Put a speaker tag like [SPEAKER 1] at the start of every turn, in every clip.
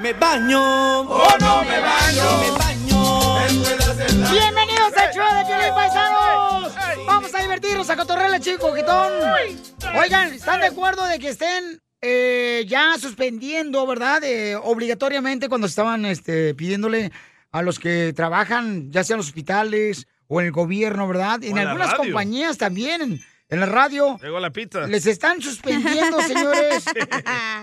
[SPEAKER 1] Me baño. Oh, no me baño. Me baño.
[SPEAKER 2] Bienvenidos al show de Piolín Paisanos. Vamos a divertirnos, a cotorrearle, chico, quitón. Oigan, ¿están de acuerdo de que estén eh, ya suspendiendo, verdad? Eh, obligatoriamente cuando estaban este, pidiéndole a los que trabajan, ya sea en los hospitales o en el gobierno, ¿verdad? En
[SPEAKER 3] en la
[SPEAKER 2] algunas
[SPEAKER 3] radio.
[SPEAKER 2] compañías también, en, en la radio.
[SPEAKER 3] Llegó la pizza.
[SPEAKER 2] Les están suspendiendo, señores,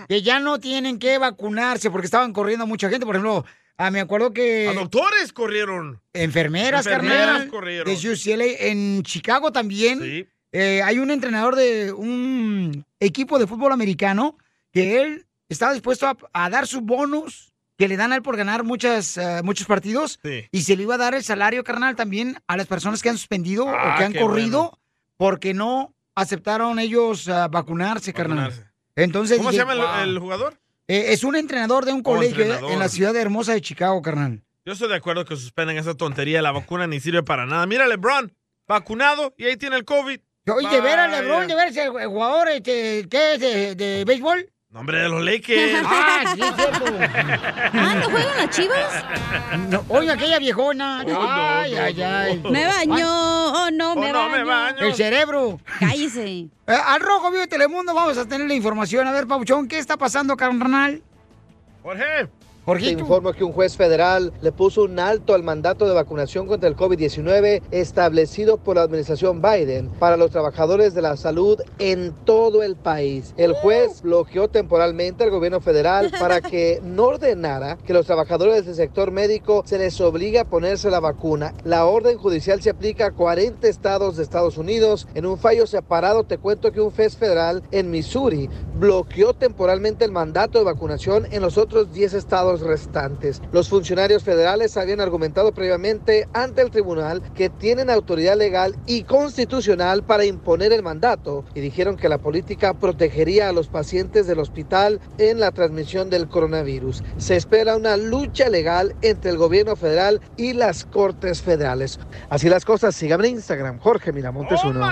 [SPEAKER 2] que ya no tienen que vacunarse porque estaban corriendo mucha gente. Por ejemplo, ah, me acuerdo que...
[SPEAKER 3] A doctores corrieron.
[SPEAKER 2] Enfermeras,
[SPEAKER 3] Enfermeras
[SPEAKER 2] carnal,
[SPEAKER 3] corrieron.
[SPEAKER 2] de UCLA. En Chicago también eh, hay un entrenador de un equipo de fútbol americano que él está dispuesto a, a dar sus bonus que le dan a él por ganar muchas, eh, muchos partidos
[SPEAKER 3] Sí.
[SPEAKER 2] y se le iba a dar el salario, carnal, también a las personas que han suspendido
[SPEAKER 3] Ah,
[SPEAKER 2] o que han
[SPEAKER 3] qué
[SPEAKER 2] corrido
[SPEAKER 3] bueno.
[SPEAKER 2] porque no aceptaron ellos ah, vacunarse, carnal. Entonces,
[SPEAKER 3] ¿Cómo se
[SPEAKER 2] dije,
[SPEAKER 3] llama el,
[SPEAKER 2] "Wow".
[SPEAKER 3] el jugador? Oh,
[SPEAKER 2] Eh, es un entrenador de un colegio eh,
[SPEAKER 3] entrenador.
[SPEAKER 2] en la ciudad hermosa de Chicago, carnal.
[SPEAKER 3] Yo estoy de acuerdo que suspendan esa tontería. La vacuna ni sirve para nada. Mira, LeBron, vacunado y ahí tiene el COVID.
[SPEAKER 2] Oye, de veras,
[SPEAKER 3] Vaya.
[SPEAKER 2] LeBron, de veras, el el jugador este, que es de, de béisbol.
[SPEAKER 3] Nombre de los Lakers.
[SPEAKER 2] Ah, sí, es cierto.
[SPEAKER 4] Ah, ¿no juegan las chivas?
[SPEAKER 2] No, oye, aquella viejona. ay, ay, ay.
[SPEAKER 4] Me baño, oh no, me baño.
[SPEAKER 2] El cerebro.
[SPEAKER 4] Cállese.
[SPEAKER 2] Eh, al rojo vivo de Telemundo vamos a tener la información. A ver, Pabuchón, ¿qué está pasando, carnal?
[SPEAKER 3] Jorge.
[SPEAKER 5] Se informa que un juez federal le puso un alto al mandato de vacunación contra el COVID-19 establecido por la administración Biden para los trabajadores de la salud en todo el país. El juez bloqueó temporalmente al gobierno federal para que no ordenara que los trabajadores del sector médico se les obligue a ponerse la vacuna. La orden judicial se aplica a 40 estados de Estados Unidos. En un fallo separado te cuento que un juez federal en Missouri bloqueó temporalmente el mandato de vacunación en los otros 10 estados restantes. Los funcionarios federales habían argumentado previamente ante el tribunal que tienen autoridad legal y constitucional para imponer el mandato y dijeron que la política protegería a los pacientes del hospital en la transmisión del coronavirus. Se espera una lucha legal entre el gobierno federal y las cortes federales. Así las cosas, síganme en Instagram, Jorge Miramontes uno.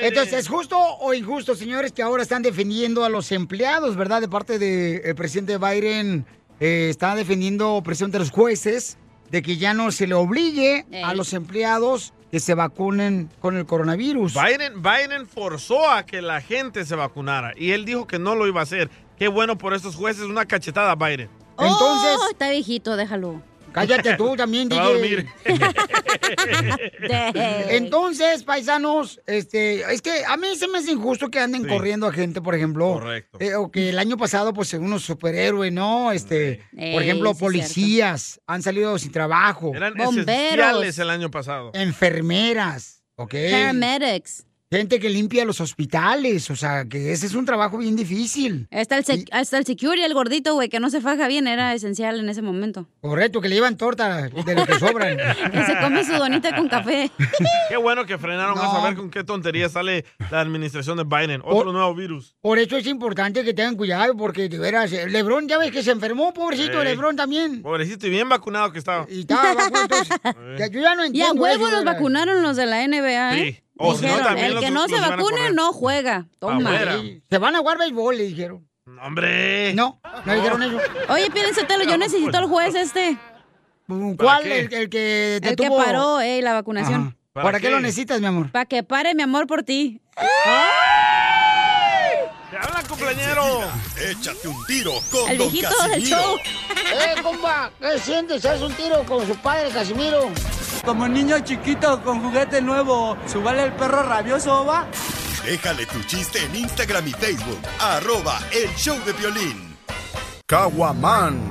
[SPEAKER 2] Entonces, ¿es justo o injusto, señores, que ahora están defendiendo a los empleados, verdad? De parte del presidente Biden, eh, está defendiendo presión de los jueces de que ya no se le obligue a los empleados que se vacunen con el coronavirus.
[SPEAKER 3] Biden, Biden forzó a que la gente se vacunara y él dijo que no lo iba a hacer. Qué bueno por estos jueces, una cachetada, Biden.
[SPEAKER 2] Entonces-
[SPEAKER 4] Oh, está viejito, déjalo.
[SPEAKER 2] Cállate tú también,
[SPEAKER 3] Se va a
[SPEAKER 2] DJ.
[SPEAKER 3] dormir.
[SPEAKER 2] Entonces, paisanos, este, es que a mí se me hace injusto que anden corriendo a gente, por ejemplo.
[SPEAKER 3] Correcto.
[SPEAKER 2] eh, o que el año pasado, pues, unos superhéroes, ¿no? Este, por
[SPEAKER 3] Ey,
[SPEAKER 2] ejemplo,
[SPEAKER 3] sí,
[SPEAKER 2] policías han salido sin trabajo.
[SPEAKER 3] Eran esenciales el año pasado.
[SPEAKER 2] Enfermeras, ¿ok?
[SPEAKER 4] Paramedics.
[SPEAKER 2] Gente que limpia los hospitales, o sea, que ese es un trabajo bien difícil.
[SPEAKER 4] Hasta el, sec- hasta el security, el gordito, güey, que no se faja bien, era esencial en ese momento.
[SPEAKER 2] Correcto, que le llevan torta de lo que sobran.
[SPEAKER 4] Que se come su donita con café.
[SPEAKER 3] Qué bueno que frenaron a saber con qué tontería sale la administración de Biden. Otro nuevo virus.
[SPEAKER 2] Por eso es importante que tengan cuidado, porque de veras, eh, Lebrón, ya ves que se enfermó, pobrecito
[SPEAKER 3] Ey.
[SPEAKER 2] Lebrón también.
[SPEAKER 3] Pobrecito y bien vacunado que estaba.
[SPEAKER 2] Y estaba vacunado, entonces, ya- yo ya no
[SPEAKER 4] Y a
[SPEAKER 2] entiendo.
[SPEAKER 4] huevo
[SPEAKER 2] eso,
[SPEAKER 4] los
[SPEAKER 2] de verdad.
[SPEAKER 4] vacunaron los de la NBA, ¿eh?
[SPEAKER 3] Sí. O si no,
[SPEAKER 4] Dijeron,
[SPEAKER 3] también
[SPEAKER 4] el
[SPEAKER 3] los-
[SPEAKER 4] que no
[SPEAKER 3] los
[SPEAKER 4] se
[SPEAKER 3] van a
[SPEAKER 4] vacune
[SPEAKER 3] correr.
[SPEAKER 4] no juega. Toma.
[SPEAKER 3] Afuera.
[SPEAKER 2] Se van a jugar béisbol, le dijeron.
[SPEAKER 3] Hombre.
[SPEAKER 2] No, no dijeron eso.
[SPEAKER 4] Oye, Piolín Sotelo,
[SPEAKER 3] Ah,
[SPEAKER 4] yo necesito al juez este.
[SPEAKER 2] ¿Cuál? El, el que
[SPEAKER 4] El que
[SPEAKER 2] detuvo?
[SPEAKER 4] paró, eh, la vacunación.
[SPEAKER 2] Ajá. ¿Para, qué? lo necesitas, mi amor?
[SPEAKER 4] Para que pare mi amor por ti.
[SPEAKER 3] Habla compañero.
[SPEAKER 6] Échate un tiro con
[SPEAKER 2] El
[SPEAKER 6] Don
[SPEAKER 2] viejito
[SPEAKER 6] Casimiro.
[SPEAKER 2] del show. ¡Eh, compa! ¿Qué sientes? ¿Haz un tiro con su padre, Casimiro?
[SPEAKER 7] Como niño chiquito con juguete nuevo, ¿subale el perro rabioso, va?
[SPEAKER 6] Déjale tu chiste en Instagram y Facebook. Arroba el show de violín.
[SPEAKER 8] Caguaman.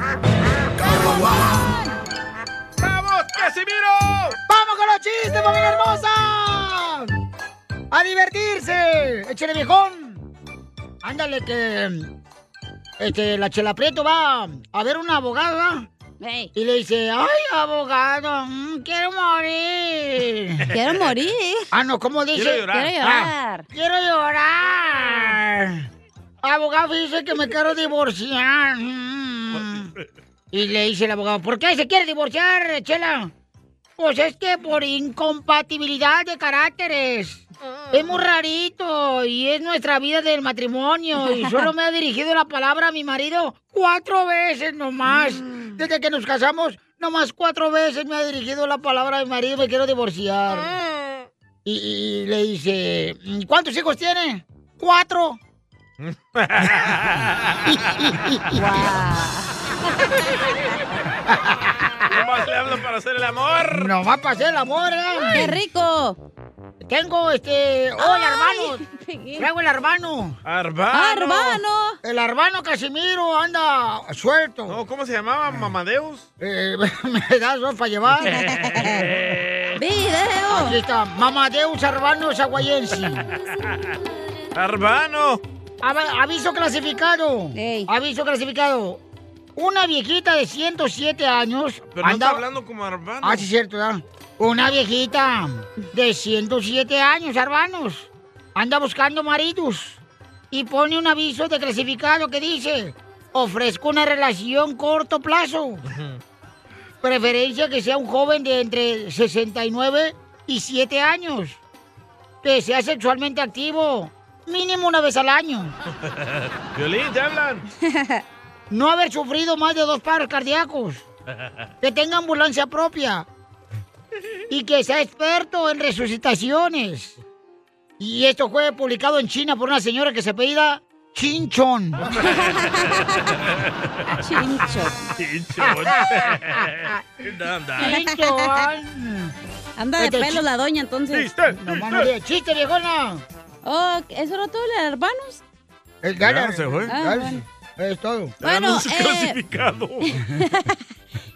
[SPEAKER 2] ¡Vamos, Casimiro! ¡Vamos con los chistes, ¡Este familia hermosa! ¡A divertirse! ¡Échale, viejón! Ándale, que. Este, la Chela Prieto va a ver una abogada. Y le dice, ay, abogado, mm, quiero morir.
[SPEAKER 4] Quiero morir.
[SPEAKER 2] Ah, no, ¿cómo dice?
[SPEAKER 4] Quiero llorar. Quiero llorar.
[SPEAKER 2] Ah, quiero llorar. Abogado dice que me quiero divorciar. Mm. Y le dice el abogado, ¿por qué se quiere divorciar, Chela? Pues es que por incompatibilidad de caracteres. Es muy rarito y es nuestra vida del matrimonio y solo me ha dirigido la palabra a mi marido cuatro veces nomás. Desde que nos casamos, nomás cuatro veces me ha dirigido la palabra a mi marido, me quiero divorciar. Y, y le dice, ¿cuántos hijos tiene? Cuatro.
[SPEAKER 3] ¿Cómo le hablan para hacer el amor?
[SPEAKER 2] No va a pasar el amor, ¿eh?
[SPEAKER 3] ¡Qué
[SPEAKER 2] rico! Tengo este. ¡Oh, el hermano! Traigo el hermano.
[SPEAKER 3] Arbano.
[SPEAKER 2] El Ah, hermano Casimiro anda suelto. Eh.
[SPEAKER 3] No, ¿cómo se llamaba? ¿Mamadeus?
[SPEAKER 2] me das dos para llevar. ¡Video! Aquí está, Mamadeus Arbano Zaguayensi.
[SPEAKER 3] Arbano.
[SPEAKER 2] Ava- aviso clasificado. Aviso clasificado. Una viejita de 107 años.
[SPEAKER 3] Pero no está
[SPEAKER 2] andaba-
[SPEAKER 3] hablando como Arbano.
[SPEAKER 2] Ah, sí, cierto, ¿verdad? Una viejita de 107 años, hermanos, anda buscando maridos y pone un aviso de clasificado que dice, ofrezco una relación corto plazo, preferencia que sea un joven de entre 69 y 7 años, que sea sexualmente activo, mínimo una vez al año.
[SPEAKER 3] Violín, te hablan.
[SPEAKER 2] no haber sufrido más de dos paros cardíacos. que tenga ambulancia propia y que sea experto en resucitaciones. Y esto fue publicado en China por una señora que se apellida Chinchon.
[SPEAKER 4] Chincho.
[SPEAKER 3] Chinchón. Anda.
[SPEAKER 2] Chinchon.
[SPEAKER 4] Anda de
[SPEAKER 2] Este
[SPEAKER 4] pelo
[SPEAKER 2] chi-
[SPEAKER 4] la doña, entonces.
[SPEAKER 2] Chiste, No, mano, chiste. diga, chiste, viejona.
[SPEAKER 4] Oh, ¿eso era todo, el hermanos?
[SPEAKER 2] El
[SPEAKER 3] Gala. Ya se fue.
[SPEAKER 4] Ah, bueno.
[SPEAKER 2] Es todo.
[SPEAKER 4] Bueno, Anuncio eh, clasificado.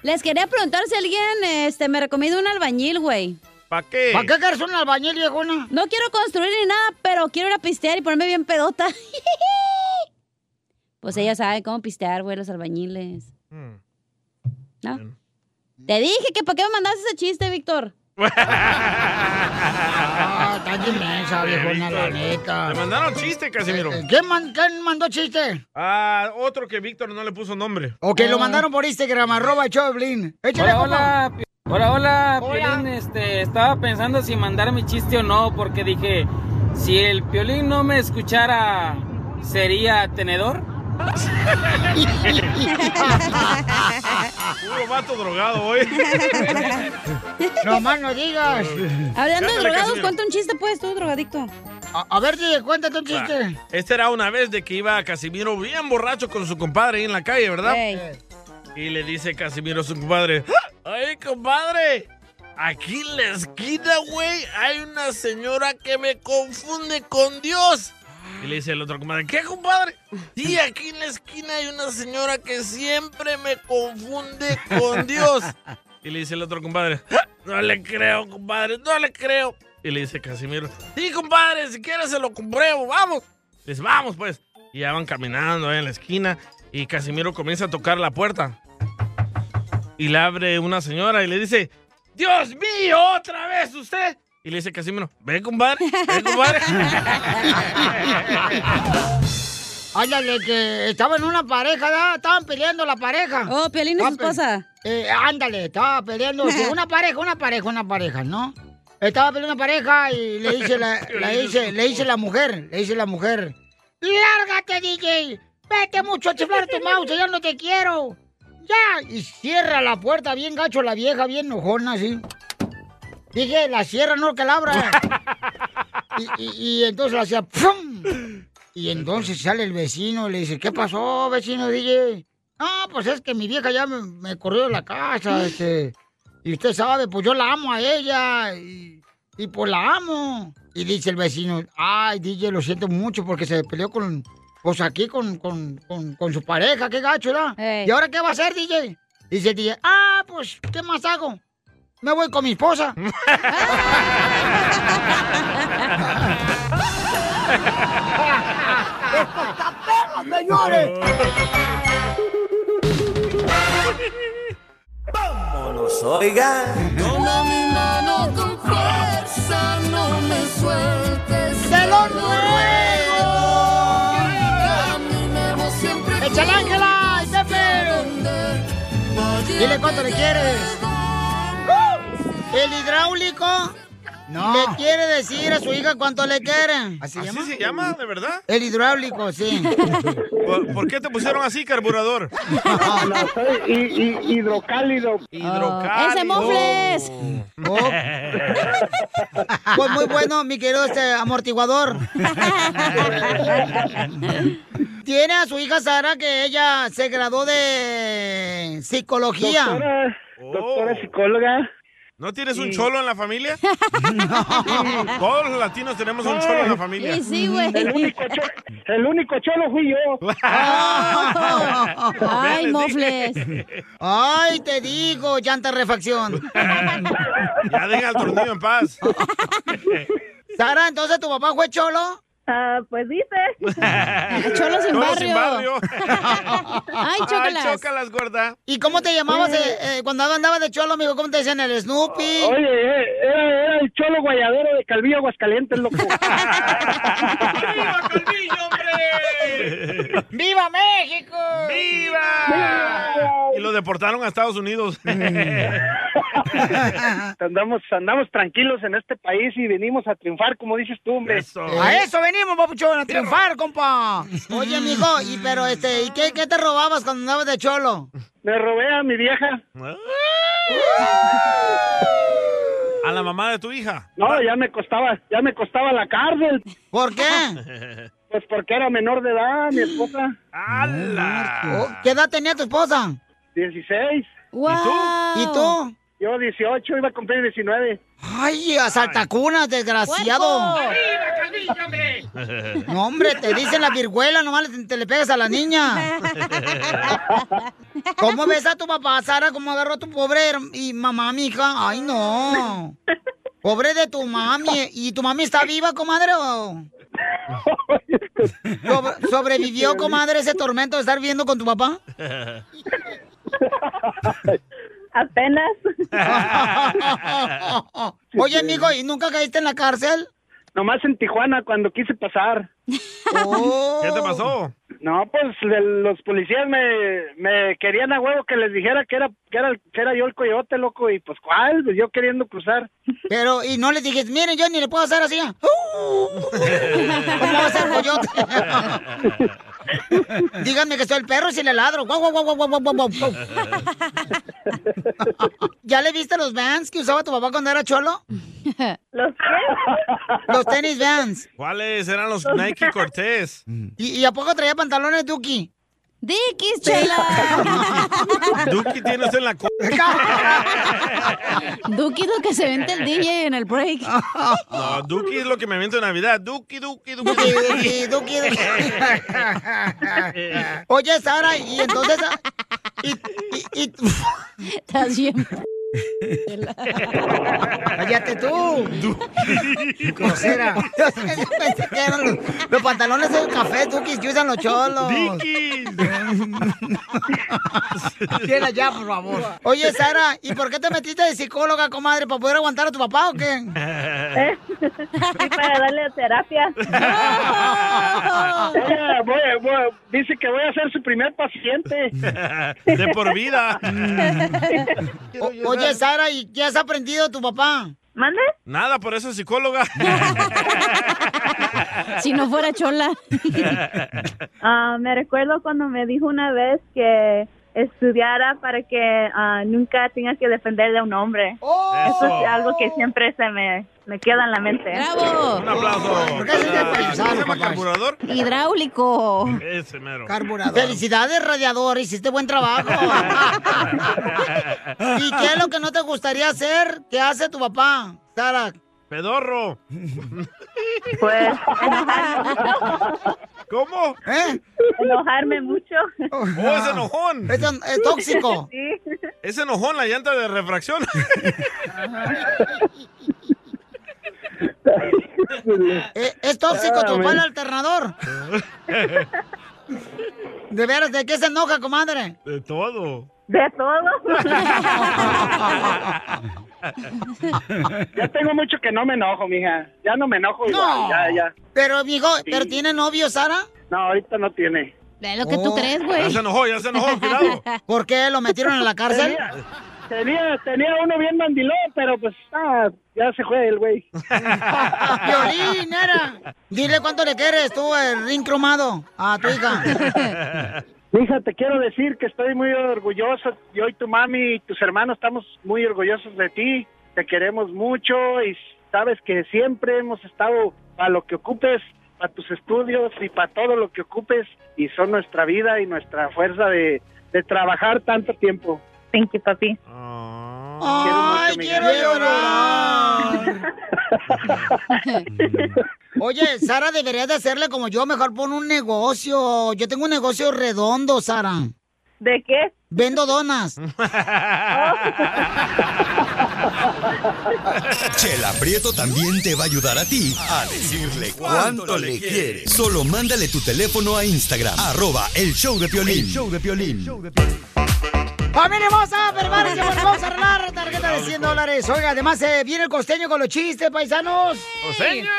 [SPEAKER 4] Les quería preguntar si alguien este, me recomienda un albañil, güey.
[SPEAKER 3] ¿Para qué?
[SPEAKER 2] ¿Para qué quieres un albañil, viejona?
[SPEAKER 4] No quiero construir ni nada, pero quiero ir a pistear y ponerme bien pedota. pues ella sabe cómo pistear, güey, los albañiles.
[SPEAKER 3] Mm.
[SPEAKER 4] ¿No? Te dije que para qué me mandaste ese chiste, Víctor.
[SPEAKER 2] Ah, tan inmensa, viejona, la neta.
[SPEAKER 3] Le mandaron chiste, Casimiro.
[SPEAKER 2] ¿Quién, man- quién mandó chiste?
[SPEAKER 3] Ah, otro que Víctor no le puso nombre. Ah.
[SPEAKER 2] O que lo mandaron por Instagram, arroba el show de Piolín. Échale,
[SPEAKER 9] Hola, Ah.
[SPEAKER 2] compa.
[SPEAKER 9] hola, Pi- hola, hola, Piolín, este, estaba pensando si mandar mi chiste o no, porque dije, si el Piolín no me escuchara, ¿sería tenedor?
[SPEAKER 3] Puro vato drogado hoy.
[SPEAKER 2] No más no digas.
[SPEAKER 4] Hablando de
[SPEAKER 3] Cántale,
[SPEAKER 4] drogados,
[SPEAKER 3] Casimiro.
[SPEAKER 4] cuenta un chiste, pues, tú, drogadicto.
[SPEAKER 2] A, ver, cuéntate un
[SPEAKER 3] Ah. Va. Esta Este era una vez de que iba Casimiro bien borracho con su compadre ahí en la calle, ¿verdad?
[SPEAKER 4] Ey.
[SPEAKER 3] Y le dice Casimiro a su compadre, "¡Ah! ¡Ay, compadre! Aquí en la esquina, güey, hay una señora que me confunde con Dios. Y le dice el otro compadre, ¿qué, compadre? Sí, aquí en la esquina hay una señora que siempre me confunde con Dios. Y le dice el otro compadre, "Ah, no le creo, compadre, no le creo. Y le dice Casimiro, sí, compadre, si quieres se lo compruebo, vamos. Le dice, vamos, pues. Y ya van caminando ahí en la esquina y Casimiro comienza a tocar la puerta. Y le abre una señora y le dice, Dios mío, otra vez usted. Y le dice Casimiro, ve, compadre, ve, compadre.
[SPEAKER 2] Ándale, que estaban una pareja, ¿verdad? estaban peleando la pareja.
[SPEAKER 4] Oh, Piolín y su esposa.
[SPEAKER 2] Eh, ándale, estaba peleando sí, una pareja, una pareja, una pareja, ¿no? Estaba peleando una pareja y le dice la, la dice, le dice la mujer, le dice la mujer, lárgate DJ, vete mucho a chiflar tu mouse, ¿eh? ya no te quiero. Ya, y cierra la puerta bien gacho la vieja, bien enojona, así. Dije, la cierra, no que la abra. Y, y- y entonces la hacía ¡pum! Y entonces sale el vecino y le dice, ¿qué pasó, vecino DJ? No, pues es que mi vieja ya me, me corrió de la casa, este. Y usted sabe, pues yo la amo a ella y, y pues la amo. Y dice el vecino, ay, DJ, lo siento mucho porque se peleó con, pues aquí con, con, con, con su pareja, qué gacho, ¿verdad? ¿Y ahora qué va a hacer, DJ? Dice el DJ, ah, pues, ¿qué más hago? Me voy con mi esposa.
[SPEAKER 1] ¡Esto está perro, señores!
[SPEAKER 10] Vámonos, oigan.
[SPEAKER 1] Toma mi mano con fuerza, no me sueltes.
[SPEAKER 2] ¡Se lo
[SPEAKER 1] ruego! siempre
[SPEAKER 2] ¡Échale, Ángela! ¡Te Dile cuánto le quieres. ¡Uh! El hidráulico le quiere decir a su hija cuánto le quiere. ¿Así,
[SPEAKER 3] ¿Así se llama, de verdad?
[SPEAKER 2] El hidráulico, sí.
[SPEAKER 3] ¿Por, por qué te pusieron así, carburador?
[SPEAKER 11] No, no, soy hi- hi- hidrocálido.
[SPEAKER 3] Hidrocálido.
[SPEAKER 2] ¡Ese mofles! Oh. Pues muy bueno, mi querido este amortiguador. Tiene a su hija Sara que ella se graduó de psicología.
[SPEAKER 11] Doctora, doctora psicóloga.
[SPEAKER 3] ¿No tienes
[SPEAKER 11] Sí.
[SPEAKER 3] un cholo en la familia? Todos los latinos tenemos un cholo en la familia.
[SPEAKER 11] El único, cho- el único cholo fui yo.
[SPEAKER 2] Ay,
[SPEAKER 11] Ven, les
[SPEAKER 2] mofles. Ay, te digo, llanta refacción.
[SPEAKER 3] Ya deja el tornillo en paz.
[SPEAKER 2] Sara, entonces tu papá fue cholo. Ah, pues dice. Ah, cholo sin
[SPEAKER 3] Cholo
[SPEAKER 2] barrio.
[SPEAKER 3] sin
[SPEAKER 2] Ay,
[SPEAKER 3] chócalas. Ay, chócalas, gorda.
[SPEAKER 2] ¿Y cómo te llamabas
[SPEAKER 3] Sí.
[SPEAKER 2] eh, eh, cuando andabas de cholo, amigo? ¿Cómo te decían el Snoopy?
[SPEAKER 11] Oye, eh, era, era el cholo guayadero de Calvillo Aguascalientes, loco.
[SPEAKER 2] ¡Viva México!
[SPEAKER 3] ¡Viva! Y lo deportaron a Estados Unidos.
[SPEAKER 11] Eh. andamos, andamos tranquilos en este país y venimos a triunfar, como dices tú, hombre. Eh.
[SPEAKER 2] A eso venimos, papuchón, a triunfar, compa. Oye, mijo, y pero este, ¿y qué, qué te robabas cuando andabas de cholo?
[SPEAKER 11] Me robé a mi vieja.
[SPEAKER 3] A la mamá de tu hija.
[SPEAKER 11] No, ya me costaba, ya me costaba la cárcel.
[SPEAKER 2] ¿Por qué?
[SPEAKER 11] Pues porque era menor de edad, mi esposa.
[SPEAKER 2] Oh, ¿Qué edad tenía tu esposa?
[SPEAKER 11] 16.
[SPEAKER 2] ¿Y tú?
[SPEAKER 11] Yo 18, iba a cumplir 19.
[SPEAKER 2] Ay, a saltacunas, desgraciado. No, hombre, te dicen la virguela, nomás le- te le pegas a la niña. ¿Cómo ves a tu papá, Sara? ¿Cómo agarró a tu pobre her- y mamá, mi hija? Ay, no. Pobre de tu mami. ¿Y tu mami está viva, comadre? o- Sobre- ¿Sobrevivió, comadre, ese tormento de estar viendo con tu papá? Apenas. Oye, amigo, ¿y nunca caíste en la cárcel?
[SPEAKER 11] Nomás en Tijuana cuando quise pasar.
[SPEAKER 2] ¿Qué
[SPEAKER 3] te pasó?
[SPEAKER 11] No, pues le- los policías me, me querían a huevo que les dijera que era que era, el- que era yo el coyote, loco, y pues cuál, Pues yo queriendo cruzar.
[SPEAKER 2] Pero, y no les dije, miren, yo ni le puedo hacer así. ah. ¿Cómo va a ser coyote? Díganme que soy el perro si le ladro. Guau, guau, guau, guau, guau, guau, guau, guau. ¿Ya le viste los vans que usaba tu papá cuando era cholo? ¿Los Los tenis vans.
[SPEAKER 3] ¿Cuáles eran los Nike Cortés?
[SPEAKER 2] ¿Y, y a poco traía pantalones Duki?
[SPEAKER 4] Dikis, chela.
[SPEAKER 3] Duki tiene usted en la co-
[SPEAKER 4] Duki es lo que se vende el DJ en el break.
[SPEAKER 3] No, Duki es lo que me invento en Navidad. Duki, Duki, Duki.
[SPEAKER 2] Duki, Duki, Duki. Oye, Sara, y entonces... ah, Y, y, y... Estás bien... Cállate tú. Grosera. Yo Pensé que eran los, los pantalones del café, Duki, que usan los cholos. Tiene ya, por favor. Oye, Sara, ¿y por qué te metiste de psicóloga, comadre? ¿Para poder aguantar a tu papá o qué?
[SPEAKER 12] Para darle terapia.
[SPEAKER 11] Voy a- voy a- voy a- dice que voy a ser su primer paciente.
[SPEAKER 3] De por vida.
[SPEAKER 2] O- oye, Sara, ¿y qué has aprendido de tu papá? ¿Mande?
[SPEAKER 3] Nada, por eso es psicóloga.
[SPEAKER 12] Si no fuera chola. Ah, me recuerdo cuando me dijo una vez que estudiara para que ah, nunca tenga que defender de un hombre.
[SPEAKER 2] ¡Oh!
[SPEAKER 12] Eso
[SPEAKER 3] Eso.
[SPEAKER 12] es algo que siempre se me, me queda en la mente.
[SPEAKER 3] Un aplauso. Ah, ¿Cómo se llama carburador?
[SPEAKER 4] Hidráulico.
[SPEAKER 3] Ese mero.
[SPEAKER 2] Felicidades, radiador, hiciste buen trabajo. ¿Y qué es lo que no te gustaría hacer? ¿Qué hace tu papá, Sara?
[SPEAKER 3] Pedorro.
[SPEAKER 12] Pues
[SPEAKER 3] ¿Cómo?
[SPEAKER 2] ¿Eh?
[SPEAKER 12] Enojarme mucho.
[SPEAKER 3] Oh, es enojón.
[SPEAKER 2] Es,
[SPEAKER 12] tóxico. Sí.
[SPEAKER 3] Es enojón la llanta de refracción.
[SPEAKER 2] ¿Eh, ¿Es tóxico tu papá el alternador? ¿De veras? ¿De qué se enoja, comadre?
[SPEAKER 3] De todo.
[SPEAKER 12] De todo.
[SPEAKER 11] Ya tengo mucho que no me enojo, mija. Ya no me enojo
[SPEAKER 2] No.
[SPEAKER 11] igual, ya, ya.
[SPEAKER 2] Pero, amigo, ¿pero tiene novio, Sara?
[SPEAKER 11] No, ahorita no tiene.
[SPEAKER 4] Es lo que
[SPEAKER 2] Oh.
[SPEAKER 4] tú crees, güey.
[SPEAKER 11] Oh. Ya se enojó, ya se enojó, cuidado.
[SPEAKER 2] ¿Por qué? ¿Lo metieron en la cárcel?
[SPEAKER 11] Tenía, tenía uno bien mandilón, pero pues ah, ya se fue el güey.
[SPEAKER 2] Violín, era. Dile cuánto le quieres tú, el ring cromado, a tu hija.
[SPEAKER 11] Hija, te quiero decir que estoy muy orgulloso. Yo y tu mami y tus hermanos estamos muy orgullosos de ti. Te queremos mucho y sabes que siempre hemos estado para lo que ocupes, para tus estudios y para todo lo que ocupes. Y son nuestra vida y nuestra fuerza de, de trabajar tanto tiempo.
[SPEAKER 12] Thank you, papi.
[SPEAKER 2] ¡Ay, quiero llorar! Oye, Sara, deberías de hacerle como yo, mejor pon un negocio. Yo tengo un negocio redondo, Sara.
[SPEAKER 12] ¿De qué?
[SPEAKER 2] Vendo donas.
[SPEAKER 6] Chela Prieto también te va a ayudar a ti a decirle cuánto le quieres. Solo mándale tu teléfono a Instagram, arroba el show de Piolín.
[SPEAKER 2] El
[SPEAKER 6] show de Piolín.
[SPEAKER 2] ¡Familia hermosa! ¡Prepárense porque vamos a arreglar la tarjeta de 100 dólares! Oiga, además eh, viene el costeño con los chistes, paisanos.
[SPEAKER 3] ¡Costeño!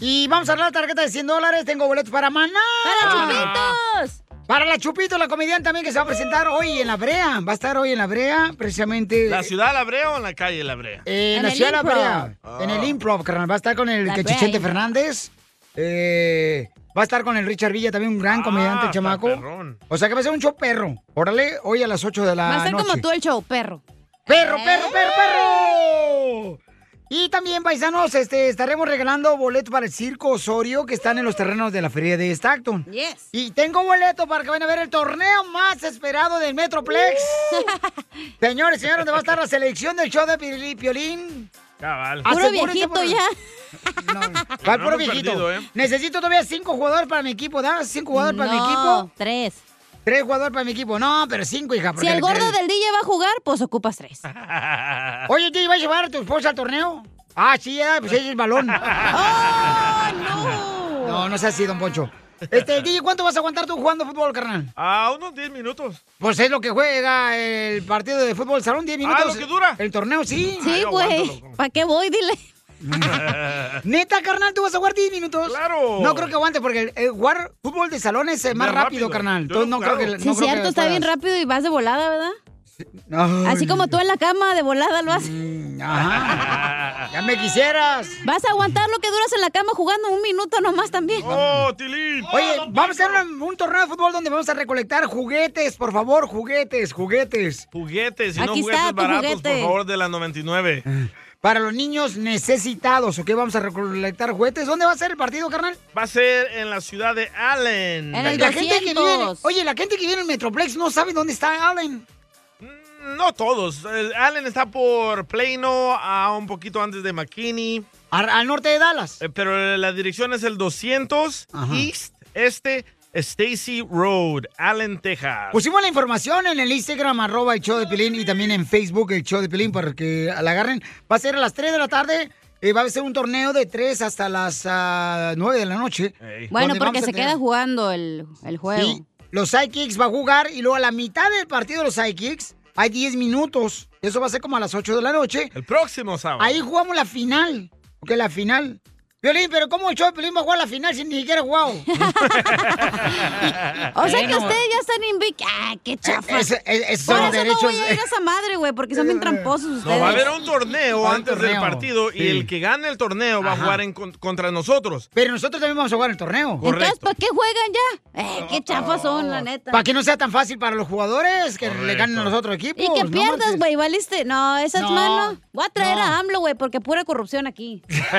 [SPEAKER 2] Y vamos a arreglar la tarjeta de 100 dólares. Tengo boletos para Maná.
[SPEAKER 3] ¡Para
[SPEAKER 2] Chupitos! Para la Chupito, la comediante también que se va a presentar hoy en La Brea. Va a estar hoy en La Brea, precisamente.
[SPEAKER 3] ¿La ciudad La Brea o en la calle La Brea?
[SPEAKER 2] Eh, en la ciudad de La Brea. En el Improv, carnal. Va a estar con el
[SPEAKER 3] La
[SPEAKER 2] que Chichente
[SPEAKER 3] Brea.
[SPEAKER 2] Fernández. Eh, va a estar con el Richard Villa, también un gran comediante,
[SPEAKER 3] está
[SPEAKER 2] chamaco.
[SPEAKER 3] perrón.
[SPEAKER 2] O sea que va a ser un show perro. Órale, hoy a las 8 de la
[SPEAKER 4] Va a
[SPEAKER 2] noche.
[SPEAKER 4] ser como tú el show, perro. ¿Eh?
[SPEAKER 2] ¡Perro, perro, perro, perro! Y también, paisanos, este, estaremos regalando boletos para el Circo Osorio que están en los terrenos de la feria de Stockton.
[SPEAKER 4] Yes.
[SPEAKER 2] Y tengo boleto para que vayan a ver el torneo más esperado del Metroplex. Señores, señores, donde va a estar la selección del show de Pili- Piolín.
[SPEAKER 3] Cabal.
[SPEAKER 2] Asegúrense por- ¿Cuál puro
[SPEAKER 3] Andamos
[SPEAKER 2] viejito?
[SPEAKER 3] perdido, ¿eh?
[SPEAKER 2] Necesito todavía cinco jugadores para mi equipo, ¿da? ¿Cinco jugadores para mi
[SPEAKER 4] No,
[SPEAKER 2] equipo? Tres. Tres jugadores para mi equipo. No, pero cinco, hija.
[SPEAKER 4] Si
[SPEAKER 2] porque
[SPEAKER 4] el
[SPEAKER 2] le-
[SPEAKER 4] gordo del DJ va a jugar, pues ocupas tres.
[SPEAKER 3] ¿eh?
[SPEAKER 2] Oye, ¿te iba a llevar a tu esposa al torneo? Ah, sí, ah, pues ella es el balón.
[SPEAKER 4] ¡Ah,
[SPEAKER 2] ¡Oh, no! No, no sea así, don Poncho. Este, DJ, ¿cuánto vas a aguantar tú jugando fútbol, carnal?
[SPEAKER 3] Ah, unos 10 minutos.
[SPEAKER 2] Pues es lo que juega el partido de fútbol salón, 10
[SPEAKER 3] Ah,
[SPEAKER 2] minutos.
[SPEAKER 3] ¿lo que dura?
[SPEAKER 2] El torneo, sí.
[SPEAKER 3] Sí, Ah, yo aguanto, güey.
[SPEAKER 2] ¿Para qué voy? Dile. Neta, carnal, ¿tú vas a jugar 10 minutos? Claro. No creo que aguante, porque el, el jugar fútbol de salón es eh, más
[SPEAKER 4] Bien
[SPEAKER 2] rápido,
[SPEAKER 4] rápido.
[SPEAKER 2] carnal.
[SPEAKER 4] Yo
[SPEAKER 2] Entonces
[SPEAKER 4] lo
[SPEAKER 2] no
[SPEAKER 4] he
[SPEAKER 2] creo que...
[SPEAKER 4] Sí, cierto, está bien rápido y vas de volada, ¿verdad?
[SPEAKER 2] rápido.
[SPEAKER 4] Así como tú en la cama, de volada lo haces.
[SPEAKER 2] Ajá. Mm, Ya me quisieras.
[SPEAKER 4] Vas a aguantar lo que duras en la cama jugando un minuto nomás también.
[SPEAKER 3] ¡Oh, Tilín!
[SPEAKER 2] Oye, vamos a hacer un, un torneo de fútbol donde vamos a recolectar juguetes, por favor, juguetes, juguetes.
[SPEAKER 3] Juguetes, y no
[SPEAKER 2] Aquí está
[SPEAKER 3] juguetes
[SPEAKER 2] tu
[SPEAKER 3] baratos,
[SPEAKER 2] juguete.
[SPEAKER 3] por favor, de la 99.
[SPEAKER 2] Para los niños necesitados, ¿ok? Vamos a recolectar juguetes. ¿Dónde va a ser el partido, carnal?
[SPEAKER 3] Va a ser en la ciudad de Allen.
[SPEAKER 2] la gente que vive, en- Oye, la gente que viene en Metroplex no sabe dónde está Allen.
[SPEAKER 3] Mm, No todos. El Allen está por Plano, a un poquito antes de McKinney. Eh,
[SPEAKER 2] al norte de Dallas.
[SPEAKER 3] pero la dirección es el 200 East Este Stacy Road, Allen, Texas.
[SPEAKER 2] Pusimos la información en el Instagram, arroba el show de Pelín, y también en Facebook el show de Pelín para que la agarren. Va a ser a las 3 de la tarde. eh, va a ser un torneo de 3 hasta las ah, 9 de la noche.
[SPEAKER 4] Bueno,
[SPEAKER 2] donde
[SPEAKER 4] porque
[SPEAKER 2] vamos a
[SPEAKER 4] se
[SPEAKER 2] tener-
[SPEAKER 4] queda jugando el, el juego.
[SPEAKER 2] Sí, los sidekicks va a jugar y luego a la mitad del partido de los sidekicks hay 10 minutos. Eso va a ser como a las 8 de la noche.
[SPEAKER 3] El próximo sábado.
[SPEAKER 2] Ahí jugamos la final. Ok, la final. Violín, pero ¿cómo el show de Piolín va a jugar la final sin ni siquiera guau?
[SPEAKER 4] O sea que ustedes ya están invictos. ¡Ah, qué chafa!
[SPEAKER 2] Ese- e- esos
[SPEAKER 4] Por eso
[SPEAKER 2] son los
[SPEAKER 4] no
[SPEAKER 2] derechos.
[SPEAKER 4] voy a ir a esa madre, güey, porque son bien tramposos ustedes.
[SPEAKER 3] No, va a haber un torneo
[SPEAKER 4] Va a haber
[SPEAKER 3] antes del
[SPEAKER 4] torneo.
[SPEAKER 3] partido
[SPEAKER 4] Sí.
[SPEAKER 3] y el que gane el torneo va a
[SPEAKER 4] Ajá.
[SPEAKER 3] jugar en con- contra nosotros.
[SPEAKER 2] Pero nosotros también vamos a jugar el torneo.
[SPEAKER 4] Entonces, ¿para qué juegan ya? Eh, qué chafas son, la neta.
[SPEAKER 2] Para que no sea tan fácil para los jugadores que le ganen a los otros equipos.
[SPEAKER 4] Y que
[SPEAKER 2] no
[SPEAKER 4] pierdas,
[SPEAKER 2] marches.
[SPEAKER 4] güey, valiste. No, esas
[SPEAKER 2] No,
[SPEAKER 4] manos. Voy a traer a AMLO, güey, porque pura corrupción aquí.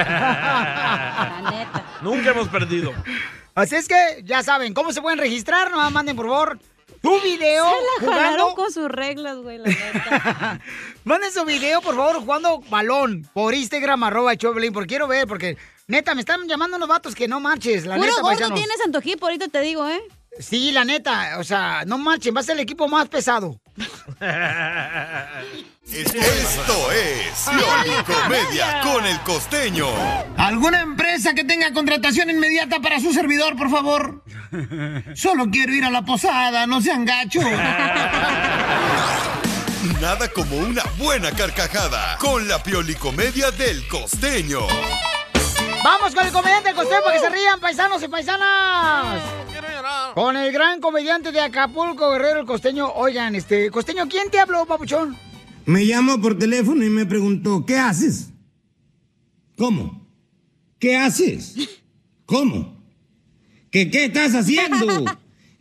[SPEAKER 3] Nunca hemos perdido.
[SPEAKER 2] Así es que ya saben, ¿cómo se pueden registrar? Nos manden por favor tu video
[SPEAKER 4] Se la jalaron
[SPEAKER 2] jugando.
[SPEAKER 4] con sus reglas, güey. la neta.
[SPEAKER 2] Manden su video, por favor, jugando balón por Instagram, arroba el Choplin, porque quiero ver, porque neta, me están llamando unos vatos que no marches, la
[SPEAKER 4] Puro
[SPEAKER 2] neta,
[SPEAKER 4] gordo
[SPEAKER 2] paisanos.
[SPEAKER 4] tienes en tu equipo, ahorita te digo, ¿eh?
[SPEAKER 2] Sí, la neta, o sea, no marchen, va a ser el equipo más pesado.
[SPEAKER 13] Este-
[SPEAKER 6] Esto es Pioli Comedia con el costeño.
[SPEAKER 13] ¿Alguna empresa que tenga contratación inmediata para su servidor, por favor? Solo quiero ir a la posada, no sean gachos.
[SPEAKER 6] Nada como una buena carcajada con la Pioli Comedia del costeño.
[SPEAKER 2] Vamos con el comediante del costeño
[SPEAKER 3] Uh.
[SPEAKER 2] para que se rían, paisanos y paisanas. Con el gran comediante de Acapulco, Guerrero, el costeño. Oigan, este, costeño, ¿quién te habló, papuchón?
[SPEAKER 13] Me llamó por teléfono y me preguntó, ¿qué haces? ¿Cómo? ¿Qué haces? ¿Cómo? ¿Que qué estás haciendo?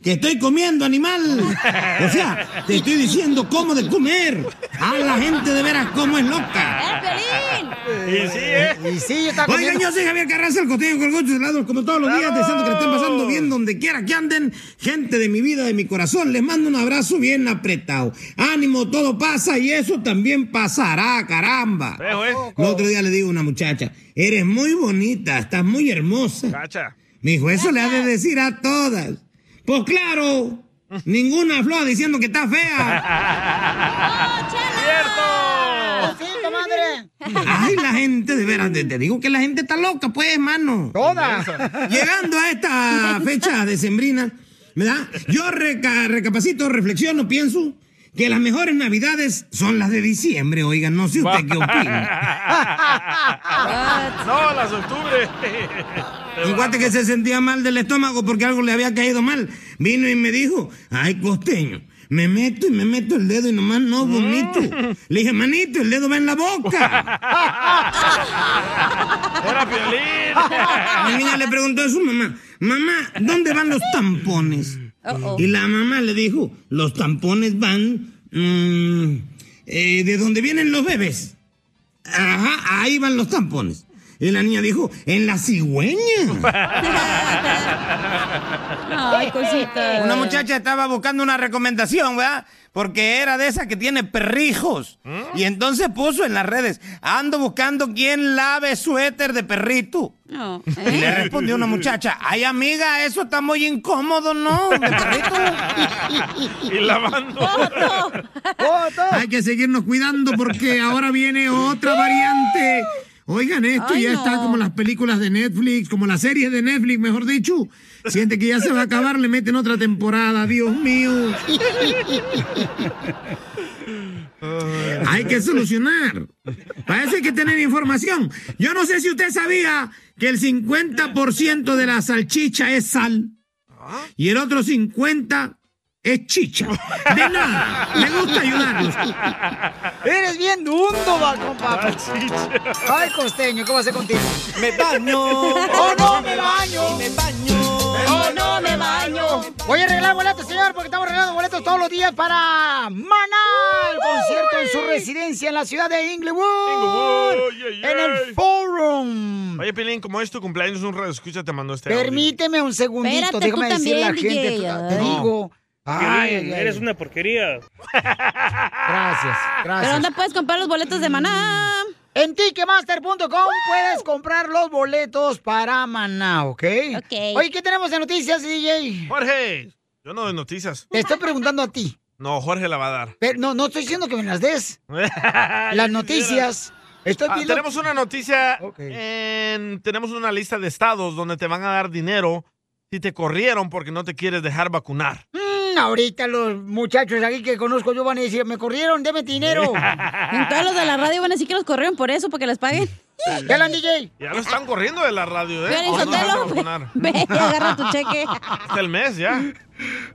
[SPEAKER 13] Que estoy comiendo animal. O sea, te estoy diciendo cómo de comer. A la gente de veras cómo es loca.
[SPEAKER 3] Y sí, ¿eh?
[SPEAKER 2] Y sí, yo estaba
[SPEAKER 13] Oigan,
[SPEAKER 2] comiendo-
[SPEAKER 13] yo soy Javier Carranza, el costeño con el Gocho de lado, como todos los días, deseando que le estén pasando bien donde quiera que anden. Gente de mi vida, de mi corazón, les mando un abrazo bien apretado. Ánimo, todo pasa y eso también pasará, caramba. El otro día le digo a una muchacha, eres muy bonita, estás muy hermosa. Me dijo, eso le ha de decir a todas. Pues claro, ninguna flor diciendo que está fea.
[SPEAKER 3] ¡Cierto!
[SPEAKER 2] Sí, comadre.
[SPEAKER 13] Ay, la gente, de veras, te, te digo que la gente está loca, pues, mano.
[SPEAKER 2] Toda.
[SPEAKER 13] Llegando a esta fecha decembrina, ¿verdad? Yo reca- recapacito, reflexiono, pienso que las mejores navidades son las de diciembre, oigan, no sé usted qué opina.
[SPEAKER 3] no, las de octubre.
[SPEAKER 13] El guate que se sentía mal del estómago porque algo le había caído mal, vino y me dijo, ay, costeño. Me meto y me meto el dedo y nomás
[SPEAKER 3] Mm.
[SPEAKER 13] no vomito. Le dije, manito, el dedo va en la boca.
[SPEAKER 3] Era Piolín.
[SPEAKER 13] La niña le preguntó a su mamá, mamá, ¿dónde van los tampones?
[SPEAKER 1] Uh-oh.
[SPEAKER 13] Y la mamá le dijo, los tampones van mm, eh, de donde vienen los bebés. Ajá, ahí van los tampones. Y la niña dijo, en la cigüeña.
[SPEAKER 4] Ay, cosita.
[SPEAKER 13] Una muchacha estaba buscando una recomendación, ¿verdad? Porque era de esas que tiene perrijos. Y entonces puso en las redes, ando buscando quien lave suéter de perrito.
[SPEAKER 4] No.
[SPEAKER 1] ¿Eh?
[SPEAKER 4] ¿eh?
[SPEAKER 13] Y le respondió una muchacha, ay amiga, eso está muy incómodo, ¿no? De perrito.
[SPEAKER 3] Y lavando.
[SPEAKER 13] Hay que seguirnos cuidando porque ahora viene otra variante. Oigan, esto
[SPEAKER 1] Ay,
[SPEAKER 13] ya
[SPEAKER 1] no.
[SPEAKER 13] está como las películas de Netflix, como las series de Netflix, mejor dicho. Siente que ya se va a acabar, le meten otra temporada, Dios mío. Hay que solucionar. Para eso hay que tener información. Yo no sé si usted sabía que el 50% de la salchicha es sal y el otro 50% es chicha. De nada. Me gusta ayudarlos.
[SPEAKER 2] Eres bien dundo, va,
[SPEAKER 3] Ah,
[SPEAKER 2] compa. Ay, costeño, ¿qué va a hacer contigo?
[SPEAKER 13] Me baño.
[SPEAKER 2] ¡Oh, no me baño! ¡Me baño! ¡Oh, no me baño! Voy a arreglar boletos, señor, porque estamos arreglando boletos todos los días para Maná, el concierto en su residencia en la ciudad de Inglewood.
[SPEAKER 3] Inglewood, yeah, yeah.
[SPEAKER 2] En el Forum.
[SPEAKER 3] Oye, Piolín, como es tu cumpleaños, un radio escucha te mandó este audio.
[SPEAKER 2] Mm. Permíteme un segundito,
[SPEAKER 3] Espérate, tú
[SPEAKER 2] déjame decirle a la
[SPEAKER 3] también,
[SPEAKER 2] gente.
[SPEAKER 3] DJ,
[SPEAKER 2] Te
[SPEAKER 3] ay.
[SPEAKER 2] digo. Ay, ay, ay.
[SPEAKER 3] una porquería.
[SPEAKER 2] Gracias, gracias.
[SPEAKER 4] ¿Pero dónde puedes comprar los boletos de Maná?
[SPEAKER 2] Mm. En ticketmaster.com puedes comprar los boletos para Maná, ¿ok? Ok. Oye, ¿qué tenemos de noticias, DJ?
[SPEAKER 3] Jorge, yo no doy noticias.
[SPEAKER 2] Te estoy preguntando a ti.
[SPEAKER 3] No, Jorge la va a dar.
[SPEAKER 2] Pero no, no estoy diciendo que me las des. Las noticias. Estoy
[SPEAKER 3] Ah,
[SPEAKER 2] pidiendo-
[SPEAKER 3] tenemos una noticia. en- tenemos una lista
[SPEAKER 2] Mm.
[SPEAKER 3] de estados donde te van a dar dinero si te corrieron porque no te quieres dejar vacunar.
[SPEAKER 2] ahorita los muchachos aquí que conozco yo van a decir, me corrieron, deme dinero.
[SPEAKER 4] En todos los de la radio van a decir que los corrieron por eso, porque les paguen.
[SPEAKER 2] ¿Ya la DJ?
[SPEAKER 3] Ya lo están corriendo de la radio, ¿eh?
[SPEAKER 4] Piolín
[SPEAKER 3] Por no
[SPEAKER 4] Sotelo,
[SPEAKER 3] dejarse
[SPEAKER 4] ve-
[SPEAKER 3] vacunar.
[SPEAKER 4] ve y agarra tu cheque.
[SPEAKER 3] Hasta el mes ya.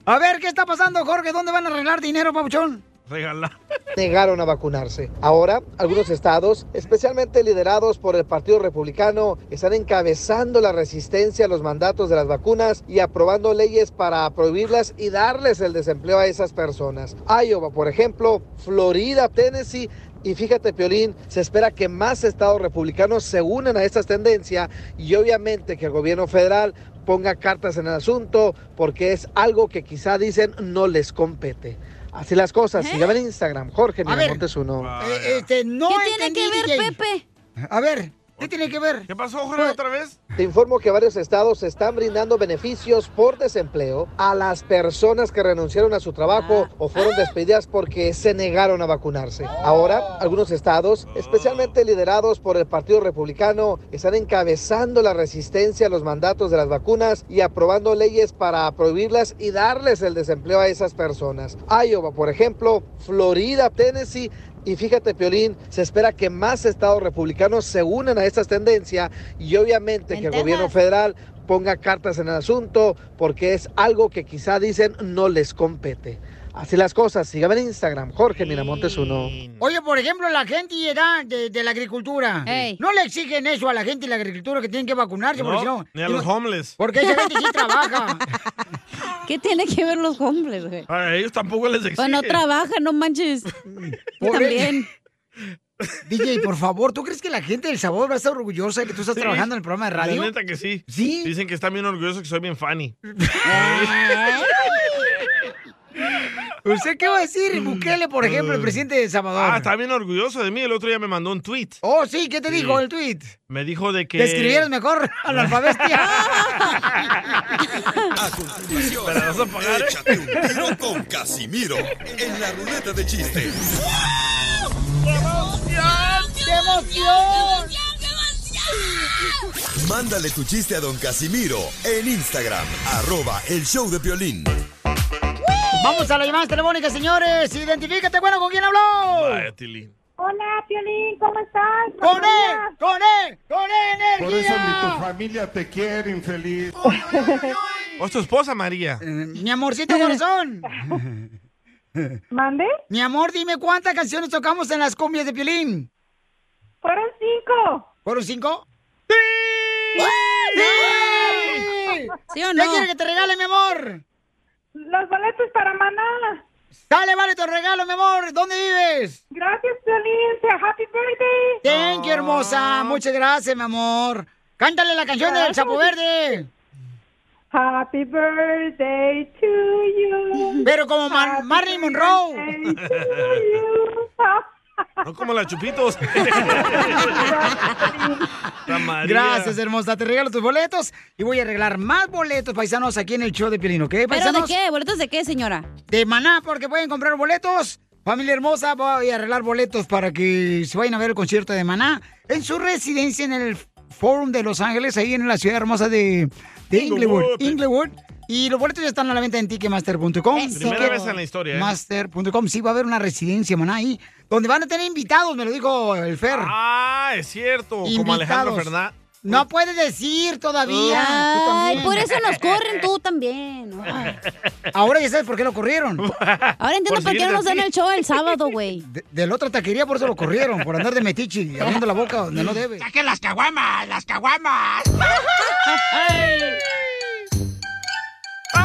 [SPEAKER 2] A ver, ¿qué está pasando, Jorge? ¿Dónde van a arreglar dinero, papuchón?
[SPEAKER 3] Regala.
[SPEAKER 5] negaron a vacunarse. Ahora, algunos estados, especialmente liderados por el Partido Republicano, están encabezando la resistencia a los mandatos de las vacunas y aprobando leyes para prohibirlas y darles el desempleo a esas personas. Iowa, por ejemplo, Florida, Tennessee. Y fíjate, Piolín, se espera que más estados republicanos se unan a esta tendencia y obviamente que el gobierno federal ponga cartas en el asunto porque es algo que quizá dicen no les compete. Así las cosas. Síganme en Instagram, Jorge Miramontes uno.
[SPEAKER 3] Ah,
[SPEAKER 2] Eh, este, no
[SPEAKER 4] ¿Qué tiene
[SPEAKER 2] entendí,
[SPEAKER 4] que ver
[SPEAKER 2] DJ.
[SPEAKER 4] Pepe?
[SPEAKER 2] A ver, ¿qué tiene que ver? Pues,
[SPEAKER 3] ¿Qué pasó, Jorge, otra vez?
[SPEAKER 5] Te informo que varios estados están brindando beneficios por desempleo a las personas que renunciaron a su trabajo
[SPEAKER 2] Ah.
[SPEAKER 5] o fueron despedidas porque se negaron a vacunarse. Ahora, algunos estados,
[SPEAKER 3] Ah.
[SPEAKER 5] especialmente liderados por el Partido Republicano, están encabezando la resistencia a los mandatos de las vacunas y aprobando leyes para prohibirlas y darles el desempleo a esas personas. Iowa, por ejemplo, Florida, Tennessee, y fíjate, Piolín, se espera que más estados republicanos se unan a esta tendencia y obviamente que el
[SPEAKER 14] Ventajas.
[SPEAKER 5] gobierno federal ponga cartas en el asunto porque es algo que quizá dicen no les compete. Así las cosas. Síganme en Instagram, Jorge Miramontes uno.
[SPEAKER 2] Mm. Oye, por ejemplo, la gente y edad de, de la agricultura. No le exigen eso a la gente de la agricultura que tienen que vacunarse, porque si no.
[SPEAKER 3] No, ni a los homeless.
[SPEAKER 2] Porque esa gente sí trabaja.
[SPEAKER 4] ¿Qué tiene que ver los hombres, güey?
[SPEAKER 3] A ellos tampoco les exigen.
[SPEAKER 4] Pues no trabajan, no manches. Yo
[SPEAKER 2] Por-
[SPEAKER 4] también.
[SPEAKER 2] DJ, por favor, ¿tú crees que la gente del sabor va a estar orgullosa de que tú estás trabajando en el programa de radio?
[SPEAKER 3] La neta que sí.
[SPEAKER 2] Sí.
[SPEAKER 3] Dicen que están bien orgullosos que soy bien funny.
[SPEAKER 2] ¿Eh? ¿Usted qué va a decir, Bukele, por ejemplo, el presidente de El Salvador?
[SPEAKER 3] Mm. Ah, está bien orgulloso de mí. El otro día me mandó un tweet.
[SPEAKER 2] Oh, sí, ¿qué te dijo el tweet?
[SPEAKER 3] Me dijo de que...
[SPEAKER 2] Te escribieron mejor al alfabestia.
[SPEAKER 6] ¿Me
[SPEAKER 3] la vas a pagar? eh?
[SPEAKER 6] Échate un tiro con Casimiro en la ruleta de chistes.
[SPEAKER 2] ¡Qué emoción!
[SPEAKER 6] Mándale tu chiste a don Casimiro en Instagram, arroba el show de violín.
[SPEAKER 2] Vamos a las llamadas telefónicas, señores. Identifícate, bueno, ¿con quién habló?
[SPEAKER 3] Tilly.
[SPEAKER 2] Hola, Piolín, ¿cómo estás? ¡Con él! ¡Con él! ¡Con él,
[SPEAKER 8] Por eso ni tu
[SPEAKER 2] energía!
[SPEAKER 8] familia te quiere, infeliz.
[SPEAKER 3] O es tu esposa, María.
[SPEAKER 2] Mi amorcito corazón.
[SPEAKER 12] ¿Mande?
[SPEAKER 2] Mi amor, dime cuántas canciones tocamos en las cumbias de Piolín.
[SPEAKER 12] Fueron cinco.
[SPEAKER 2] ¿Fueron cinco?
[SPEAKER 12] ¡Sí!
[SPEAKER 4] ¿Sí o
[SPEAKER 2] ¿Qué
[SPEAKER 4] no?
[SPEAKER 2] quieres que te regale, mi amor?
[SPEAKER 12] Los boletos para Maná.
[SPEAKER 2] Dale, vale, tu regalo, mi amor. ¿Dónde vives?
[SPEAKER 12] Gracias, Piolín. Happy birthday.
[SPEAKER 2] Thank you,
[SPEAKER 4] Ah.
[SPEAKER 2] hermosa. Muchas gracias, mi amor. Cántale la canción del Sapo Verde.
[SPEAKER 12] Happy birthday to you.
[SPEAKER 2] Pero como Mar-
[SPEAKER 12] Happy
[SPEAKER 2] Marilyn Monroe.
[SPEAKER 12] birthday to you.
[SPEAKER 3] No como la chupitos. La María.
[SPEAKER 2] Gracias, hermosa. Te regalo tus boletos y voy a arreglar más boletos paisanos aquí en el show de Piolín, ¿ok?
[SPEAKER 4] ¿Pero de
[SPEAKER 2] Paisanos
[SPEAKER 4] qué? ¿Boletos de qué, señora?
[SPEAKER 2] de Maná, porque pueden comprar boletos. Familia hermosa, voy a arreglar boletos para que se vayan a ver el concierto de Maná en su residencia en el Forum de Los Ángeles, ahí en la ciudad hermosa de, de Inglewood.
[SPEAKER 3] Inglewood.
[SPEAKER 2] Inglewood. Y los boletos ya están a la venta en ticketmaster.com.
[SPEAKER 3] Primera vez en la historia, ¿eh?
[SPEAKER 2] Master.com. Sí, va a haber una residencia, Maná, ahí, donde van a tener invitados, me lo dijo el Fer.
[SPEAKER 3] Ah, es cierto. Como Alejandro
[SPEAKER 2] Invitados.
[SPEAKER 3] Fernández.
[SPEAKER 2] No puedes decir todavía. Ah, Tú
[SPEAKER 4] Ay,
[SPEAKER 2] también.
[SPEAKER 4] por eso nos corren tú también. Ay.
[SPEAKER 2] Ahora ya sabes por qué lo corrieron.
[SPEAKER 4] Ahora entiendo por, qué no nos dan el show el sábado, güey.
[SPEAKER 2] De, de la otra taquería por eso lo corrieron, por andar de metiche y abriendo la boca donde no debe.
[SPEAKER 1] ¡Saque las caguamas! ¡Las caguamas!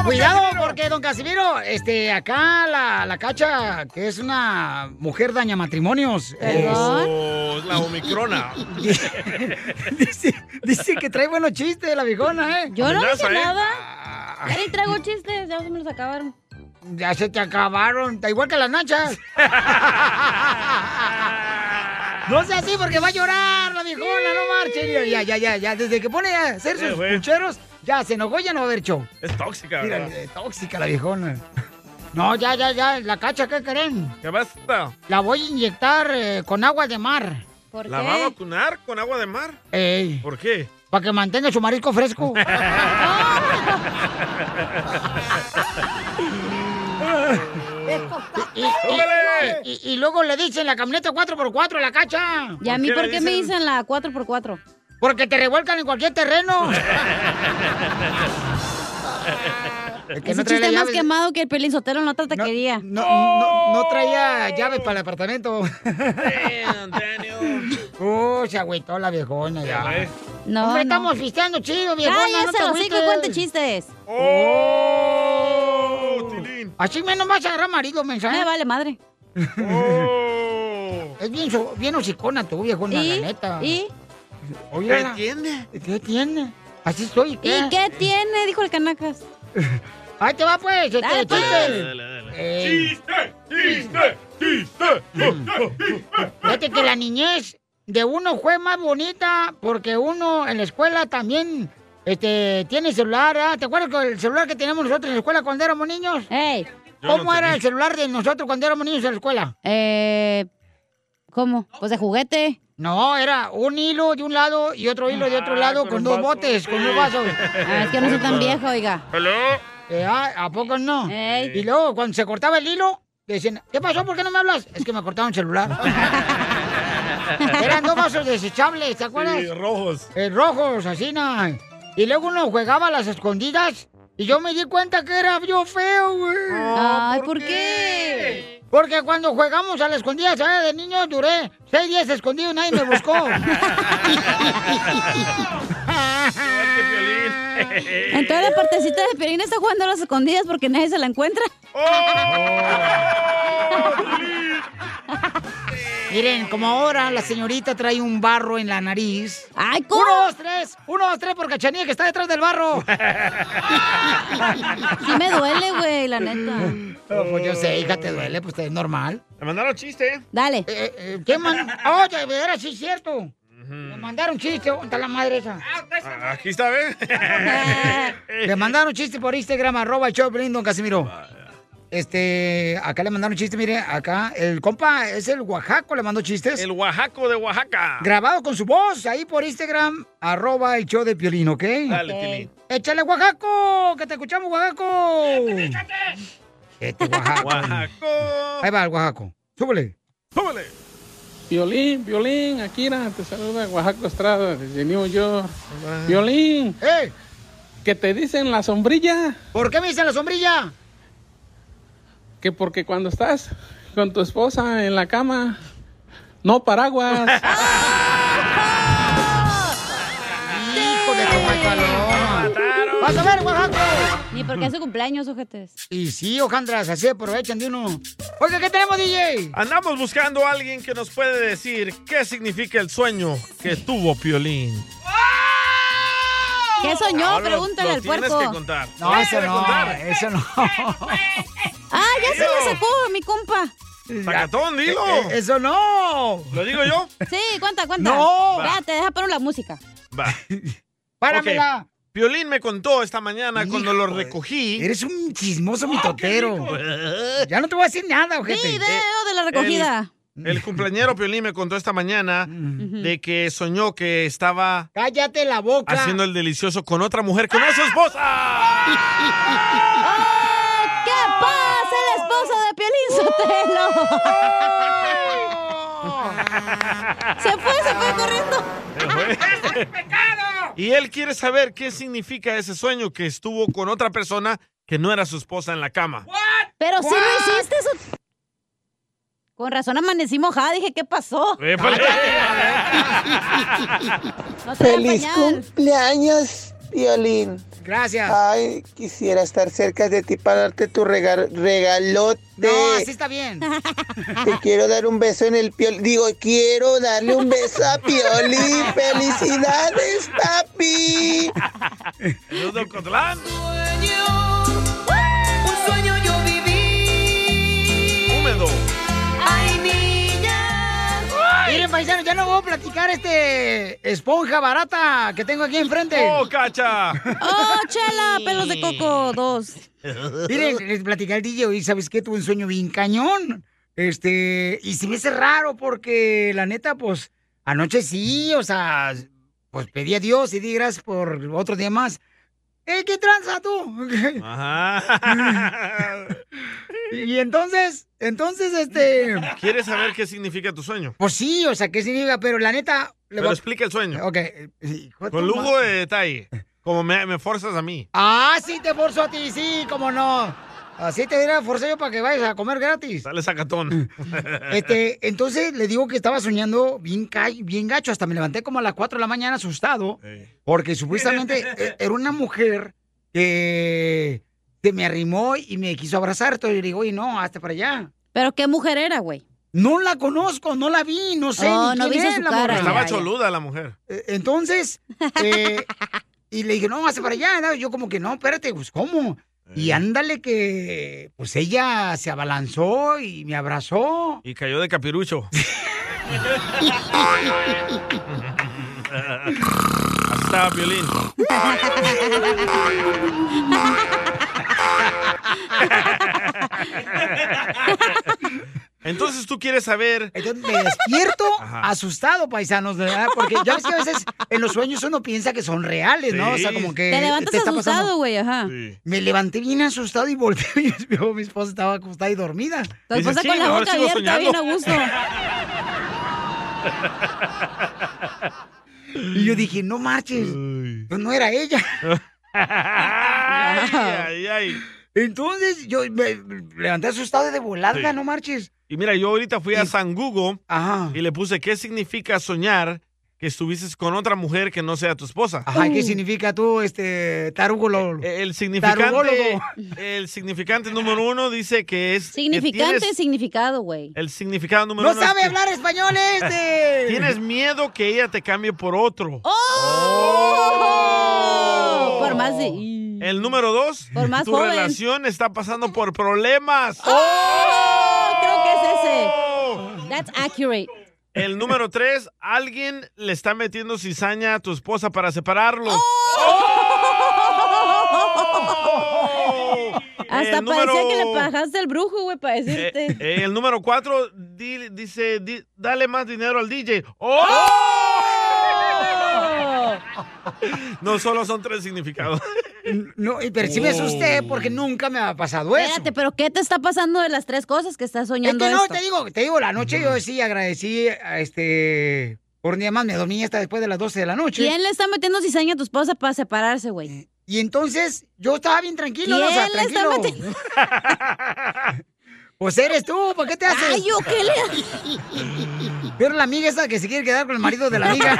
[SPEAKER 2] Cuidado, porque don Casimiro, este, acá la, la cacha, que es una mujer daña matrimonios. es-
[SPEAKER 3] Oh, es la omicrona.
[SPEAKER 2] dice, dice que trae buenos chistes la viejona, ¿eh?
[SPEAKER 4] Yo no dije nada. Ya ni traigo chistes, ya se me los acabaron.
[SPEAKER 2] Ya se te acabaron, da igual que las nachas. No sea así porque va a llorar la viejona, no marche. Ya, ya, ya, ya. Desde que pone a hacer sus
[SPEAKER 3] Eh, güey.
[SPEAKER 2] pucheros, ya se enojó, ya no va a haber show.
[SPEAKER 3] Es tóxica.
[SPEAKER 2] Mira,
[SPEAKER 3] ¿verdad?
[SPEAKER 2] eh, tóxica la viejona. No, ya, ya, ya. La cacha, ¿qué creen?
[SPEAKER 3] ¿Qué basta?
[SPEAKER 2] La voy a inyectar eh, con agua de mar. ¿Por
[SPEAKER 3] ¿La va a vacunar con agua de mar? ¿Por qué?
[SPEAKER 2] Para que mantenga su Ah. marisco fresco. Y, y- y- y luego le dicen la camioneta 4x4 a la cacha.
[SPEAKER 4] ¿Y a mí por qué me dicen
[SPEAKER 2] la 4x4? Porque te revuelcan en cualquier terreno. que
[SPEAKER 4] Ese
[SPEAKER 2] no trae
[SPEAKER 4] chiste
[SPEAKER 2] la
[SPEAKER 4] más
[SPEAKER 2] llave.
[SPEAKER 4] quemado que el Pelín Sotelo en la taquería.
[SPEAKER 2] No, no, no traía llave para el apartamento. Uh, se agüitó la viejona ya.
[SPEAKER 4] No,
[SPEAKER 2] Hombre,
[SPEAKER 4] no.
[SPEAKER 2] estamos pisteando chido, viejona.
[SPEAKER 4] Cállese
[SPEAKER 2] no te
[SPEAKER 4] el hocico y
[SPEAKER 2] agüites.
[SPEAKER 4] cuente chistes.
[SPEAKER 2] Oh. Así menos vas a agarrar marido, mensaje. Me vale madre. Es bien, so- bien hocicona tú, viejona,
[SPEAKER 4] ¿Y?
[SPEAKER 2] la neta.
[SPEAKER 4] ¿Y?
[SPEAKER 2] Oye,
[SPEAKER 4] ¿Qué
[SPEAKER 2] tiene? ¿Qué tiene? Así soy, ¿qué?
[SPEAKER 4] ¿Y qué tiene? Dijo el canacas.
[SPEAKER 2] Ahí te va, pues. este,
[SPEAKER 4] Dale, pues.
[SPEAKER 2] chiste. Ey.
[SPEAKER 1] ¡Chiste! ¡Chiste! ¡Chiste!
[SPEAKER 2] Fíjate que la niñez de uno fue más bonita porque uno en la escuela también este, tiene celular. ¿ah? ¿Te acuerdas que el celular que teníamos nosotros en la escuela cuando éramos niños?
[SPEAKER 4] Yo
[SPEAKER 2] ¿Cómo
[SPEAKER 4] no
[SPEAKER 2] era
[SPEAKER 4] tenía.
[SPEAKER 2] el celular de nosotros cuando éramos niños en la escuela?
[SPEAKER 4] Eh, ¿Cómo? Pues de juguete.
[SPEAKER 2] No, era un hilo de un lado y otro hilo de otro
[SPEAKER 4] Ah,
[SPEAKER 2] lado
[SPEAKER 4] con
[SPEAKER 2] con
[SPEAKER 4] un
[SPEAKER 2] dos
[SPEAKER 4] vaso.
[SPEAKER 2] botes, con dos vasos.
[SPEAKER 4] Ah, es que no soy tan viejo, oiga.
[SPEAKER 2] Eh, ah, ¿A poco no? Y luego, cuando se cortaba el hilo, decían, ¿qué pasó? ¿Por qué no me hablas? Es que me cortaron el celular. Eran dos vasos desechables, ¿te acuerdas?
[SPEAKER 3] Sí,
[SPEAKER 2] rojos. rojos, así nada. Y luego uno jugaba a las escondidas y yo me di cuenta que era yo feo, güey.
[SPEAKER 4] Ay,
[SPEAKER 2] ¿por, qué? Porque cuando jugamos a las escondidas, ¿sabes? De niño duré seis días escondido y nadie me buscó.
[SPEAKER 4] En toda la partecita de Pelín está jugando a las escondidas porque nadie se la encuentra.
[SPEAKER 2] ¡Oh! Miren, como ahora la señorita trae un barro en la nariz. ¡Ay, cómo! ¡Uno, dos, tres! ¡Uno, dos, tres! Por cachanilla que está detrás del barro.
[SPEAKER 4] Sí me duele, güey, la neta.
[SPEAKER 2] No, pues yo sé, hija, te duele, pues es normal. Eh, Me mandaron chiste. Dale. ¿Qué man? Oye, de veras, sí es cierto. Me mandaron chiste, ¿dónde está la madre esa?
[SPEAKER 3] Ah, Aquí está, ¿ves?
[SPEAKER 2] Le mandaron chiste por Instagram, arroba el show, de Piolín, don Casimiro. Este, acá le mandaron chiste, mire, acá, el compa es el Oaxaco, le mandó chistes.
[SPEAKER 3] El Oaxaco de Oaxaca.
[SPEAKER 2] Grabado con su voz, ahí por Instagram, arroba el show de Piolín, ¿ok?
[SPEAKER 3] Dale,
[SPEAKER 2] Ok.
[SPEAKER 3] Tilín.
[SPEAKER 2] ¡Échale, Oaxaco! ¡Que te escuchamos, Oaxaco! Este Oaxaco. Ahí va el Oaxaco. Súbele.
[SPEAKER 3] ¡Súbele!
[SPEAKER 9] Violín, violín, Akira, te saluda Oaxaco Estrada desde New York. Violín,
[SPEAKER 2] Ah. ¡Eh!
[SPEAKER 9] ¿qué te dicen la sombrilla?
[SPEAKER 2] ¿Por qué me dicen la sombrilla?
[SPEAKER 9] Que porque cuando estás con tu esposa en la cama, no paraguas.
[SPEAKER 2] ¡Hijo de tu guacalón! ¡Vas a ver, Oaxaco!
[SPEAKER 4] Ni porque es su cumpleaños, ojetes.
[SPEAKER 2] Y sí, Ojandras, Pues así aprovechan de uno. Oiga, ¿qué tenemos, DJ?
[SPEAKER 3] Andamos buscando a alguien que nos puede decir qué significa el sueño que tuvo Piolín.
[SPEAKER 4] ¿Qué soñó?
[SPEAKER 3] Ahora lo-
[SPEAKER 4] Pregúntale
[SPEAKER 3] lo
[SPEAKER 4] al
[SPEAKER 3] tienes
[SPEAKER 4] puerco.
[SPEAKER 3] que contar.
[SPEAKER 2] No,
[SPEAKER 3] Lo
[SPEAKER 2] eso
[SPEAKER 3] tienes que
[SPEAKER 2] no,
[SPEAKER 3] contar.
[SPEAKER 2] eso no.
[SPEAKER 4] Ah, ya se lo sacó, mi compa.
[SPEAKER 3] Sacatón, dilo.
[SPEAKER 2] Eh, eh, Eso no.
[SPEAKER 3] ¿Lo digo yo?
[SPEAKER 4] Sí, cuenta, cuenta.
[SPEAKER 3] No.
[SPEAKER 4] Ya, te deja poner la música.
[SPEAKER 3] Va.
[SPEAKER 2] Páramela.
[SPEAKER 3] Ok. Piolín me contó esta mañana cuando lo recogí.
[SPEAKER 2] Eres un chismoso mitotero. Ya no te voy a decir nada, ojete.
[SPEAKER 4] Video de la recogida.
[SPEAKER 3] El, el cumpleañero Piolín me contó esta mañana de que soñó que estaba
[SPEAKER 2] Cállate la boca.
[SPEAKER 3] haciendo el delicioso con otra mujer, que no es su esposa.
[SPEAKER 4] ¡Ah! ¿Qué pasa, la esposa de Piolín Sotelo? se fue, se fue corriendo.
[SPEAKER 3] Y él quiere saber qué significa ese sueño que estuvo con otra persona que no era su esposa en la cama.
[SPEAKER 4] Pero sí lo hiciste, Sot- Con razón amanecí mojada, dije, ¿qué pasó?
[SPEAKER 3] Épale.
[SPEAKER 4] No traía
[SPEAKER 14] Feliz
[SPEAKER 4] pañal.
[SPEAKER 14] cumpleaños, violín.
[SPEAKER 2] Gracias.
[SPEAKER 14] Ay, quisiera estar cerca de ti para darte tu rega- regalote.
[SPEAKER 2] No, así está bien.
[SPEAKER 14] Te quiero dar un beso en el piol. Digo, quiero darle un beso a Piolín. ¡Felicidades, papi!
[SPEAKER 3] Saludos, don Cotlán.
[SPEAKER 1] Un sueño yo viví.
[SPEAKER 3] Húmedo.
[SPEAKER 1] Ay, niña.
[SPEAKER 2] Miren, paisanos, ya no voy a platicar este esponja barata que tengo aquí enfrente.
[SPEAKER 3] ¡Oh, cacha!
[SPEAKER 4] ¡Oh, chela! Pelos de coco, dos.
[SPEAKER 2] Miren, les platicé al DJ y sabes qué? tuve un sueño bien cañón. Este, y se me hace raro porque la neta, pues, anoche sí, o sea, pues pedí a Dios y di gracias por otro día más. ¡Eh, qué tranza tú!
[SPEAKER 3] Ajá.
[SPEAKER 2] Y entonces, entonces, este.
[SPEAKER 3] ¿Quieres saber qué significa tu sueño?
[SPEAKER 2] Pues sí, o sea, ¿qué significa? Pero la neta. le
[SPEAKER 3] Pero
[SPEAKER 2] voy a-
[SPEAKER 3] explica el sueño.
[SPEAKER 2] Ok.
[SPEAKER 3] Con lujo de detalle. Como me, me forzas a mí.
[SPEAKER 2] Ah, sí te forzo a ti, sí, cómo no. Así te dirá forzar yo para que vayas a comer gratis.
[SPEAKER 3] Dale sacatón.
[SPEAKER 2] Este, entonces le digo que estaba soñando bien, ca- bien gacho, hasta me levanté como a las 4 de la mañana asustado, porque supuestamente e- era una mujer que, que me arrimó y me quiso abrazar, entonces le digo, oye, no, hasta para allá.
[SPEAKER 4] ¿Pero qué mujer era, güey?
[SPEAKER 2] No la conozco, no la vi, no sé.
[SPEAKER 4] Oh,
[SPEAKER 2] ni
[SPEAKER 4] no
[SPEAKER 2] quién
[SPEAKER 4] viste
[SPEAKER 2] es
[SPEAKER 4] su
[SPEAKER 2] la
[SPEAKER 4] cara,
[SPEAKER 2] morra.
[SPEAKER 3] Estaba choluda la mujer.
[SPEAKER 2] Eh, Entonces, eh, y le dije, no, hace para allá. ¿no? Yo como que, no, espérate, pues, ¿cómo? Y ándale que, pues, ella se abalanzó y me abrazó.
[SPEAKER 3] Y cayó de capirucho. Así estaba violín. Entonces tú quieres saber.
[SPEAKER 2] Entonces me despierto asustado, paisanos, ¿verdad? Porque ya ves que a veces en los sueños uno piensa que son reales, ¿no? O sea,
[SPEAKER 4] Sí.
[SPEAKER 2] como que
[SPEAKER 4] Te levantas
[SPEAKER 2] está pasando.
[SPEAKER 4] asustado, güey, ajá.
[SPEAKER 2] Me levanté bien asustado y volteé y veo, mi esposa estaba acostada y dormida.
[SPEAKER 4] Tu esposa con la boca abierta, bien a gusto.
[SPEAKER 2] Y yo dije, no marches, no, no era ella.
[SPEAKER 3] Ay, ay, ay.
[SPEAKER 2] Entonces yo me levanté asustado de volada,
[SPEAKER 3] Sí.
[SPEAKER 2] no marches.
[SPEAKER 3] Y mira, yo ahorita fui a San Google y le puse qué significa soñar que estuvieses con otra mujer que no sea tu esposa.
[SPEAKER 2] Ajá,
[SPEAKER 4] Mm.
[SPEAKER 2] ¿qué significa tú, este,
[SPEAKER 4] Eh,
[SPEAKER 2] tarugolo?
[SPEAKER 3] El significante, el significante número uno dice que es. que
[SPEAKER 4] Significante,
[SPEAKER 3] tienes-
[SPEAKER 4] significado, güey.
[SPEAKER 3] el significado número
[SPEAKER 4] ¡No
[SPEAKER 3] uno. es
[SPEAKER 4] sabe
[SPEAKER 3] que
[SPEAKER 4] hablar
[SPEAKER 2] español
[SPEAKER 4] este!
[SPEAKER 3] Tienes miedo que ella te cambie por otro.
[SPEAKER 4] Oh, Por más de...
[SPEAKER 3] El número dos.
[SPEAKER 4] Por más
[SPEAKER 3] tu
[SPEAKER 4] joven.
[SPEAKER 3] relación está pasando por problemas.
[SPEAKER 4] Creo que es Oh, ese. That's accurate.
[SPEAKER 3] Oh. El número tres. Alguien le está metiendo cizaña a tu esposa para separarlo.
[SPEAKER 4] Oh.
[SPEAKER 2] Oh.
[SPEAKER 4] Hasta
[SPEAKER 3] El
[SPEAKER 4] parecía
[SPEAKER 3] número-
[SPEAKER 4] que le bajaste el brujo, güey, para decirte.
[SPEAKER 3] Eh, el número cuatro di- dice, di- dale más dinero al DJ. ¡Oh!
[SPEAKER 4] ¡Oh!
[SPEAKER 3] No solo son tres significados. Oh,
[SPEAKER 2] No, y pero sí me asusté porque nunca me ha pasado eso.
[SPEAKER 4] Espérate, pero ¿qué te está pasando de las tres cosas que estás
[SPEAKER 2] Es
[SPEAKER 4] soñando
[SPEAKER 2] que no,
[SPEAKER 4] esto?
[SPEAKER 2] te digo, te digo, la noche yo sí agradecí, a este, por un día más me dormí hasta después de las 12 de la noche.
[SPEAKER 4] ¿Quién le está metiendo cizaña a tu esposa para separarse, güey?
[SPEAKER 2] Eh, Y entonces yo estaba bien tranquilo, ¿no? O sea,
[SPEAKER 4] ¿Quién le está
[SPEAKER 2] tranquilo.
[SPEAKER 4] metiendo-
[SPEAKER 2] Pues eres tú, ¿por qué te haces?
[SPEAKER 4] Ay, Ah, yo qué
[SPEAKER 2] Pero la amiga esa que se quiere quedar con el marido de la amiga.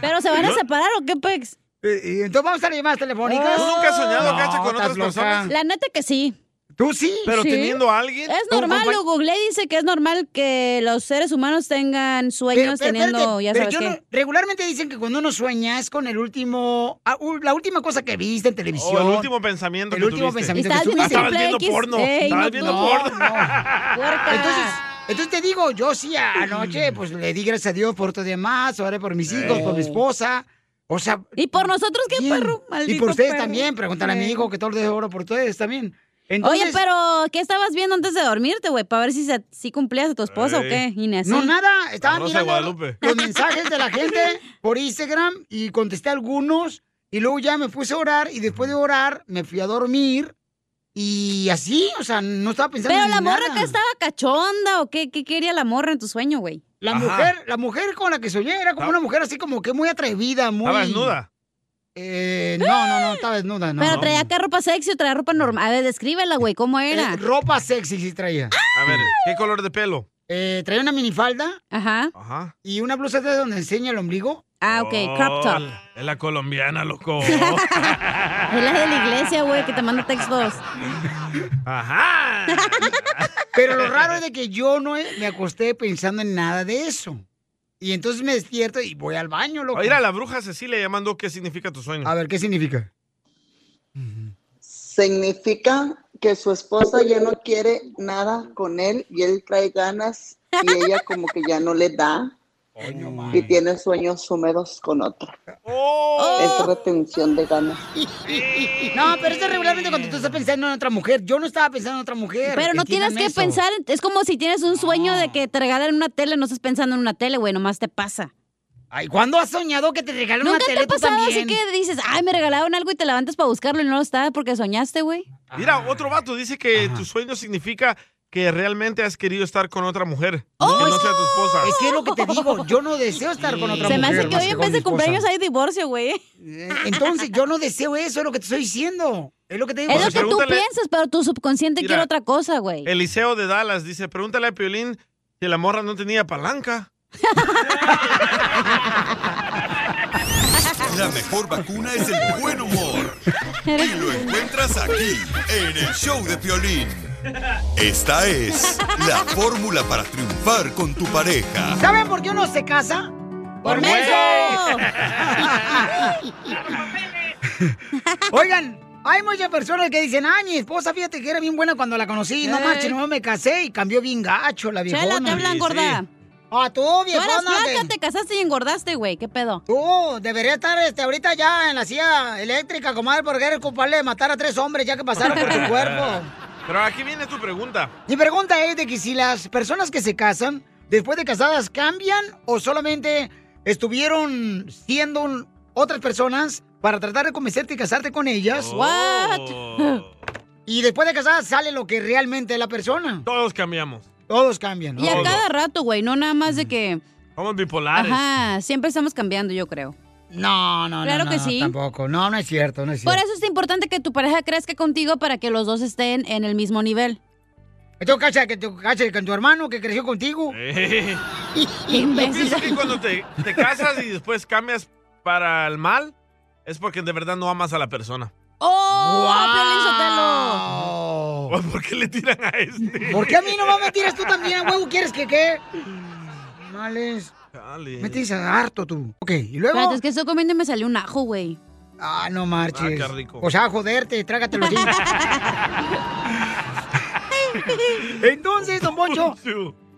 [SPEAKER 4] ¿Pero se van a separar o qué, Pex?
[SPEAKER 2] Eh, Entonces vamos a las llamadas telefónicas.
[SPEAKER 3] ¿Tú nunca has soñado,
[SPEAKER 2] No,
[SPEAKER 3] Cacha, con
[SPEAKER 2] estás
[SPEAKER 3] otras
[SPEAKER 2] loca.
[SPEAKER 3] personas?
[SPEAKER 4] La neta que sí.
[SPEAKER 2] ¿Tú sí?
[SPEAKER 3] Pero
[SPEAKER 4] Sí.
[SPEAKER 3] teniendo a alguien.
[SPEAKER 4] Es normal, lo googleé, dice que es normal que los seres humanos tengan sueños
[SPEAKER 2] Pero, pero,
[SPEAKER 4] teniendo,
[SPEAKER 2] espérate,
[SPEAKER 4] ya
[SPEAKER 2] pero
[SPEAKER 4] sabes
[SPEAKER 2] yo
[SPEAKER 4] qué.
[SPEAKER 2] no- regularmente dicen que cuando uno sueña es con el último, ah, u- la última cosa que viste en televisión.
[SPEAKER 3] O Oh, el último pensamiento
[SPEAKER 2] El
[SPEAKER 3] que
[SPEAKER 2] último
[SPEAKER 3] tuviste.
[SPEAKER 2] pensamiento que tuviste.
[SPEAKER 3] Estabas viendo porno. Estabas viendo porno.
[SPEAKER 2] Entonces, entonces te digo, yo sí a- anoche, pues le di gracias a Dios por todo demás, oré por mis hijos, por mi esposa. O sea.
[SPEAKER 4] ¿Y por nosotros qué, perro?
[SPEAKER 2] y
[SPEAKER 4] Maldito
[SPEAKER 2] por ustedes
[SPEAKER 4] perro.
[SPEAKER 2] también, pregúntale a mi
[SPEAKER 4] Ey.
[SPEAKER 2] hijo que todo lo oro por ustedes también.
[SPEAKER 4] Oye, pero ¿qué estabas viendo antes de dormirte, güey? Para ver si, se- si cumplías a tu esposa o qué, Inés.
[SPEAKER 2] No, nada, estaba
[SPEAKER 4] Rosa de
[SPEAKER 2] mirando
[SPEAKER 4] Guadalupe.
[SPEAKER 2] los mensajes de la gente por Instagram y contesté algunos y luego ya me puse a orar y después de orar me fui a dormir y así, o sea, no estaba pensando
[SPEAKER 4] Pero
[SPEAKER 2] en
[SPEAKER 4] la morra
[SPEAKER 2] nada.
[SPEAKER 4] que estaba cachonda o qué, qué quería la morra en tu sueño, güey.
[SPEAKER 2] La mujer, la mujer con la que soñé era como una mujer así como que muy atrevida, muy
[SPEAKER 3] Ah. Estaba desnuda.
[SPEAKER 2] Eh, no, no, no, estaba desnuda, no.
[SPEAKER 4] Pero traía acá ropa sexy o traía ropa normal. A ver, descríbela, güey, ¿cómo era?
[SPEAKER 2] Eh, ropa sexy sí traía.
[SPEAKER 3] A ver, ¿qué color de pelo?
[SPEAKER 2] Eh, traía una minifalda.
[SPEAKER 4] Ajá.
[SPEAKER 3] Ajá.
[SPEAKER 2] Y una blusa de donde enseña el ombligo.
[SPEAKER 4] Ah,
[SPEAKER 3] Oh, Es la colombiana, loco.
[SPEAKER 4] Es la de la iglesia, güey, que te manda textos.
[SPEAKER 3] Ajá.
[SPEAKER 2] Pero lo raro es de que yo no me acosté pensando en nada de eso. Y entonces me despierto y voy al baño, loco.
[SPEAKER 3] Mira, la bruja Cecilia llamando qué significa tu sueño.
[SPEAKER 2] A ver, ¿qué significa?
[SPEAKER 14] Significa que su esposa ya no quiere nada con él y él trae ganas y ella como que ya no le da y tiene sueños húmedos con otra. Es retención de ganas.
[SPEAKER 2] No, pero eso es regularmente cuando tú estás pensando en otra mujer. Yo no estaba pensando en otra mujer.
[SPEAKER 4] Pero no tienes
[SPEAKER 2] Entiéndanme
[SPEAKER 4] que
[SPEAKER 2] eso.
[SPEAKER 4] pensar, en- es como si tienes un sueño de que te regalan una tele, no estás pensando en una tele, güey, nomás te pasa.
[SPEAKER 2] Ay, ¿cuándo has soñado que te regalaron una
[SPEAKER 4] ¿Nunca te
[SPEAKER 2] tele
[SPEAKER 4] ha
[SPEAKER 2] tú
[SPEAKER 4] pasado
[SPEAKER 2] también?
[SPEAKER 4] así que dices, ay, me regalaron algo y te levantas para buscarlo y no lo está porque soñaste, güey?
[SPEAKER 3] Mira, otro vato dice que tu sueño significa que realmente has querido estar con otra mujer.
[SPEAKER 2] ¡Oh!
[SPEAKER 3] Que no sea tu esposa.
[SPEAKER 2] Es que es lo que te digo, yo no deseo estar con otra
[SPEAKER 4] Se me
[SPEAKER 2] mujer.
[SPEAKER 4] hace que
[SPEAKER 2] más
[SPEAKER 4] hoy en
[SPEAKER 2] con
[SPEAKER 4] vez de
[SPEAKER 2] mi
[SPEAKER 4] cumpleaños
[SPEAKER 2] esposa. Eh,
[SPEAKER 4] hay divorcio, güey.
[SPEAKER 2] Entonces, yo no deseo eso, es lo que te estoy diciendo. Es lo que te digo.
[SPEAKER 4] Es lo que tú piensas, pero tu subconsciente
[SPEAKER 3] Mira.
[SPEAKER 4] quiere otra cosa, güey.
[SPEAKER 3] Eliseo de Dallas dice, pregúntale a Piolín si la morra no tenía palanca.
[SPEAKER 6] La mejor vacuna es el buen humor. Y lo encuentras aquí, en el show de Piolín. Esta es la fórmula para triunfar con tu pareja.
[SPEAKER 2] ¿Saben por qué uno se casa?
[SPEAKER 6] ¡Por
[SPEAKER 2] Oigan, hay muchas personas que dicen, ay, mi esposa, fíjate que era bien buena cuando la conocí. No
[SPEAKER 4] Ey.
[SPEAKER 2] marches, no me casé y cambió bien gacho la
[SPEAKER 4] Chela,
[SPEAKER 2] viejona.
[SPEAKER 4] te hablan, Sí, gorda. sí.
[SPEAKER 2] Ah, tú, viejona.
[SPEAKER 4] eras flaca,
[SPEAKER 2] te casaste y engordaste, güey. ¿Qué pedo? Tú, debería estar este, ahorita ya en la silla eléctrica, comadre, porque eres culpable de matar a tres hombres ya que pasaron por tu cuerpo.
[SPEAKER 3] Pero aquí viene tu pregunta.
[SPEAKER 2] Mi pregunta es de que si las personas que se casan, después de casadas, cambian o solamente estuvieron siendo un- otras personas para tratar de convencerte y casarte con ellas.
[SPEAKER 3] Oh. What?
[SPEAKER 2] Y después de casadas sale lo que realmente es la persona.
[SPEAKER 3] Todos cambiamos.
[SPEAKER 2] Todos cambian.
[SPEAKER 4] Y a cada rato, güey, no nada más de que...
[SPEAKER 3] Somos bipolares.
[SPEAKER 4] Ajá, siempre estamos cambiando, yo creo.
[SPEAKER 2] No, no, no,
[SPEAKER 4] Claro
[SPEAKER 2] no,
[SPEAKER 4] que
[SPEAKER 2] no,
[SPEAKER 4] sí.
[SPEAKER 2] Tampoco. No, no es cierto, no es
[SPEAKER 4] Por
[SPEAKER 2] cierto.
[SPEAKER 4] eso es importante que tu pareja crezca contigo para que los dos estén en el mismo nivel.
[SPEAKER 2] Yo cacha que tú cacha con tu hermano que creció contigo.
[SPEAKER 3] Eh. Yo
[SPEAKER 2] Imbécil.
[SPEAKER 3] pienso que cuando te, te casas y después cambias para el mal, es porque de verdad no amas a la persona.
[SPEAKER 2] ¡Oh!
[SPEAKER 3] Piolín Sotelo! ¿Por qué le tiran a este?
[SPEAKER 2] ¿Por qué a mí no me tiras tú también, huevo? ¿Quieres que qué? Males.
[SPEAKER 3] Dale.
[SPEAKER 2] Me tienes harto tú. Ok, y luego.
[SPEAKER 4] Espérate, es que estoy comiendo y me salió un ajo, güey.
[SPEAKER 2] Ah, no marches.
[SPEAKER 3] Ah, qué rico.
[SPEAKER 2] O sea, joderte, trágatelo así. Entonces, don Poncho.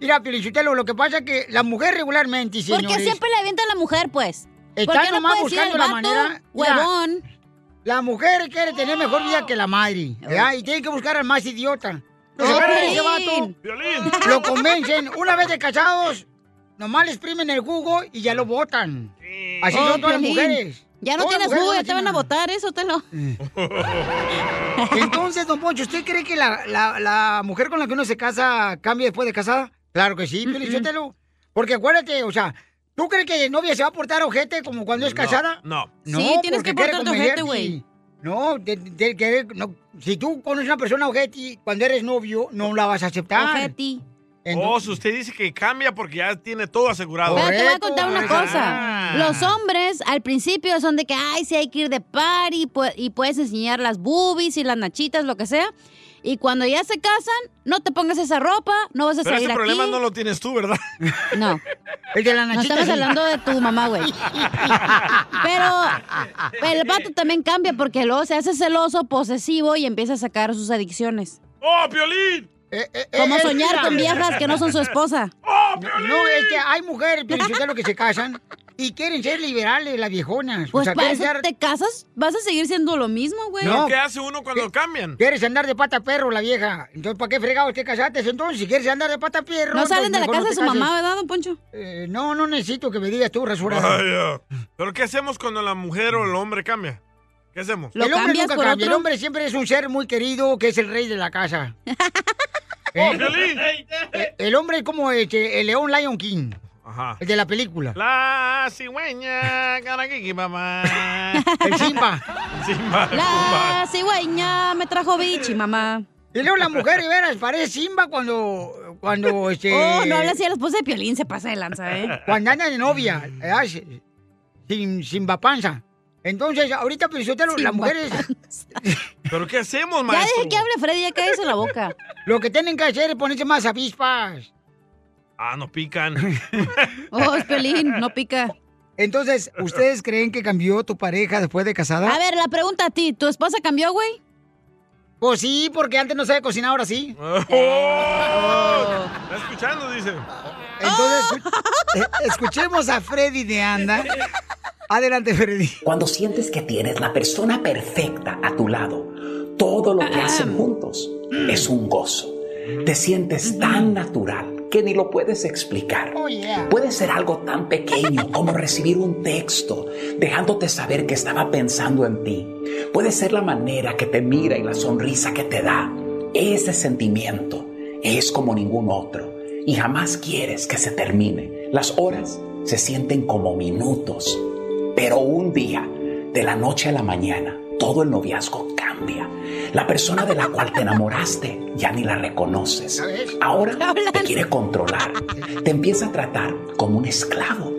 [SPEAKER 2] Mira, Piolichutelo, lo que pasa es que la mujer regularmente,
[SPEAKER 4] ¿Por
[SPEAKER 2] señores...
[SPEAKER 4] qué siempre le avienta a la mujer, pues?
[SPEAKER 2] Está
[SPEAKER 4] ¿Por qué
[SPEAKER 2] nomás
[SPEAKER 4] puede decir
[SPEAKER 2] buscando
[SPEAKER 4] el
[SPEAKER 2] la
[SPEAKER 4] vato,
[SPEAKER 2] manera. Mira,
[SPEAKER 4] Huevón.
[SPEAKER 2] La mujer quiere tener mejor vida que la madre. ¿verdad? Y tiene que buscar al más idiota.
[SPEAKER 4] ¡Oh,
[SPEAKER 2] Se agarran ese
[SPEAKER 4] Piolín!
[SPEAKER 2] vato, lo convencen. Una vez de casados, nomás le exprimen el jugo y ya lo botan. Así
[SPEAKER 4] Oh,
[SPEAKER 2] son todas las
[SPEAKER 4] Piolín,
[SPEAKER 2] mujeres.
[SPEAKER 4] Ya no
[SPEAKER 2] Todas
[SPEAKER 4] tienes
[SPEAKER 2] las mujeres
[SPEAKER 4] jugo,
[SPEAKER 2] son
[SPEAKER 4] ya te van a
[SPEAKER 2] así.
[SPEAKER 4] votar, eso te lo.
[SPEAKER 2] Entonces, don Poncho, ¿usted cree que la, la- la mujer con la que uno se casa cambia después de casada? Claro que sí, felicítelo. Porque acuérdate, o sea, ¿tú crees que novia se va a portar ojete como cuando es casada?
[SPEAKER 3] No.
[SPEAKER 4] Sí, tienes que
[SPEAKER 2] porque quiere
[SPEAKER 4] portarte ojete, güey.
[SPEAKER 2] convencerte. No, de- de- que- no, si tú conoces a una persona ojete cuando eres novio, no la vas a aceptar.
[SPEAKER 4] Ojete.
[SPEAKER 3] Oh, si usted dice que cambia porque ya tiene todo asegurado.
[SPEAKER 4] Pero te voy a contar una cosa.
[SPEAKER 3] Ah.
[SPEAKER 4] Los hombres al principio son de que, ay, sí hay que ir de party pu- y puedes enseñar las boobies y las nachitas, lo que sea. Y cuando ya se casan, no te pongas esa ropa, no vas a
[SPEAKER 3] Pero
[SPEAKER 4] salir
[SPEAKER 3] ese problema
[SPEAKER 4] aquí.
[SPEAKER 3] no lo tienes tú, ¿verdad?
[SPEAKER 4] No.
[SPEAKER 2] El de la
[SPEAKER 4] No estamos hablando de tu mamá, güey. Pero el vato también cambia porque luego se hace celoso, posesivo y empieza a sacar sus adicciones.
[SPEAKER 3] ¡Oh, Piolín!
[SPEAKER 4] Como
[SPEAKER 2] eh,
[SPEAKER 4] soñar
[SPEAKER 2] mira.
[SPEAKER 4] con viejas que no son su esposa.
[SPEAKER 3] ¡Oh,
[SPEAKER 2] No, es que hay mujeres, lo que se casan y quieren ser liberales las viejonas. O
[SPEAKER 4] Pues
[SPEAKER 2] sea,
[SPEAKER 4] para
[SPEAKER 2] quieren
[SPEAKER 4] eso
[SPEAKER 2] ser-
[SPEAKER 4] te casas, vas a seguir siendo lo mismo, güey.
[SPEAKER 2] No.
[SPEAKER 3] ¿Qué hace uno cuando
[SPEAKER 2] Eh,
[SPEAKER 3] cambian?
[SPEAKER 2] Quieres andar de pata a perro, la vieja. Entonces, ¿para qué fregados que casaste? Entonces, si quieres andar de pata a perro.
[SPEAKER 4] No salen de la casa de su mamá,
[SPEAKER 2] ¿verdad, don Poncho? no, no necesito que me digas tú, rasurado.
[SPEAKER 3] Vaya. Pero ¿qué hacemos cuando la mujer o el hombre cambia? ¿Qué hacemos?
[SPEAKER 2] el hombre nunca cambia. El hombre siempre es un ser muy querido que es el rey de la casa.
[SPEAKER 3] Oh,
[SPEAKER 2] ¿Eh? Eh, El hombre es como este, el león Lion King,
[SPEAKER 3] Ajá.
[SPEAKER 2] el de la película.
[SPEAKER 3] La cigüeña, caraquiqui, mamá.
[SPEAKER 2] El Simba.
[SPEAKER 3] Simba.
[SPEAKER 4] La cigüeña me trajo bichi, mamá.
[SPEAKER 2] Y luego la mujer, de veras, parece Simba cuando, cuando, este...
[SPEAKER 4] Oh, no habla así a la esposa de Piolín, se pasa de lanza, ¿eh?
[SPEAKER 2] Cuando andan de novia, eh, ay, si- sin, sin vapanza. Entonces, ahorita, pero yo te lo-
[SPEAKER 4] Sin
[SPEAKER 2] las mujeres...
[SPEAKER 3] ¿Pero qué hacemos,
[SPEAKER 2] Ya
[SPEAKER 3] maestro?
[SPEAKER 2] deje que hable Freddy, ya cállese la boca. Lo que tienen que hacer es ponerse más avispas.
[SPEAKER 3] Ah, no pican.
[SPEAKER 2] Oh, Pelín, no pica. Entonces, ¿ustedes creen que cambió tu pareja después de casada?
[SPEAKER 4] A ver, la pregunta a ti, ¿tu esposa cambió, güey?
[SPEAKER 2] Pues sí, porque antes no sabía cocinar, ahora sí.
[SPEAKER 4] Oh.
[SPEAKER 3] Está escuchando, dice.
[SPEAKER 2] Entonces, escu- eh, escuchemos a Freddy de Anda. Adelante, Freddy.
[SPEAKER 15] Cuando sientes que tienes la persona perfecta a tu lado, todo lo que hacen juntos es un gozo. Te sientes tan natural, que ni lo puedes explicar.
[SPEAKER 2] Oh,
[SPEAKER 15] Puede ser algo tan pequeño como recibir un texto dejándote saber que estaba pensando en ti. Puede ser la manera que te mira y la sonrisa que te da. Ese sentimiento es como ningún otro y jamás quieres que se termine. Las horas se sienten como minutos, pero un día, de la noche a la mañana, todo el noviazgo cambia. La persona de la cual te enamoraste ya ni la reconoces. Ahora te quiere controlar. Te empieza a tratar como un esclavo.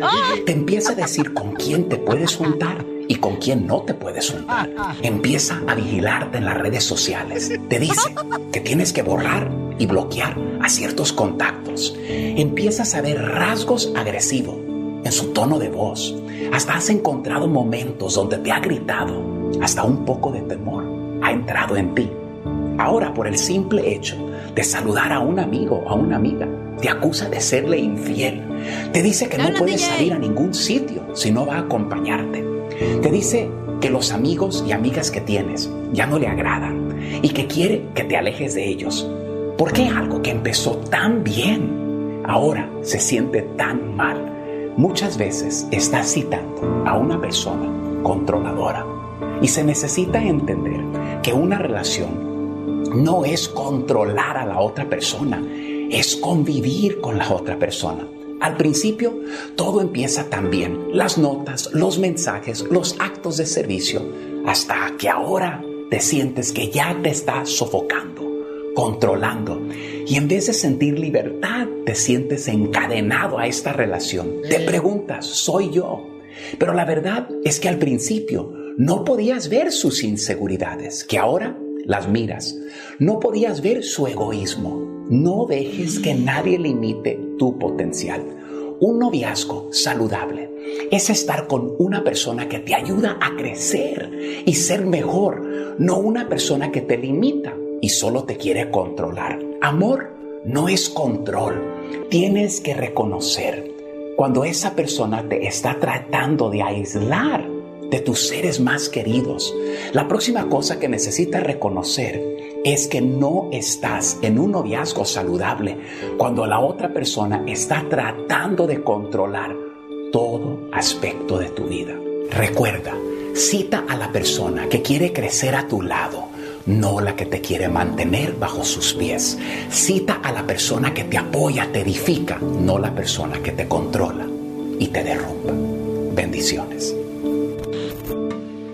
[SPEAKER 15] Te empieza a decir con quién te puedes juntar y con quién no te puedes juntar. Empieza a vigilarte en las redes sociales. Te dice que tienes que borrar y bloquear a ciertos contactos. Empiezas a ver rasgos agresivos en su tono de voz. Hasta has encontrado momentos donde te ha gritado. Hasta un poco de temor ha entrado en ti. Ahora, por el simple hecho de saludar a un amigo, a una amiga, te acusa de serle infiel. Te dice que no
[SPEAKER 4] Habla,
[SPEAKER 15] puedes
[SPEAKER 4] DJ.
[SPEAKER 15] salir a ningún sitio si no va a acompañarte. Te dice que los amigos y amigas que tienes ya no le agradan y que quiere que te alejes de ellos. ¿Por qué algo que empezó tan bien ahora se siente tan mal? Muchas veces estás citando a una persona controladora y se necesita entender que una relación no es controlar a la otra persona, es convivir con la otra persona. Al principio todo empieza tan bien, las notas, los mensajes, los actos de servicio, hasta que ahora te sientes que ya te está sofocando controlando. Y en vez de sentir libertad, te sientes encadenado a esta relación. Te preguntas, ¿soy yo? Pero la verdad es que al principio no podías ver sus inseguridades, que ahora las miras. No podías ver su egoísmo. No dejes que nadie limite tu potencial. Un noviazgo saludable es estar con una persona que te ayuda a crecer y ser mejor, no una persona que te limita y solo te quiere controlar. Amor no es control. Tienes que reconocer cuando esa persona te está tratando de aislar de tus seres más queridos. La próxima cosa que necesitas reconocer es que no estás en un noviazgo saludable cuando la otra persona está tratando de controlar todo aspecto de tu vida. Recuerda, cita a la persona que quiere crecer a tu lado, no la que te quiere mantener bajo sus pies. Cita a la persona que te apoya, te edifica, no la persona que te controla y te derrumba. Bendiciones.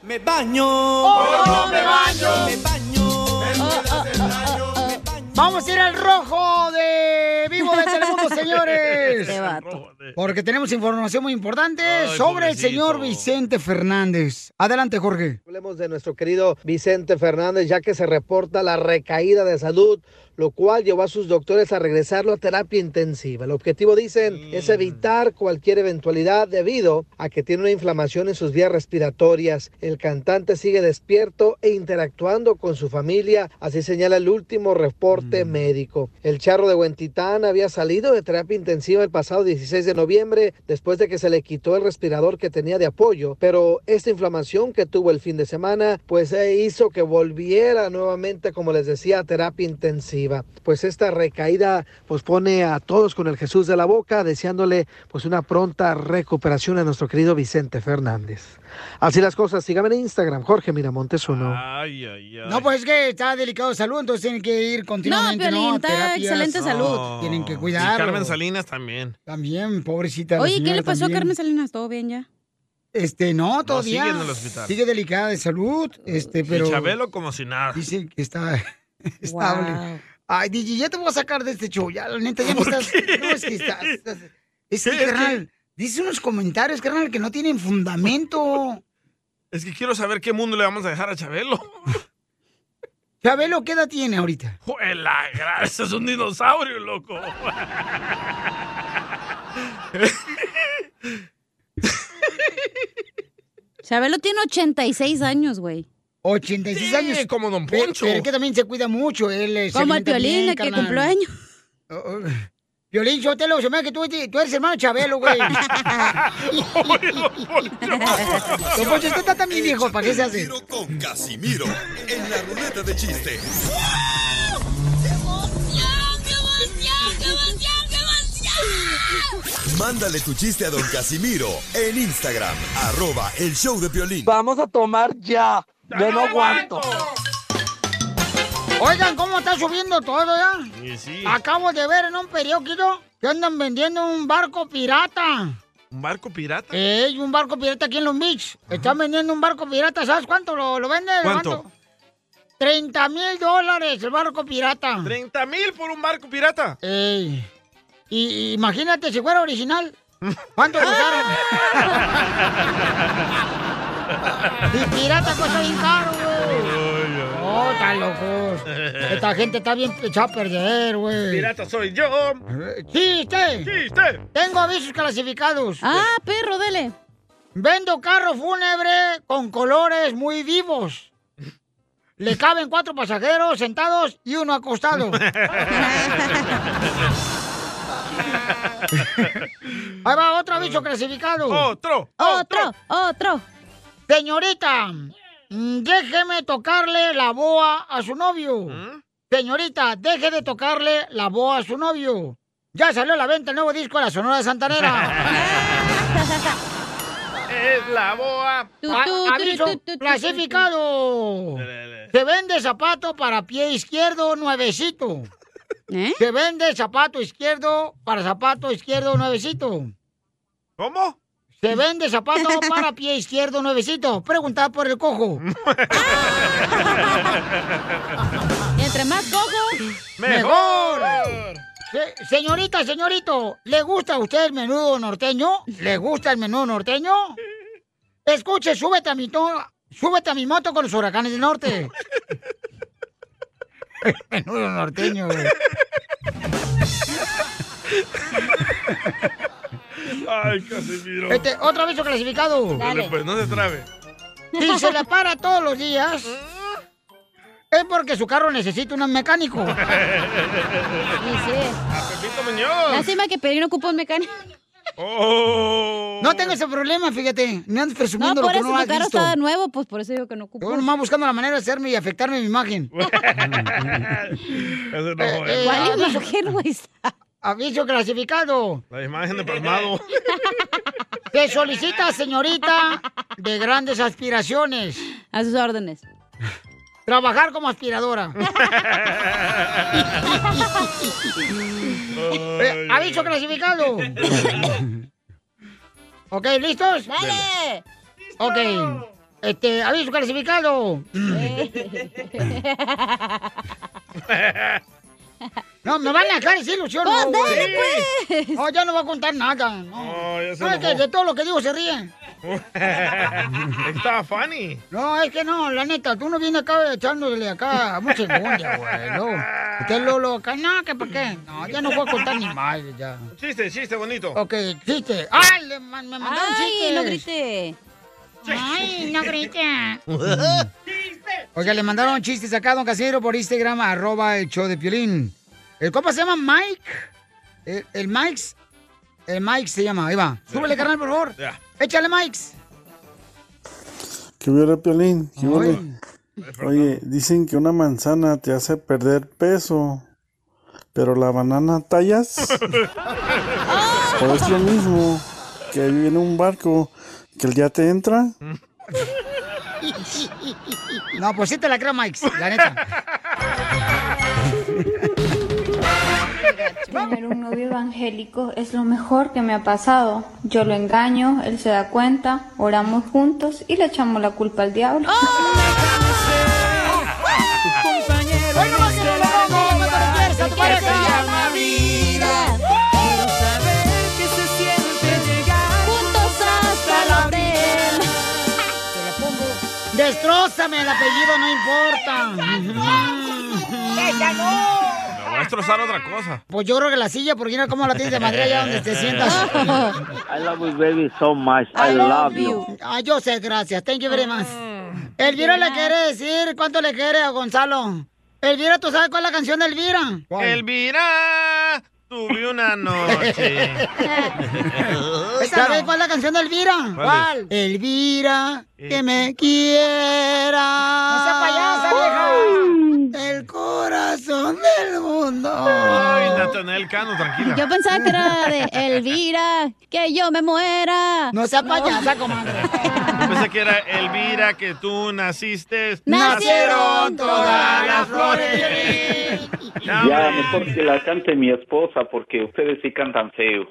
[SPEAKER 7] Me baño.
[SPEAKER 3] ¡Oh,
[SPEAKER 2] no me baño.
[SPEAKER 7] Me baño.
[SPEAKER 2] Vamos a ir al rojo de vivo de Telemundo rojo, señores.
[SPEAKER 4] Qué vato.
[SPEAKER 2] Porque tenemos información muy importante
[SPEAKER 5] Ay,
[SPEAKER 2] sobre el señor Vicente Fernández. Adelante, Jorge.
[SPEAKER 5] Hablemos de nuestro querido Vicente Fernández, ya que se reporta la recaída de salud, lo cual llevó a sus doctores a regresarlo a terapia intensiva. El objetivo, dicen, es evitar cualquier eventualidad debido a que tiene una inflamación en sus vías respiratorias. El cantante sigue despierto e interactuando con su familia, así señala el último reporte médico. El charro de Huentitán había salido de terapia intensiva el pasado 16 de noviembre después de que se le quitó el respirador que tenía de apoyo, pero esta inflamación que tuvo el fin de semana pues eh, hizo que volviera nuevamente, como les decía, a terapia intensiva. Pues esta recaída pues pone a todos con el Jesús de la boca, deseándole pues una pronta recuperación a nuestro querido Vicente Fernández. Así las cosas, síganme en Instagram, Jorge Miramontes uno.
[SPEAKER 3] Ay, ay, ay.
[SPEAKER 2] No, pues es que está delicado de salud, entonces tienen que ir continuamente.
[SPEAKER 4] No, Piolín,
[SPEAKER 2] A
[SPEAKER 4] está
[SPEAKER 2] terapias.
[SPEAKER 4] excelente salud.
[SPEAKER 2] Oh. Tienen que
[SPEAKER 3] Y
[SPEAKER 2] cuidarlo.
[SPEAKER 3] Carmen Salinas también.
[SPEAKER 2] También, pobrecita. la
[SPEAKER 4] Oye, ¿qué
[SPEAKER 2] señora
[SPEAKER 4] le pasó
[SPEAKER 2] también.
[SPEAKER 4] a Carmen Salinas? ¿Todo bien ya?
[SPEAKER 2] Este, no, todavía.
[SPEAKER 3] sigue en el hospital.
[SPEAKER 2] Sigue delicada de salud, este, pero...
[SPEAKER 3] Y Chabelo como si nada.
[SPEAKER 2] Dice que está estable.
[SPEAKER 3] Wow.
[SPEAKER 2] Ay, DJ, ya te voy a sacar de este show. Ya, la neta, ya no estás. No, es que estás. estás- es que,
[SPEAKER 3] Es que-
[SPEAKER 2] carnal, dice unos comentarios, carnal, que no tienen fundamento.
[SPEAKER 3] Es que quiero saber qué mundo le vamos a dejar a Chabelo.
[SPEAKER 2] Chabelo, ¿qué edad tiene ahorita?
[SPEAKER 3] ¡Juela! gra- ¡Ese es un dinosaurio, loco!
[SPEAKER 4] Chabelo tiene 86 años, güey.
[SPEAKER 2] 86 años.
[SPEAKER 3] como Don
[SPEAKER 2] Poncho. Pero que también se cuida mucho. Él eh, se
[SPEAKER 4] Como el
[SPEAKER 2] alimenta
[SPEAKER 4] Piolín,
[SPEAKER 2] bien,
[SPEAKER 4] el que
[SPEAKER 2] carnal.
[SPEAKER 4] cumplió años.
[SPEAKER 2] Oh, oh. Piolín, yo te lo se me hace que tú, tú eres hermano de Chabelo, güey. Don Poncho, usted está también viejo, ¿para qué se hace?
[SPEAKER 6] Con Casimiro en la ruleta de chistes. Mándale tu chiste a don Casimiro en Instagram, arroba el show de violín.
[SPEAKER 5] Vamos a tomar ya.
[SPEAKER 6] Yo no aguanto.
[SPEAKER 2] Oigan, ¿cómo está subiendo todo ya?
[SPEAKER 3] Ah,
[SPEAKER 2] Acabo de ver en un periódico que andan vendiendo un barco pirata.
[SPEAKER 3] ¿Un barco pirata?
[SPEAKER 2] Ey, un barco pirata aquí en Long Beach. Están vendiendo un barco pirata. ¿Sabes cuánto lo, lo venden?
[SPEAKER 3] ¿Cuánto?
[SPEAKER 2] 30 mil dólares el barco pirata.
[SPEAKER 3] ¿30 mil por un barco pirata?
[SPEAKER 2] Ey. Y, y imagínate si fuera original. ¿Cuánto costaron? y pirata cosa bien caro, güey. Oh, tan locos. Esta gente está bien echada a perder, güey.
[SPEAKER 3] Pirata soy yo.
[SPEAKER 2] ¡Chiste! ¡Chiste! este. Tengo avisos clasificados. Ah, perro, dele. Vendo carro fúnebre con colores muy vivos. Le caben cuatro pasajeros sentados y uno acostado. Ahí va otro aviso clasificado. Otro, otro, otro. Señorita, mm, déjeme tocarle la boa a su novio. Señorita, deje de tocarle la boa a su novio. Ya salió a la venta el nuevo disco de la Sonora Santanera.
[SPEAKER 3] Es la boa. Ah,
[SPEAKER 2] A- aviso clasificado. Se vende zapato para pie izquierdo nuevecito. Se vende zapato izquierdo para zapato izquierdo nuevecito. ¿Cómo? Se vende zapato para pie izquierdo nuevecito. Pregunta por el cojo. Entre más cojo,
[SPEAKER 1] mejor.
[SPEAKER 2] Se- señorita, señorito, ¿le gusta a usted el menudo norteño? ¿Le gusta el menudo norteño? Escuche, súbete a mi, to- súbete a mi moto con los huracanes del norte. Menudo norteño, güey.
[SPEAKER 3] Ay, Casimiro.
[SPEAKER 2] Este, otro aviso clasificado.
[SPEAKER 3] Dale, pues, no se trabe.
[SPEAKER 2] Si se le para todos los días, es porque su carro necesita un mecánico.
[SPEAKER 3] A Pepito Muñoz.
[SPEAKER 2] Lástima que Pelín ocupa un mecánico.
[SPEAKER 3] Oh.
[SPEAKER 2] No tengo ese problema, fíjate. Me andas
[SPEAKER 4] No,
[SPEAKER 2] presumiendo
[SPEAKER 4] por
[SPEAKER 2] lo que
[SPEAKER 4] eso
[SPEAKER 2] no
[SPEAKER 4] tu
[SPEAKER 2] has
[SPEAKER 4] carro
[SPEAKER 2] visto.
[SPEAKER 4] está nuevo, pues por eso digo que no ocupo.
[SPEAKER 2] Yo nomás buscando la manera de hacerme y afectarme mi imagen.
[SPEAKER 3] Ese no, eh.
[SPEAKER 2] ¿Cuál imagen, güey? Aviso clasificado.
[SPEAKER 3] La imagen de palmado.
[SPEAKER 2] Te solicita, señorita, de grandes aspiraciones. A sus órdenes. Trabajar como aspiradora. Eh, aviso clasificado. ok, ¿listos? ¡Dale! Ok. Este, aviso clasificado. No, me van a dejar decirlo, ¿sí o no,
[SPEAKER 3] Pues,
[SPEAKER 2] güey?
[SPEAKER 3] dale, pues.
[SPEAKER 2] No, ya no va a contar nada. No,
[SPEAKER 3] No, ya se
[SPEAKER 2] No, es que
[SPEAKER 3] enojó.
[SPEAKER 2] de todo lo que digo se ríen.
[SPEAKER 3] Estaba funny.
[SPEAKER 2] No, es que no, la neta, tú no vienes acá echándole acá a mucha engundia, güey. No. Usted Lolo acá, no, que por qué. No, ya no voy a contar ni más, ya.
[SPEAKER 3] Chiste, chiste bonito.
[SPEAKER 2] Ok, chiste. ¡Ay, le man- me mandaron
[SPEAKER 4] Ay,
[SPEAKER 2] chistes!
[SPEAKER 4] no grité.
[SPEAKER 2] ¡Ay, no grité! Oiga, le mandaron chistes acá a Don Casimiro por Instagram, arroba el show de Piolín. El copa se llama Mike. El, el Mike. El Mike se llama, ahí va. Súbele, carnal, por favor.
[SPEAKER 3] Ya.
[SPEAKER 2] Échale, Mike.
[SPEAKER 16] ¿Qué hubiera, Piolín? ¿Qué hubiera? Oye, dicen que una manzana te hace perder peso, pero la banana tallas. O es lo mismo que viene un barco que el día te entra.
[SPEAKER 2] No, pues sí te la creo, Mike, la neta.
[SPEAKER 17] Tener un novio evangélico es lo mejor que me ha pasado. Yo lo engaño, él se da cuenta, oramos juntos y le echamos la culpa al diablo.
[SPEAKER 1] Compañero, no más que no a tu pareja. vida. Quiero saber qué se siente llegar juntos hasta la hotel.
[SPEAKER 2] Destrózame el apellido, no importa. ¡Ella no!
[SPEAKER 3] Me voy a destrozar otra cosa.
[SPEAKER 2] Pues yo creo que la silla, porque mira cómo la tienes de madera allá donde te sientas.
[SPEAKER 18] I love you, baby, so much. I, love, you.
[SPEAKER 2] Ah, yo sé, gracias. Thank you very much. Elvira le quiere decir cuánto le quiere a Gonzalo. Elvira, ¿tú sabes cuál es la canción de Elvira?
[SPEAKER 3] Elvira, tuve una noche.
[SPEAKER 2] ¿Sabes cuál es la canción de Elvira?
[SPEAKER 3] ¿Cuál Eh,
[SPEAKER 2] Elvira, que me quiera. No sea payasa, vieja. El corazón del mundo.
[SPEAKER 3] Ay, Natanael Cano, tranquila.
[SPEAKER 4] Yo pensaba que era de Elvira, que yo me muera.
[SPEAKER 2] No sea payasa, comadre.
[SPEAKER 3] Yo pensé que era Elvira, que tú naciste.
[SPEAKER 1] Nacieron todas las
[SPEAKER 3] flores.
[SPEAKER 18] Ya, mejor que la cante mi esposa, porque ustedes sí cantan feo.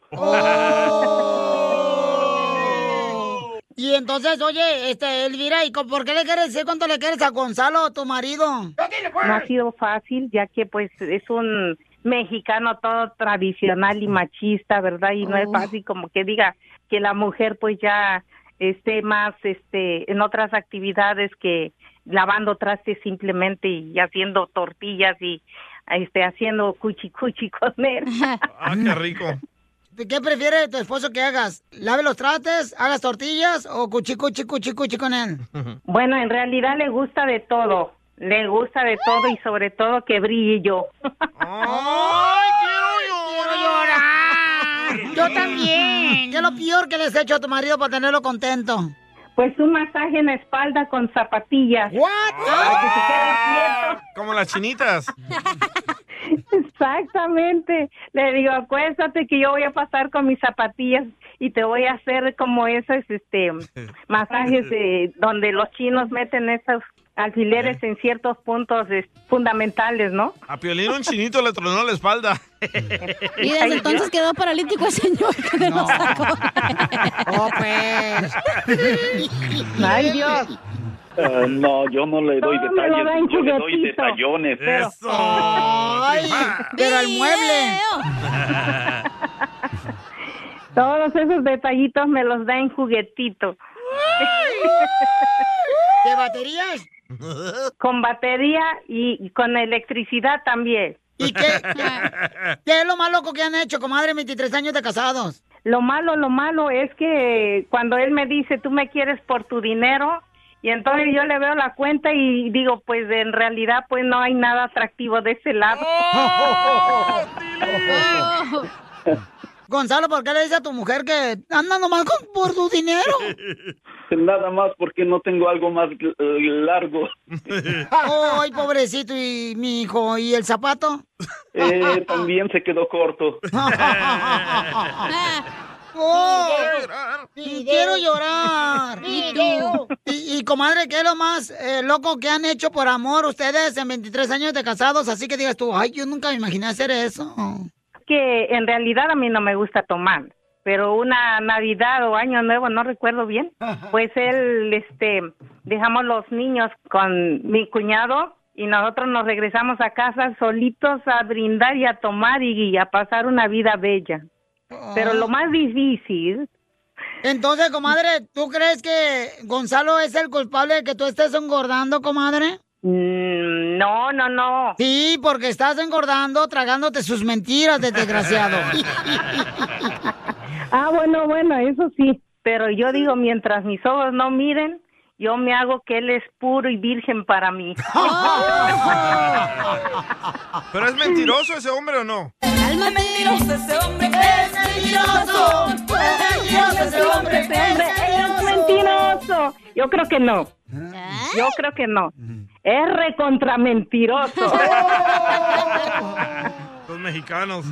[SPEAKER 2] Y entonces, oye, este, Elvira, ¿y co- por qué le quieres decir cuánto le quieres a Gonzalo, tu marido?
[SPEAKER 19] No ha sido fácil, ya que pues es un mexicano todo tradicional y machista, ¿verdad? Y no es
[SPEAKER 20] Oh.
[SPEAKER 19] fácil como que diga que la mujer pues ya esté más este en otras actividades que lavando trastes simplemente y haciendo tortillas y este haciendo cuchi cuchi con él.
[SPEAKER 3] Ah, qué rico.
[SPEAKER 2] ¿Qué prefiere tu esposo que hagas? ¿Lave los trates, hagas tortillas o cuchi, cuchi, cuchi, cuchi con él?
[SPEAKER 19] Bueno, en realidad le gusta de todo. Le gusta de todo y sobre todo que brille yo.
[SPEAKER 3] ¡Ay,
[SPEAKER 2] quiero llorar! Yo también. ¿Qué es lo peor que les he hecho a tu marido para tenerlo contento?
[SPEAKER 19] Pues un masaje en la espalda con zapatillas.
[SPEAKER 3] Como las chinitas.
[SPEAKER 19] Exactamente. Le digo, acuéstate que yo voy a pasar con mis zapatillas y te voy a hacer como esos este masajes de- donde los chinos meten esos alfileres en ciertos puntos es- fundamentales, ¿no?
[SPEAKER 3] A Piolín un chinito le tronó la espalda.
[SPEAKER 4] Y desde entonces quedó paralítico el señor con el masaco.
[SPEAKER 2] Oh, pues.
[SPEAKER 19] Ay, Dios.
[SPEAKER 18] Ah, no, yo no le doy
[SPEAKER 19] No, me lo da
[SPEAKER 18] detalles,
[SPEAKER 19] en
[SPEAKER 18] yo le doy
[SPEAKER 19] juguetito.
[SPEAKER 18] detallones.
[SPEAKER 19] Pero-
[SPEAKER 2] Ay, pero al mueble.
[SPEAKER 19] Todos esos detallitos me los da en juguetito.
[SPEAKER 2] ¿De baterías?
[SPEAKER 19] Con batería y con electricidad también.
[SPEAKER 2] ¿Y qué, qué es lo más loco que han hecho, comadre, 23 años de casados?
[SPEAKER 19] Lo malo, lo malo es que cuando él me dice, tú me quieres por tu dinero, y entonces yo le veo la cuenta y digo, pues en realidad pues no hay nada atractivo de ese lado.
[SPEAKER 2] Oh.
[SPEAKER 19] Oh.
[SPEAKER 2] Gonzalo, ¿por qué le dices a tu mujer que anda nomás con- por tu dinero?
[SPEAKER 18] Nada más porque no tengo algo más eh, largo.
[SPEAKER 2] Ay, pobrecito, y mi hijo, ¿y el zapato?
[SPEAKER 18] Eh, también se quedó corto.
[SPEAKER 2] Oh, y quiero llorar. ¿Y tú? Y, y, comadre, ¿qué es lo más eh, loco que han hecho por amor ustedes en 23 años de casados? Así que digas tú, ay, yo nunca me imaginé hacer eso.
[SPEAKER 19] que en realidad a mí no me gusta tomar, pero una Navidad o Año Nuevo, no recuerdo bien, pues él, este, dejamos los niños con mi cuñado y nosotros nos regresamos a casa solitos a brindar y a tomar y, y a pasar una vida bella. Pero lo más difícil,
[SPEAKER 2] Entonces, comadre, ¿tú crees que Gonzalo es el culpable de que tú estés engordando, comadre?
[SPEAKER 19] Mm, no, no, no.
[SPEAKER 2] Sí, porque estás engordando tragándote sus mentiras, de desgraciado.
[SPEAKER 19] ah, bueno, bueno, eso sí. Pero yo digo, mientras mis ojos no miren, yo me hago que él es puro y virgen para mí.
[SPEAKER 3] Oh. ¿Pero es mentiroso ese hombre o no?
[SPEAKER 1] Es mentiroso ese hombre, es mentiroso. Es mentiroso ese hombre, es
[SPEAKER 19] es
[SPEAKER 1] mentiroso.
[SPEAKER 19] mentiroso. Yo creo que no. Yo creo que no. Es recontra mentiroso.
[SPEAKER 3] Los mexicanos.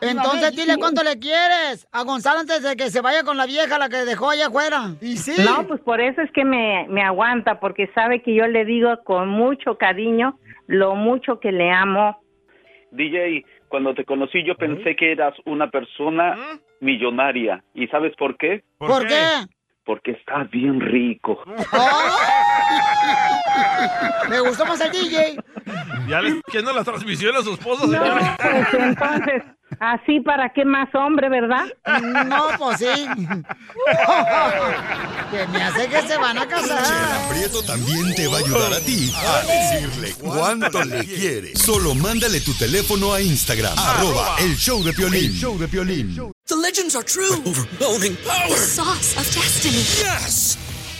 [SPEAKER 2] Entonces, dile cuánto le quieres a Gonzalo antes de que se vaya con la vieja, la que dejó allá afuera. Y sí.
[SPEAKER 19] No, pues por eso es que me, me aguanta, porque sabe que yo le digo con mucho cariño lo mucho que le amo.
[SPEAKER 18] DJ, cuando te conocí yo pensé que eras una persona millonaria. ¿Y sabes por qué?
[SPEAKER 2] ¿Mm? ¿Por, qué?
[SPEAKER 18] Porque estás bien rico.
[SPEAKER 2] Me gustó más el DJ.
[SPEAKER 21] Ya le está haciendo las transmisiones a su esposa, señora.
[SPEAKER 19] Pues entonces, así para qué más hombre, ¿verdad?
[SPEAKER 2] No, pues sí. que me hace que se van a casar.
[SPEAKER 6] Prieto también te va a ayudar a ti a decirle cuánto le quieres. Solo mándale tu teléfono a Instagram, arroba el show de Piolín.
[SPEAKER 22] El
[SPEAKER 6] show de Piolín.
[SPEAKER 22] The legends are true. overwhelming power. sauce of destiny. Yes.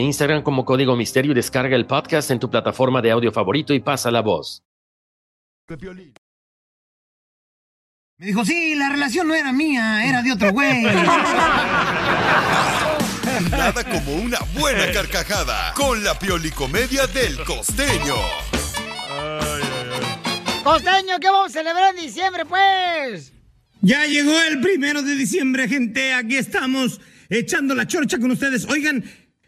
[SPEAKER 10] Instagram como Código Misterio y descarga el podcast en tu plataforma de audio favorito y pasa la voz.
[SPEAKER 1] Me dijo, sí, la relación no era mía, era de otro güey.
[SPEAKER 6] Nada como una buena carcajada con la piolicomedia del costeño.
[SPEAKER 2] Costeño, ¿qué vamos a celebrar en diciembre, pues?
[SPEAKER 13] Ya llegó el primero de diciembre, gente. Aquí estamos echando la chorcha con ustedes. Oigan,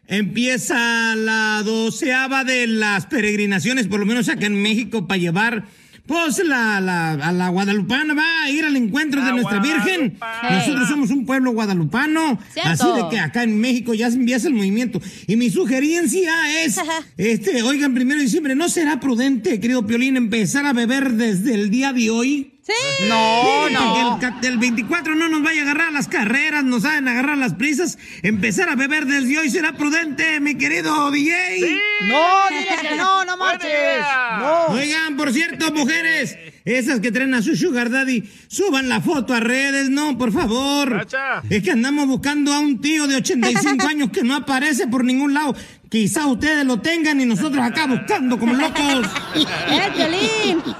[SPEAKER 13] empieza la doceava de las peregrinaciones, por lo menos acá en México, para llevar. Pues la, la- a la guadalupana va a ir al encuentro de nuestra Virgen. Nosotros somos un pueblo guadalupano.
[SPEAKER 1] Cierto.
[SPEAKER 13] Así de que acá en México ya se empieza el movimiento. Y mi sugerencia es, este, oigan, primero de diciembre, ¿no será prudente, querido Piolín, empezar a beber desde el día de hoy?
[SPEAKER 1] Sí. No,
[SPEAKER 13] Sí,
[SPEAKER 1] no.
[SPEAKER 13] porque el ca- El, 24 no nos vaya a agarrar las carreras, nos saben agarrar las prisas. Empezar a beber desde hoy será prudente, mi querido DJ.
[SPEAKER 2] No, dile que no, no
[SPEAKER 13] Buena
[SPEAKER 2] marches.
[SPEAKER 13] idea.
[SPEAKER 2] No.
[SPEAKER 13] Oigan, por cierto, mujeres, esas que traen a su sugar daddy, suban la foto a redes, no, por favor. Es que andamos buscando a un tío de 85 años que no aparece por ningún lado. Quizá ustedes lo tengan y nosotros acá buscando como locos.
[SPEAKER 1] ¡Eh, Piolín!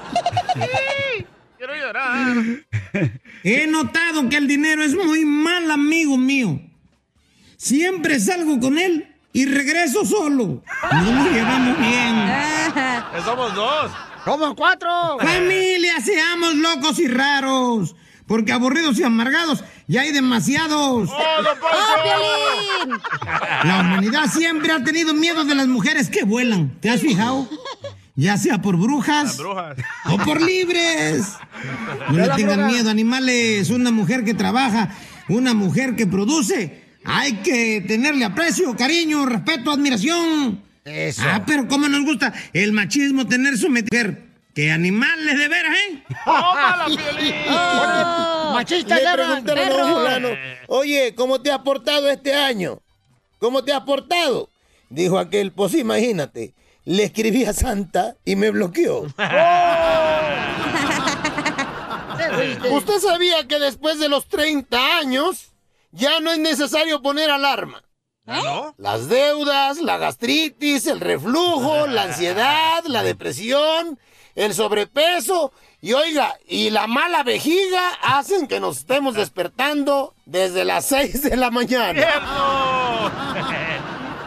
[SPEAKER 21] Quiero llorar.
[SPEAKER 13] He notado que el dinero es muy mal amigo mío. Siempre salgo con él y regreso solo. No nos llevamos bien.
[SPEAKER 21] Eh, Somos dos.
[SPEAKER 2] ¡Somos cuatro!
[SPEAKER 13] ¡Familia, seamos locos y raros! Porque aburridos y amargados ya hay demasiados.
[SPEAKER 21] ¡Oh,
[SPEAKER 2] ¡Oh,
[SPEAKER 13] La humanidad siempre ha tenido miedo de las mujeres que vuelan. ¿Te has fijado? Ya sea por brujas
[SPEAKER 21] Brujas.
[SPEAKER 13] o por libres. No le tengan miedo, animales. Una mujer que trabaja. una mujer que produce, hay que tenerle aprecio, cariño, respeto, admiración. Eso. Ah, pero cómo nos gusta el machismo tener su mujer. ¡Qué animales de veras, eh!
[SPEAKER 1] ¡Tómala, Piolín!
[SPEAKER 13] Oh,
[SPEAKER 2] machista
[SPEAKER 9] Le
[SPEAKER 2] ya,
[SPEAKER 9] preguntaron a un
[SPEAKER 2] perro.
[SPEAKER 9] fulano, Oye, ¿cómo te has portado este año? ¿Cómo te has portado? Dijo aquel, pues imagínate, le escribí a Santa y me bloqueó. ¿Usted sabía que después de los 30 años ya no es necesario poner alarma?
[SPEAKER 2] ¿Ah,
[SPEAKER 9] Las deudas, la gastritis, el reflujo, la ansiedad, la depresión, el sobrepeso y oiga, y la mala vejiga hacen que nos estemos despertando desde las 6 de la mañana.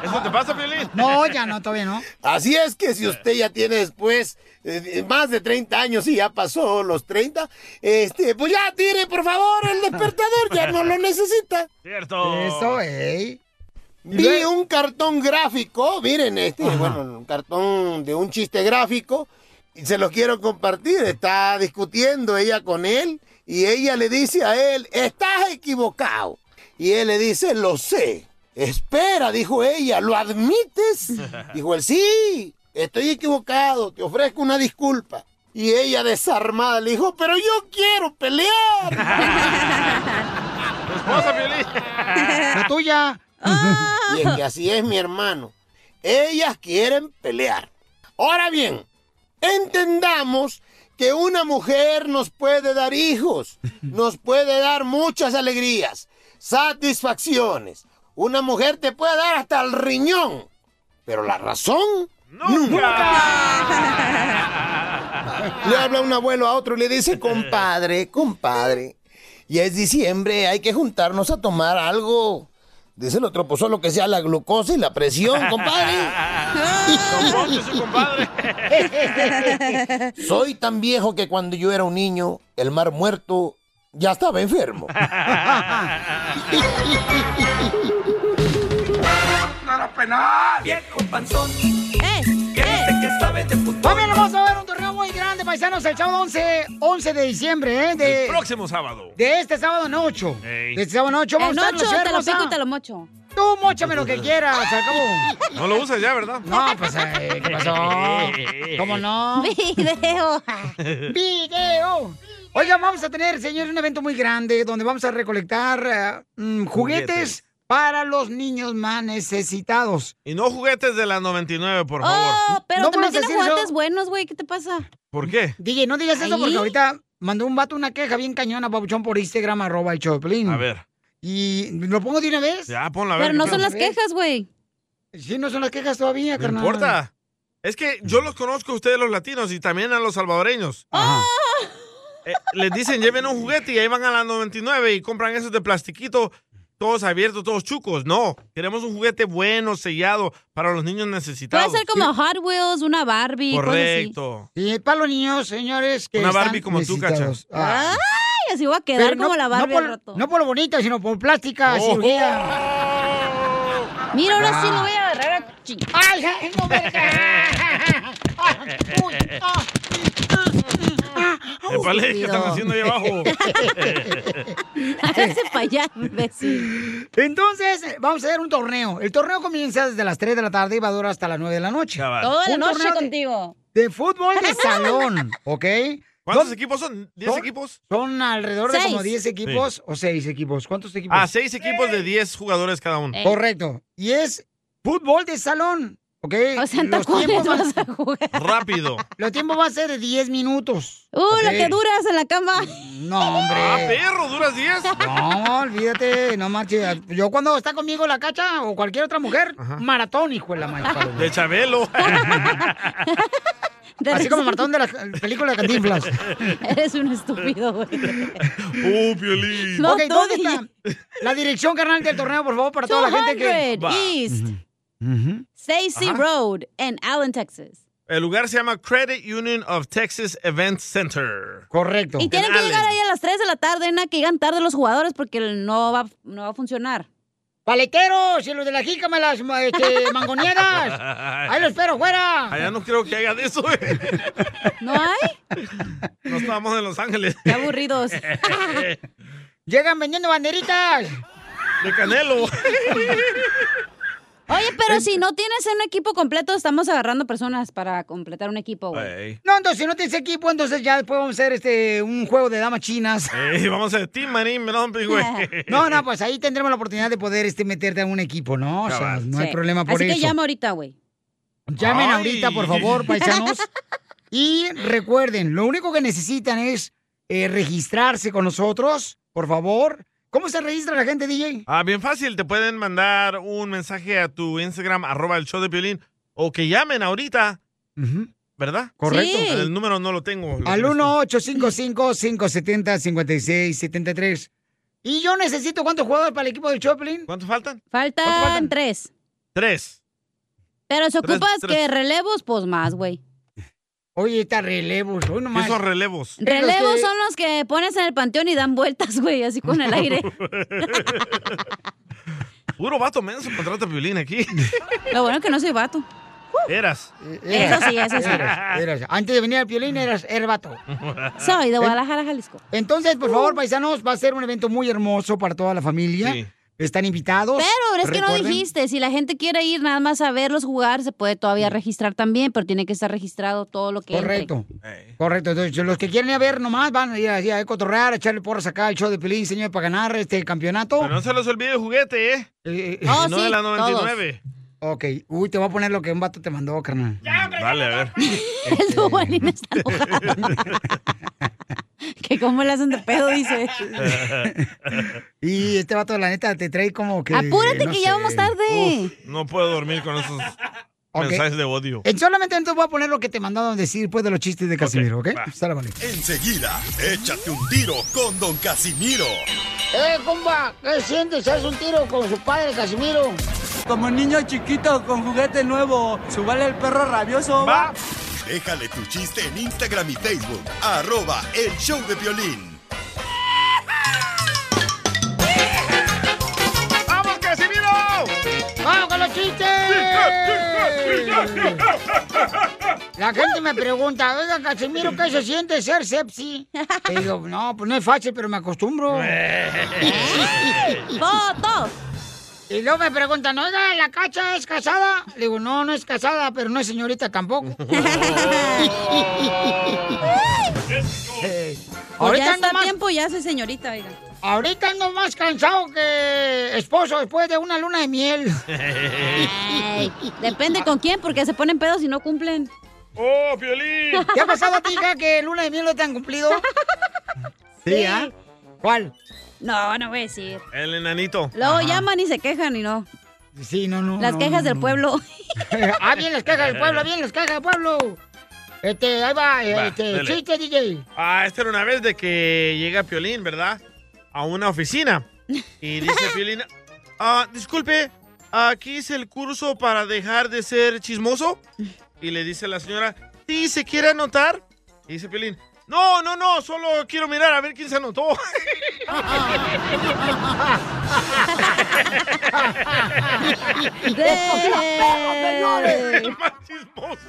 [SPEAKER 3] ¿Eso te pasa, Piolín?
[SPEAKER 2] No, ya no, todavía no.
[SPEAKER 9] Así es que si usted ya tiene después eh, más de 30 años y ya pasó los 30, este, pues ya tire por favor el despertador, ya no lo necesita.
[SPEAKER 3] Cierto.
[SPEAKER 9] Eso, ey. Vi un cartón gráfico, miren, este, bueno, un cartón de un chiste gráfico, y se lo quiero compartir. Está discutiendo ella con él, y ella le dice a él, estás equivocado. Y él le dice, lo sé. Espera, dijo ella, ¿lo admites? Dijo él, sí, estoy equivocado, te ofrezco una disculpa. Y ella desarmada le dijo, pero yo quiero pelear.
[SPEAKER 2] La tuya.
[SPEAKER 9] Y es que así es, mi hermano. Ellas quieren pelear. Ahora bien, entendamos que una mujer nos puede dar hijos, nos puede dar muchas alegrías, satisfacciones. Una mujer te puede dar hasta el riñón, pero la razón nunca. Le habla un abuelo a otro y le dice, compadre, compadre, ya es diciembre, hay que juntarnos a tomar algo. Dice el otro, pues solo que sea la glucosa y la presión, compadre.
[SPEAKER 1] Don Poncho, su compadre.
[SPEAKER 9] Soy tan viejo que cuando yo era un niño, el mar muerto ya estaba enfermo.
[SPEAKER 1] ¡Para penal! ¡Viejo panzón! ¡Eh!
[SPEAKER 2] Familia, vamos a ver un torneo muy grande, paisanos, el sábado 11, 11 de diciembre, ¿eh? De,
[SPEAKER 23] El próximo sábado.
[SPEAKER 2] De este sábado en 8.
[SPEAKER 23] Ey.
[SPEAKER 2] De este sábado en 8 vamos
[SPEAKER 4] El
[SPEAKER 2] a estar en
[SPEAKER 4] ocho,
[SPEAKER 2] Lucía
[SPEAKER 4] te lo
[SPEAKER 2] Hermosa.
[SPEAKER 4] pico y te lo mocho.
[SPEAKER 2] Tú mochame lo que quieras, se acabó.
[SPEAKER 3] No lo usas ya, ¿verdad?
[SPEAKER 2] No, pues, eh, ¿qué pasó? ¿Cómo no?
[SPEAKER 4] Video.
[SPEAKER 2] ¡Video! Oigan, vamos a tener, señores, un evento muy grande donde vamos a recolectar eh, mm, juguetes,
[SPEAKER 3] Juguetes.
[SPEAKER 2] para los niños más necesitados.
[SPEAKER 3] Y no juguetes de la 99, por favor.
[SPEAKER 4] Oh, pero
[SPEAKER 2] No
[SPEAKER 4] también
[SPEAKER 2] puedes
[SPEAKER 4] tiene
[SPEAKER 2] decir eso.
[SPEAKER 4] juguetes buenos, güey. ¿Qué te pasa?
[SPEAKER 3] ¿Por qué?
[SPEAKER 2] DJ, no digas eso
[SPEAKER 4] Ahí.
[SPEAKER 2] porque ahorita mandó un vato una queja bien cañona, papuchón, por Instagram, arroba el Choplin. A
[SPEAKER 3] ver.
[SPEAKER 2] ¿Y lo pongo de una vez?
[SPEAKER 3] Ya, ponlo a ver.
[SPEAKER 4] Pero no
[SPEAKER 3] ¿qué
[SPEAKER 4] son
[SPEAKER 3] pasa?
[SPEAKER 4] las quejas, güey.
[SPEAKER 2] Sí, no son las quejas todavía,
[SPEAKER 3] No importa. Es que yo los conozco a ustedes los latinos y también a los salvadoreños.
[SPEAKER 1] Oh.
[SPEAKER 3] Eh, les dicen lleven un juguete y ahí van a la 99 y compran esos de plastiquito, todos abiertos, todos chucos. No, queremos un juguete bueno, sellado, para los niños necesitados.
[SPEAKER 4] Puede ser como Hot Wheels, una Barbie, cosas
[SPEAKER 3] Correcto.
[SPEAKER 2] Y para los niños, señores, que
[SPEAKER 3] Una
[SPEAKER 2] están
[SPEAKER 3] Barbie como tú, Cacha.
[SPEAKER 2] necesitados. Ah.
[SPEAKER 4] así. Ay, así voy a quedar
[SPEAKER 2] Pero no-
[SPEAKER 4] como la Barbie
[SPEAKER 2] no por,
[SPEAKER 4] al rato.
[SPEAKER 2] No por lo bonita, sino por
[SPEAKER 3] Oh.
[SPEAKER 2] plástica, cirugía.
[SPEAKER 4] Mira, ahora sí lo voy
[SPEAKER 2] Ah.
[SPEAKER 4] a agarrar a ching.
[SPEAKER 2] ¡Ay, ay, no me
[SPEAKER 1] ¡Uy! ¡Ah!
[SPEAKER 3] Épale, ¿qué están haciendo ahí abajo?
[SPEAKER 4] Háganse para allá, imbécil.
[SPEAKER 2] Entonces, eh, vamos a hacer un torneo. El torneo comienza desde las 3 de la tarde y va a durar hasta las 9 de la noche.
[SPEAKER 4] Toda la
[SPEAKER 2] Un
[SPEAKER 4] noche
[SPEAKER 2] torneo de-
[SPEAKER 4] contigo.
[SPEAKER 2] De fútbol de salón, ¿ok?
[SPEAKER 3] ¿Cuántos
[SPEAKER 2] Dos-
[SPEAKER 3] equipos son? ¿Diez
[SPEAKER 2] son-
[SPEAKER 3] equipos?
[SPEAKER 2] Son alrededor de como
[SPEAKER 3] Seis.
[SPEAKER 2] 10 equipos o 6 equipos. ¿Cuántos equipos?
[SPEAKER 3] Ah, seis equipos de 10 jugadores cada
[SPEAKER 4] Eh.
[SPEAKER 3] uno.
[SPEAKER 2] Correcto. Y es fútbol de salón, ¿ok?
[SPEAKER 4] O sea, en tacones vas
[SPEAKER 2] a
[SPEAKER 4] jugar.
[SPEAKER 3] Rápido.
[SPEAKER 2] Los tiempos van a ser de 10 minutos.
[SPEAKER 4] Uh, lo
[SPEAKER 2] ¿ok?
[SPEAKER 4] que duras en la cama.
[SPEAKER 2] No, hombre.
[SPEAKER 3] Ah, perro, duras 10.
[SPEAKER 2] No, olvídate, no marches. Yo cuando está conmigo la cacha o cualquier otra mujer, maratón, hijo de la madre. palo.
[SPEAKER 3] De Chabelo.
[SPEAKER 2] Así como maratón de la película de Cantinflas.
[SPEAKER 4] Eres un estúpido, güey.
[SPEAKER 3] ¡Uh, Piolín!
[SPEAKER 2] ok, ¿dónde está la dirección, carnal, del torneo, por favor, para toda la gente que...
[SPEAKER 4] 200 East Stacy
[SPEAKER 3] Ajá.
[SPEAKER 4] Road en Allen, Texas.
[SPEAKER 3] El lugar se llama Credit Union of Texas Event Center.
[SPEAKER 2] Correcto.
[SPEAKER 4] Y tienen que llegar ahí a las 3 de la tarde, nada que llegan tarde los jugadores porque no va, no va a funcionar.
[SPEAKER 2] ¡Paleteros! ¡Y los de la jícama, las ma- este, mangoneadas! ¡Ahí lo espero, fuera!
[SPEAKER 3] Allá no creo que haga de eso. eh.
[SPEAKER 4] ¿No hay?
[SPEAKER 3] No estábamos en Los Ángeles. Eh,
[SPEAKER 4] Qué aburridos.
[SPEAKER 2] Llegan vendiendo banderitas.
[SPEAKER 3] De Canelo.
[SPEAKER 4] Oye, pero si no tienes un equipo completo, estamos agarrando personas para completar un equipo, güey.
[SPEAKER 2] No, entonces si no tienes equipo, entonces ya después vamos a hacer este un juego de damas chinas.
[SPEAKER 3] Ey, vamos a hacer Team Marín, Melompi, güey.
[SPEAKER 2] No, no, pues ahí tendremos la oportunidad de poder este meterte a un equipo, ¿no? O sea,
[SPEAKER 3] Cabal.
[SPEAKER 2] no hay
[SPEAKER 4] Sí.
[SPEAKER 2] problema por
[SPEAKER 4] Así
[SPEAKER 2] eso.
[SPEAKER 4] que llama ahorita, güey.
[SPEAKER 2] Llamen
[SPEAKER 4] Ay.
[SPEAKER 2] ahorita, por favor, paisanos. Y recuerden, lo único que necesitan es eh, registrarse con nosotros, por favor. ¿Cómo se registra la gente, DJ?
[SPEAKER 3] Ah, bien fácil, te pueden mandar un mensaje a tu Instagram, arroba el show de violín, o que llamen ahorita, ¿verdad?
[SPEAKER 2] Correcto. Sí.
[SPEAKER 3] El número no lo tengo. lo
[SPEAKER 2] Al
[SPEAKER 3] tienes tú.
[SPEAKER 2] 1-855-570-5673. Y yo necesito cuántos jugadores para el equipo del Choplin.
[SPEAKER 3] ¿Cuántos faltan?
[SPEAKER 4] Faltan, tres.
[SPEAKER 3] Tres.
[SPEAKER 4] Pero si
[SPEAKER 3] Tres,
[SPEAKER 4] ocupas
[SPEAKER 3] tres.
[SPEAKER 4] que relevos, pues más, güey.
[SPEAKER 2] Oye, está relevos. Hoy nomás.
[SPEAKER 3] ¿Qué son relevos?
[SPEAKER 4] Relevos son los que pones en el panteón y dan vueltas, güey, así con el aire.
[SPEAKER 3] Puro vato menso contrata violín aquí.
[SPEAKER 4] Lo bueno que no soy vato.
[SPEAKER 3] Eras.
[SPEAKER 4] Eh, Eso sí, eso sí.
[SPEAKER 2] Eras, eras. Antes de venir al violín eras herbato.
[SPEAKER 4] Ah. Soy de Guadalajara, Jalisco. Uh.
[SPEAKER 2] Entonces, por favor, paisanos, va a ser un evento muy hermoso para toda la familia. Están invitados.
[SPEAKER 4] Pero es que no
[SPEAKER 2] Recuerden-
[SPEAKER 4] dijiste, si la gente quiere ir nada más a verlos jugar, se puede todavía registrar también, pero tiene que estar registrado todo lo que entre.
[SPEAKER 2] Mm. Correcto.
[SPEAKER 3] Eh.
[SPEAKER 2] Correcto. Entonces, los que quieren ir a ver nomás van a ir así a cotorrear, a echarle porras acá al show de Pelín, señor, para ganar este campeonato.
[SPEAKER 3] Pero no se los olvide el juguete, ¿eh?
[SPEAKER 2] Oh,
[SPEAKER 3] no
[SPEAKER 2] sí,
[SPEAKER 3] de la 99.
[SPEAKER 2] Ok. Uy, te voy a poner lo que un vato te mandó, carnal. Este.
[SPEAKER 3] Dale, a ver.
[SPEAKER 4] El Dubalín está enojado. que cómo le hacen de pedo, dice.
[SPEAKER 2] y este vato, la neta, te trae como que.
[SPEAKER 4] Apúrate
[SPEAKER 2] no
[SPEAKER 4] que
[SPEAKER 2] sé.
[SPEAKER 4] ya vamos tarde.
[SPEAKER 3] Uf, no puedo dormir con esos
[SPEAKER 2] Ok.
[SPEAKER 3] mensajes de odio.
[SPEAKER 2] Eh, solamente entonces voy a poner lo que te mandaron decir después de los chistes de Casimiro, ¿ok? Sale, vale.
[SPEAKER 6] Enseguida, échate un tiro con Don Casimiro.
[SPEAKER 2] ¡Eh, compa! ¿Qué sientes? ¿Haz un tiro con su padre, Casimiro?
[SPEAKER 7] Como niño chiquito con juguete nuevo, subale el perro rabioso. Va.
[SPEAKER 6] Déjale tu chiste en Instagram y Facebook, arroba el show de violín.
[SPEAKER 2] ¡Vamos, Casimiro! ¡Vamos con los chistes! La gente me pregunta, oiga, Casimiro, ¿qué se siente ser sepsi? Le digo, no, pues no es fácil, pero me acostumbro.
[SPEAKER 1] Eh.
[SPEAKER 2] ¡Fotos! Y luego me preguntan, oiga, ¿la cacha es casada? Le digo, no, no es casada, pero no es señorita tampoco.
[SPEAKER 4] Pues ya
[SPEAKER 2] Ahorita
[SPEAKER 4] está
[SPEAKER 2] ando más,
[SPEAKER 4] tiempo, ya soy señorita, oiga.
[SPEAKER 2] ahorita ando más cansado que esposo después de una luna de miel.
[SPEAKER 4] Ay, depende con quién, porque se ponen pedos y no cumplen.
[SPEAKER 3] ¡Oh, Piolín!
[SPEAKER 2] ¿Te ha pasado a ti, hija, que luna de miel no te han cumplido? Sí, ¿ah? ¿Cuál?
[SPEAKER 4] No, no voy a decir.
[SPEAKER 3] El enanito.
[SPEAKER 4] Luego llaman y se quejan y no.
[SPEAKER 2] Sí, no, no.
[SPEAKER 4] Las
[SPEAKER 2] no,
[SPEAKER 4] quejas
[SPEAKER 2] no,
[SPEAKER 4] del
[SPEAKER 2] no.
[SPEAKER 4] pueblo.
[SPEAKER 2] ah, bien las quejas del pueblo, bien las quejas del pueblo. Este, ahí va, eh,
[SPEAKER 3] Va,
[SPEAKER 2] este,
[SPEAKER 3] dale.
[SPEAKER 2] chiste, DJ.
[SPEAKER 3] Ah, esta era una vez de que llega Piolín, ¿verdad? A una oficina. Y dice Piolín, ah, disculpe, aquí es el curso para dejar de ser chismoso. Y le dice la señora, sí, ¿se quiere anotar? Y dice Piolín, no, no, no, solo quiero mirar a ver quién se anotó.
[SPEAKER 2] De-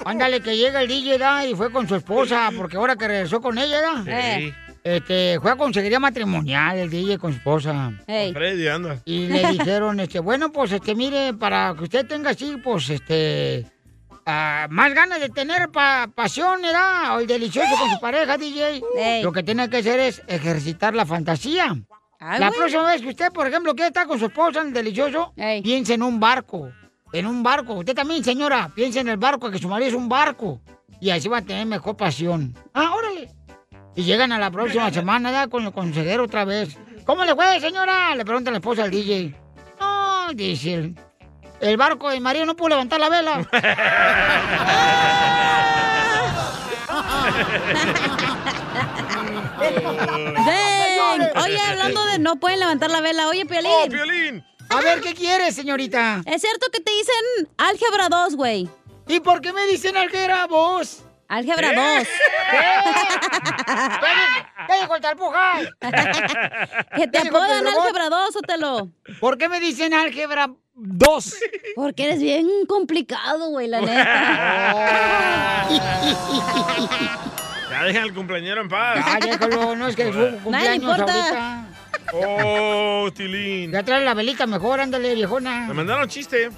[SPEAKER 2] Ándale, que llega el DJ ¿da? y fue con su esposa, porque ahora que regresó con ella, ¿da?
[SPEAKER 3] Sí.
[SPEAKER 2] Este, fue a conseguiría matrimonial el DJ con su esposa.
[SPEAKER 3] Freddy, anda.
[SPEAKER 2] Y le dijeron, este, bueno, pues este, mire, para que usted tenga así, pues, este, ah, más ganas de tener pa- pasión, ¿verdad? O el delicioso con su pareja, DJ. Lo que tiene que hacer es ejercitar la fantasía. la
[SPEAKER 4] güey.
[SPEAKER 2] próxima vez que usted, por ejemplo, quiere estar con su esposa en el delicioso, piense en un barco. En un barco. Usted también, señora, piense en el barco, que su marido es un barco. Y así va a tener mejor pasión. Ah, órale. Y llegan a la próxima semana ¿verdad? con el consejero otra vez. ¿Cómo le fue, señora? Le pregunta la esposa al DJ. No, dice él. El barco de marido no pudo levantar la vela.
[SPEAKER 4] Ven. Oye, hablando de no pueden levantar la vela. Oye, Piolín. ¡Oh,
[SPEAKER 3] Piolín!
[SPEAKER 2] A ver, ¿qué quieres, señorita?
[SPEAKER 4] Es cierto que te dicen álgebra 2, güey.
[SPEAKER 2] ¿Y por qué me dicen álgebra 2?
[SPEAKER 4] Álgebra
[SPEAKER 2] ¿Eh?
[SPEAKER 4] 2.
[SPEAKER 2] ¡Cállate con tarpujas!
[SPEAKER 4] Que te
[SPEAKER 2] ¿Qué dijo tu
[SPEAKER 4] apodan
[SPEAKER 2] robot?
[SPEAKER 4] álgebra 2, Otelo.
[SPEAKER 2] ¿Por qué me dicen álgebra 2?
[SPEAKER 4] Porque eres bien complicado, güey, la neta.
[SPEAKER 3] Ya deja al cumpleañero en paz.
[SPEAKER 2] Ay, déjalo, no es que
[SPEAKER 4] Nadie
[SPEAKER 2] fue
[SPEAKER 4] le
[SPEAKER 2] cumpleaños
[SPEAKER 4] importa.
[SPEAKER 2] ahorita.
[SPEAKER 3] Oh, Tilín.
[SPEAKER 2] Ya trae la velita mejor, ándale, viejona.
[SPEAKER 3] Me mandaron chiste.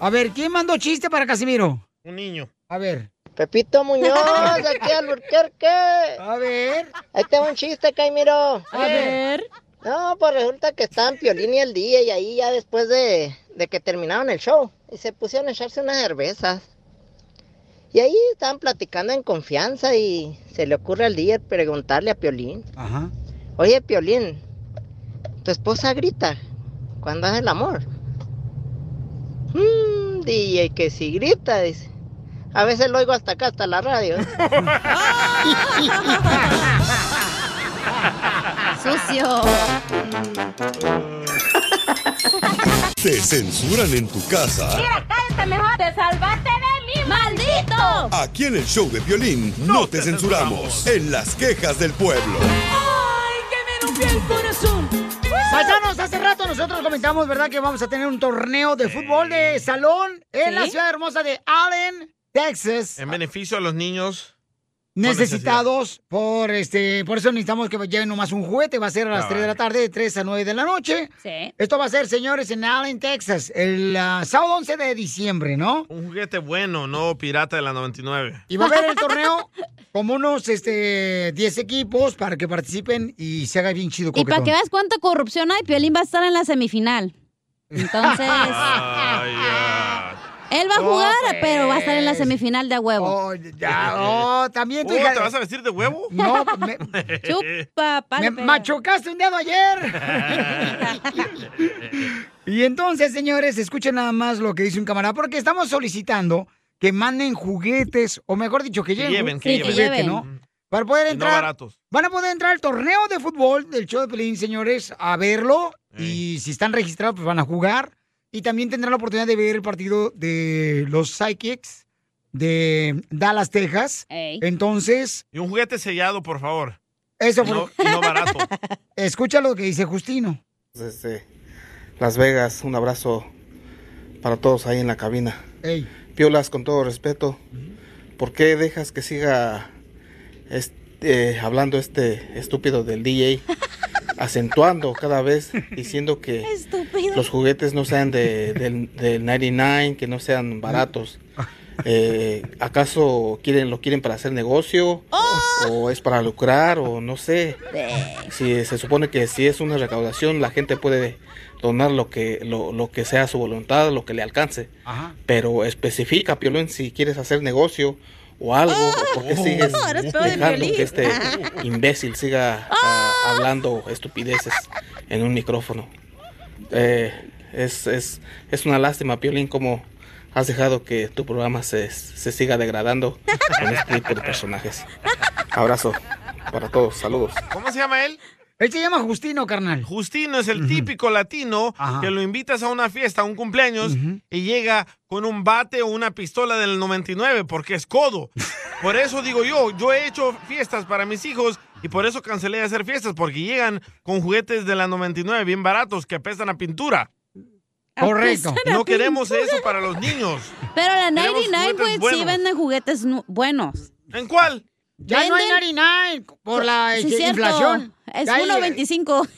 [SPEAKER 2] A ver, ¿quién mandó chiste para Casimiro?
[SPEAKER 3] Un niño.
[SPEAKER 2] A ver.
[SPEAKER 12] Pepito Muñoz, aquí al Burquerque. A
[SPEAKER 2] ver.
[SPEAKER 12] Ahí tengo un chiste, Caimiro.
[SPEAKER 2] A ver.
[SPEAKER 12] No, pues resulta que estaban Piolín y el día y ahí ya después de, de que terminaron el show. Y se pusieron a echarse unas cervezas. Y ahí estaban platicando en confianza y se le ocurre al día preguntarle a Piolín.
[SPEAKER 2] Ajá.
[SPEAKER 12] Oye, Piolín, tu esposa grita cuando hace el amor. Mmm, DJ, que si grita, dice. A veces lo oigo hasta acá, hasta la radio.
[SPEAKER 4] Sucio.
[SPEAKER 6] Te censuran en tu casa.
[SPEAKER 4] cállate mejor. Te salvaste de mí, maldito.
[SPEAKER 6] Aquí en el show de violín no, te, censuramos. En las quejas del pueblo.
[SPEAKER 2] ¡Ay, que me rompió el corazón! Paisanos, hace rato nosotros comentamos, ¿verdad? Que vamos a tener un torneo de fútbol de salón en
[SPEAKER 3] ¿Sí?
[SPEAKER 2] la ciudad hermosa de Allen, Texas.
[SPEAKER 3] En beneficio a los niños.
[SPEAKER 2] Necesitados por este, por eso necesitamos que lleven nomás un juguete, va a ser a las
[SPEAKER 3] Ah,
[SPEAKER 2] 3 de la tarde, de 3 a 9 de la noche.
[SPEAKER 4] Sí.
[SPEAKER 2] Esto va a ser, señores, en Allen, Texas, el ah, sábado 11 de diciembre, ¿no?
[SPEAKER 3] Un juguete bueno, no pirata de la 99.
[SPEAKER 2] Y va a haber el torneo como unos este 10 equipos para que participen y se haga bien chido
[SPEAKER 4] Y para
[SPEAKER 2] coquetón.
[SPEAKER 4] que veas cuánta corrupción hay, Piolín va a estar en la semifinal. Entonces,
[SPEAKER 3] Ay,
[SPEAKER 4] él va a
[SPEAKER 3] No,
[SPEAKER 4] jugar,
[SPEAKER 3] pues.
[SPEAKER 4] pero va a estar en la semifinal de a huevo.
[SPEAKER 2] Oh, ya, oh, también
[SPEAKER 3] Uh, ¿Te vas a vestir de huevo?
[SPEAKER 2] No, me...
[SPEAKER 4] Chupa,
[SPEAKER 2] Me machucaste un dedo ayer. y entonces, señores, escuchen nada más lo que dice un camarada, porque estamos solicitando que manden juguetes, o mejor dicho, que,
[SPEAKER 3] Que
[SPEAKER 2] lleguen
[SPEAKER 3] lleven,
[SPEAKER 2] ju-
[SPEAKER 3] que Sí, que
[SPEAKER 2] juguete,
[SPEAKER 3] lleven.
[SPEAKER 2] ¿no? Para poder
[SPEAKER 3] Y no
[SPEAKER 2] entrar.
[SPEAKER 3] baratos.
[SPEAKER 2] Van a poder entrar al torneo de fútbol del show de Pelín, señores, a verlo. Y si están registrados, pues van a jugar. Y también tendrán la oportunidad de ver el partido de los Psychics de Dallas, Texas. Entonces,
[SPEAKER 3] Y un juguete sellado, por favor.
[SPEAKER 2] eso fue-
[SPEAKER 3] No, y no barato.
[SPEAKER 2] Escucha lo que dice Justino.
[SPEAKER 8] Desde Las Vegas, un abrazo para todos ahí en la cabina.
[SPEAKER 2] Ey.
[SPEAKER 8] Piolas, con todo respeto, ¿por qué dejas que siga este, hablando este estúpido del DJ? acentuando cada vez, diciendo que los juguetes no sean de, del, del 99, que no sean baratos. Eh, ¿Acaso quieren, lo quieren para hacer negocio? ¿O es para lucrar? ¿O no sé? si se supone que si es una recaudación la gente puede donar lo que lo, lo que sea su voluntad lo que le alcance
[SPEAKER 2] Ajá.
[SPEAKER 8] pero especifica Piolín si quieres hacer negocio o algo o por qué
[SPEAKER 24] Oh,
[SPEAKER 8] sigues
[SPEAKER 24] eres peor de
[SPEAKER 8] dejando
[SPEAKER 24] Piolín. Oh.
[SPEAKER 8] que este imbécil siga ah, hablando estupideces en un micrófono Eh, es, es, es una lástima Piolín como has dejado que tu programa se, se siga degradando con este tipo de personajes abrazo para todos saludos
[SPEAKER 3] ¿Cómo se llama él?
[SPEAKER 2] Él se llama Justino, carnal.
[SPEAKER 3] Justino es el típico latino que lo invitas a una fiesta, a un cumpleaños, y llega con un bate o una pistola del 99 porque es codo. Por eso digo yo, yo he hecho fiestas para mis hijos y por eso cancelé de hacer fiestas porque llegan con juguetes de la 99 bien baratos que apestan a pintura.
[SPEAKER 2] Correcto.
[SPEAKER 4] Apestan a
[SPEAKER 3] No queremos
[SPEAKER 4] pintura.
[SPEAKER 3] eso para los niños.
[SPEAKER 4] Pero la
[SPEAKER 3] Queremos
[SPEAKER 4] 99, pues,
[SPEAKER 3] juguetes buenos.
[SPEAKER 4] sí venden juguetes nu- buenos.
[SPEAKER 3] ¿En cuál?
[SPEAKER 2] Ya no hay 99 por la eh, inflación.
[SPEAKER 4] Es
[SPEAKER 2] Ya hay- eh,
[SPEAKER 4] 1.25.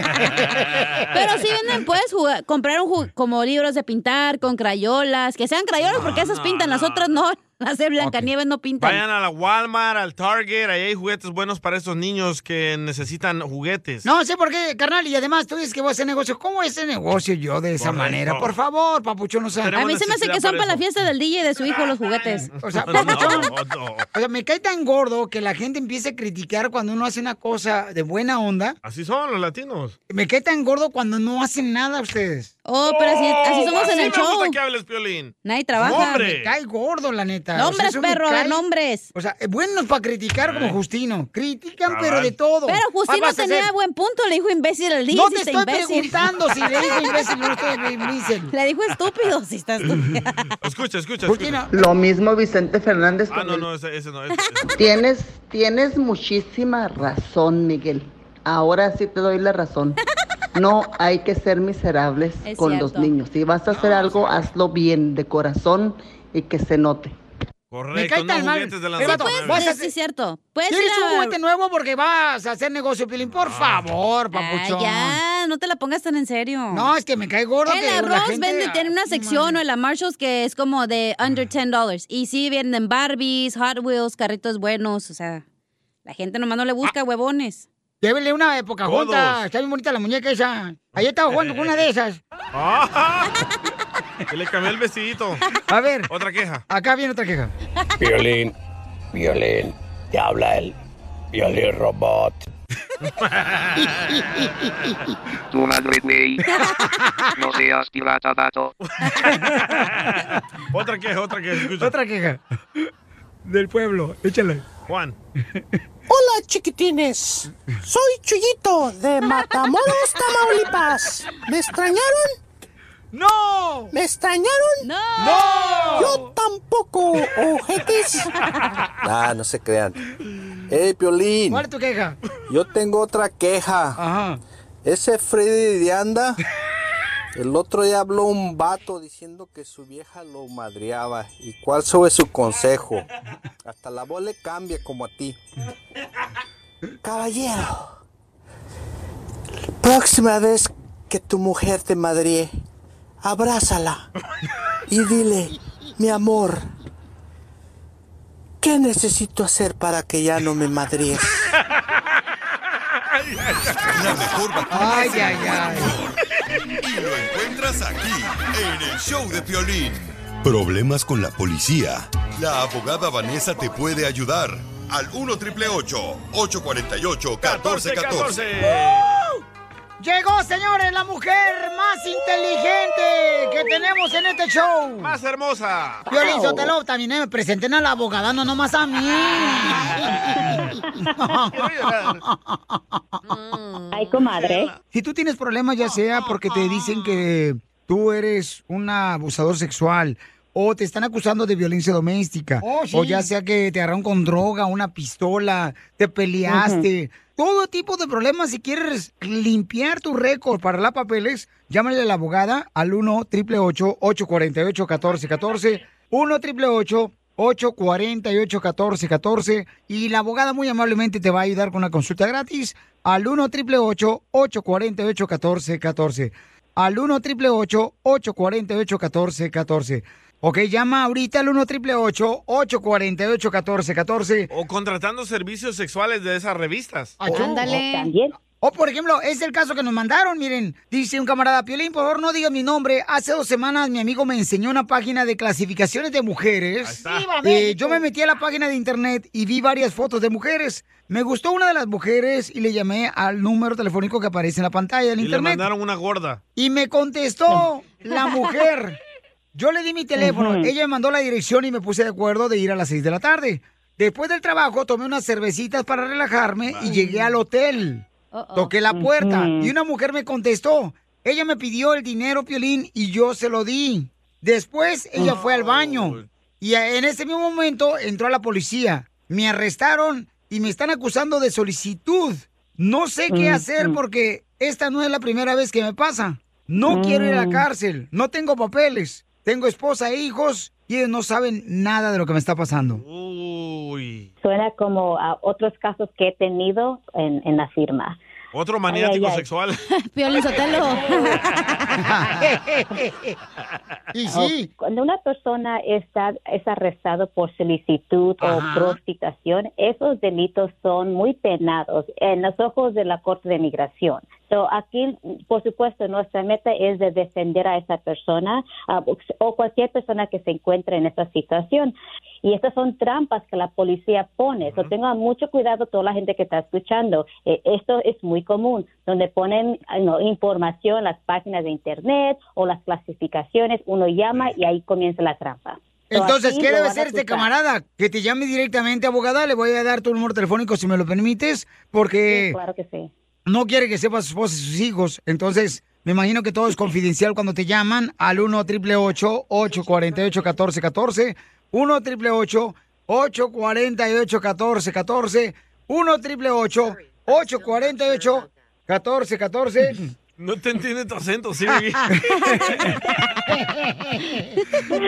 [SPEAKER 4] Pero sí venden, puedes jugar- comprar un ju- como libros de pintar con crayolas, que sean crayolas porque esas pintan, las otras no. Las de Blancanieves no pintan.
[SPEAKER 3] Vayan a la Walmart, al Target, ahí hay juguetes buenos para esos niños que necesitan juguetes.
[SPEAKER 2] No sé por qué, carnal. Y además tú dices que voy a hacer negocio. ¿Cómo es el negocio yo de esa
[SPEAKER 3] Correcto.
[SPEAKER 2] manera? Por favor, papuchón, no sea-
[SPEAKER 4] a mí se me hace que son para la fiesta del DJ y de su hijo los juguetes.
[SPEAKER 2] O sea,
[SPEAKER 4] No,
[SPEAKER 2] papuchón, o sea, me cae tan gordo que la gente empiece a criticar cuando uno hace una cosa de buena onda.
[SPEAKER 3] Así son los latinos.
[SPEAKER 2] Me cae tan gordo cuando no hacen nada ustedes.
[SPEAKER 4] Oh, pero así- así somos en el
[SPEAKER 3] me
[SPEAKER 4] show.
[SPEAKER 3] gusta que hables, Piolín.
[SPEAKER 4] Nadie
[SPEAKER 2] Me cae gordo, la neta.
[SPEAKER 4] Nombres,
[SPEAKER 2] eso
[SPEAKER 4] perro,
[SPEAKER 2] me cae-
[SPEAKER 4] nombres.
[SPEAKER 2] O sea, eh, buenos para criticar
[SPEAKER 3] Eh.
[SPEAKER 2] como Justino. Critican, pero
[SPEAKER 4] Cabal.
[SPEAKER 2] de todo. Ah,
[SPEAKER 4] Pero Justino
[SPEAKER 2] Vas a
[SPEAKER 4] tenía
[SPEAKER 2] hacer-
[SPEAKER 4] buen punto, le dijo imbécil al DJ.
[SPEAKER 2] No
[SPEAKER 4] si
[SPEAKER 2] te
[SPEAKER 4] está
[SPEAKER 2] estoy
[SPEAKER 4] imbécil.
[SPEAKER 2] preguntando si le dijo imbécil, no estoy imbécil.
[SPEAKER 4] Le dijo estúpido, si está estúpido.
[SPEAKER 3] Escucha, escucha,
[SPEAKER 2] escucha.
[SPEAKER 19] Lo mismo Vicente Fernández.
[SPEAKER 3] Ah,
[SPEAKER 19] con
[SPEAKER 3] no,
[SPEAKER 19] el-
[SPEAKER 3] no, ese, ese no. ese- ese.
[SPEAKER 19] Tienes, tienes muchísima razón, Miguel. Ahora sí te doy la razón. No hay que ser miserables Es con los cierto. niños. Si vas a hacer algo, hazlo bien, de corazón y que se note.
[SPEAKER 2] Me
[SPEAKER 8] Correcto,
[SPEAKER 2] cae
[SPEAKER 8] no
[SPEAKER 2] tan mal.
[SPEAKER 8] juguetes de
[SPEAKER 2] Eh, vato,
[SPEAKER 8] lanzamisiles.
[SPEAKER 2] vas a-
[SPEAKER 4] Sí, cierto. Puedes
[SPEAKER 2] ¿Quieres
[SPEAKER 4] ir
[SPEAKER 2] un
[SPEAKER 4] a- Ah,
[SPEAKER 2] juguete nuevo porque vas a hacer negocio, Pilín? Por favor, papuchón.
[SPEAKER 4] ya, no te la pongas tan en serio.
[SPEAKER 2] No, es que me cae gordo
[SPEAKER 4] El
[SPEAKER 2] que la
[SPEAKER 4] arroz
[SPEAKER 2] gente-
[SPEAKER 4] vende, tiene una sección o en la Marshalls que es como de under $10. Y sí, venden Barbies, Hot Wheels, carritos buenos. O sea, la gente nomás
[SPEAKER 2] Ah.
[SPEAKER 4] no le busca huevones.
[SPEAKER 2] Llévenle una de Pocahontas. Está bien bonita la muñeca esa. Ayer estaba jugando con una de esas.
[SPEAKER 8] Que ¡Ah! le cambié el vestidito.
[SPEAKER 2] A ver.
[SPEAKER 8] Otra queja.
[SPEAKER 2] Acá viene otra queja.
[SPEAKER 15] Violín, violín, te habla el violín robot.
[SPEAKER 25] Tú vas, Whitney. No seas pirata, vato.
[SPEAKER 8] Otra queja, otra queja. escucha.
[SPEAKER 2] Otra queja. Del pueblo. Échale.
[SPEAKER 8] Juan.
[SPEAKER 26] Hola chiquitines, soy Chuyito de Matamoros, Tamaulipas. ¿Me extrañaron?
[SPEAKER 2] ¡No!
[SPEAKER 26] ¿Me extrañaron? ¡No! Yo tampoco, ojetes.
[SPEAKER 27] Ah, no se crean. ¡Ey, Piolín!
[SPEAKER 2] ¿Cuál es tu queja?
[SPEAKER 27] Yo tengo otra queja. Ese Freddy de Anda, el otro día habló un vato diciendo que su vieja lo madreaba. ¿Y cuál fue su consejo? Hasta la voz le cambia como a ti. Caballero, próxima vez que tu mujer te madrie, abrázala y dile, mi amor, ¿qué necesito hacer para que ya no me madries?
[SPEAKER 6] La mejor vacuna
[SPEAKER 26] Ay,
[SPEAKER 6] es el
[SPEAKER 26] ay,
[SPEAKER 6] buen
[SPEAKER 26] ay.
[SPEAKER 6] humor. Y lo encuentras aquí, en el show de Piolín.
[SPEAKER 15] Problemas con la policía.
[SPEAKER 6] La abogada Vanessa te puede ayudar. Al 1 triple 848 1414.
[SPEAKER 2] Llegó, señores, la mujer más inteligente que tenemos en este show. Más
[SPEAKER 8] hermosa.
[SPEAKER 2] Violín Sotelo, también eh, me presenten a la abogada, no nomás a mí.
[SPEAKER 20] Ay, comadre.
[SPEAKER 2] Si tú tienes problemas, ya sea porque te dicen que tú eres un abusador sexual o te están acusando de violencia doméstica,
[SPEAKER 26] Oh, sí.
[SPEAKER 2] o ya sea que te agarraron con droga, una pistola, te peleaste, todo tipo de problemas. Si quieres limpiar tu récord para la papeles, llámale a la abogada al 1 888 848 1414 1 888 848-1414 y la abogada muy amablemente te va a ayudar con una consulta gratis al 1 888 848 1414 al 1 888 848 1414 Ok, llama ahorita al 1 888 848 1414
[SPEAKER 8] O contratando servicios sexuales de esas revistas.
[SPEAKER 2] o por ejemplo, es el caso que nos mandaron, miren, dice un camarada, Piolín, por favor no diga mi nombre. Hace dos semanas mi amigo me enseñó una página de clasificaciones de mujeres.
[SPEAKER 1] Ahí está. ¡Viva
[SPEAKER 2] Eh,
[SPEAKER 1] México!
[SPEAKER 2] yo me metí a la página de internet y vi varias fotos de mujeres. Me gustó una de las mujeres y le llamé al número telefónico que aparece en la pantalla del
[SPEAKER 8] Y le
[SPEAKER 2] internet.
[SPEAKER 8] mandaron una gorda.
[SPEAKER 2] Y me contestó la mujer. Yo le di mi teléfono,
[SPEAKER 8] Ujú.
[SPEAKER 2] ella me mandó la dirección y me puse de acuerdo de ir a las 6 de la tarde. Después del trabajo tomé unas cervecitas para relajarme y llegué al hotel. Toqué la puerta
[SPEAKER 26] Ujú.
[SPEAKER 2] y una mujer me contestó. Ella me pidió el dinero, Piolín, y yo se lo di. Después ella fue al baño y a- en ese mismo momento entró la policía. Me arrestaron y me están acusando de solicitud. No sé qué
[SPEAKER 26] Mm,
[SPEAKER 2] hacer
[SPEAKER 26] mm.
[SPEAKER 2] porque esta no es la primera vez que me pasa. No quiero ir a la
[SPEAKER 26] Mm.
[SPEAKER 2] cárcel, no tengo papeles, tengo esposa e hijos y ellos no saben nada de lo que me está pasando.
[SPEAKER 20] Suena como a otros casos que he tenido en, en la firma.
[SPEAKER 8] Otro maniático
[SPEAKER 20] Ay, ay, ay.
[SPEAKER 8] sexual.
[SPEAKER 4] Piolín Sotelo.
[SPEAKER 2] y
[SPEAKER 20] sí. Cuando una persona está, es arrestado por solicitud
[SPEAKER 28] Ajá.
[SPEAKER 20] o prostitución, esos delitos son muy penados en los ojos de la Corte de Migración. So, aquí, por supuesto, nuestra meta es de defender a esa persona ah, o cualquier persona que se encuentre en esa situación. Y estas son trampas que la policía pone. So, tengan mucho cuidado toda la gente que está escuchando. Eh, esto es muy común, donde ponen ah, no, información en las páginas de Internet o las clasificaciones. Uno llama y ahí comienza la trampa. So,
[SPEAKER 2] Entonces,
[SPEAKER 20] aquí
[SPEAKER 2] ¿qué
[SPEAKER 20] lo
[SPEAKER 2] debe
[SPEAKER 20] van a
[SPEAKER 2] hacer este
[SPEAKER 20] acusar.
[SPEAKER 2] camarada? Que te llame directamente, abogada. Le voy a dar tu número telefónico si me lo permites, porque
[SPEAKER 20] Sí, claro que sí.
[SPEAKER 2] no quiere que sepa su esposa y sus hijos. Entonces, me imagino que todo es confidencial cuando te llaman al 1 888 848 1414 1 888 848 1414 1 888 848 1414
[SPEAKER 8] No te entiende tu acento, sí, Vivi.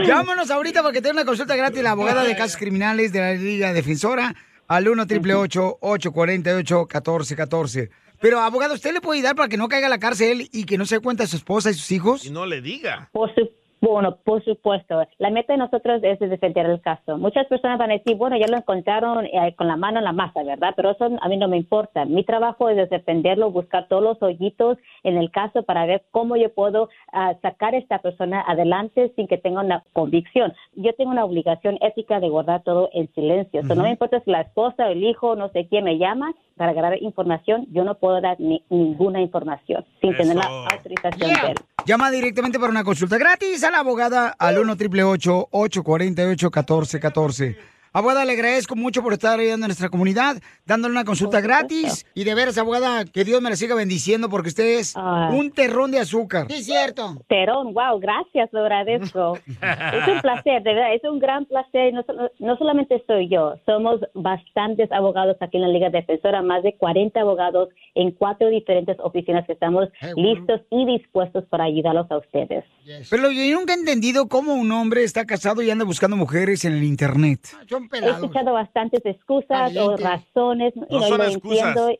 [SPEAKER 2] Llámanos ahorita porque tengo una consulta gratis la abogada de casos criminales de la Liga Defensora al 1 888 848 1414 Pero, abogado, ¿usted le puede ayudar para que no caiga a la cárcel y que no se dé cuenta de su esposa y sus hijos?
[SPEAKER 8] Y no le diga.
[SPEAKER 20] Por su- bueno, por supuesto. La meta de nosotros es de defender el caso. Muchas personas van a decir, bueno, ya lo encontraron eh, con la mano en la masa, ¿verdad? Pero eso a mí no me importa. Mi trabajo es defenderlo, buscar todos los hoyitos en el caso para ver cómo yo puedo ah, sacar a esta persona adelante sin que tenga una convicción. Yo tengo una obligación ética de guardar todo en silencio. O sea, no
[SPEAKER 16] Ujú.
[SPEAKER 20] me importa si la esposa, el hijo, no sé quién me llama para agarrar información. Yo no puedo dar ni- ninguna información sin tener la
[SPEAKER 2] Eso.
[SPEAKER 20] autorización de él.
[SPEAKER 2] Llama directamente para una consulta gratis a la abogada al 1 888 848 1414 Abogada, le agradezco mucho por estar ayudando a nuestra comunidad, dándole una consulta gratis. Y de veras, abogada, que Dios me la siga bendiciendo porque usted es un terrón de azúcar. Sí, cierto.
[SPEAKER 20] Terón, wow, gracias, lo agradezco. es un placer, de verdad, es un gran placer. No, solo- no solamente soy yo, somos bastantes abogados aquí en la Liga Defensora, más de 40 abogados en cuatro diferentes oficinas que estamos listos y dispuestos para ayudarlos a ustedes.
[SPEAKER 2] Pero yo nunca he entendido cómo un hombre está casado y anda buscando mujeres en el internet.
[SPEAKER 20] He escuchado bastantes excusas o razones. y
[SPEAKER 8] No son
[SPEAKER 20] lo
[SPEAKER 8] excusas.
[SPEAKER 20] entiendo. Y-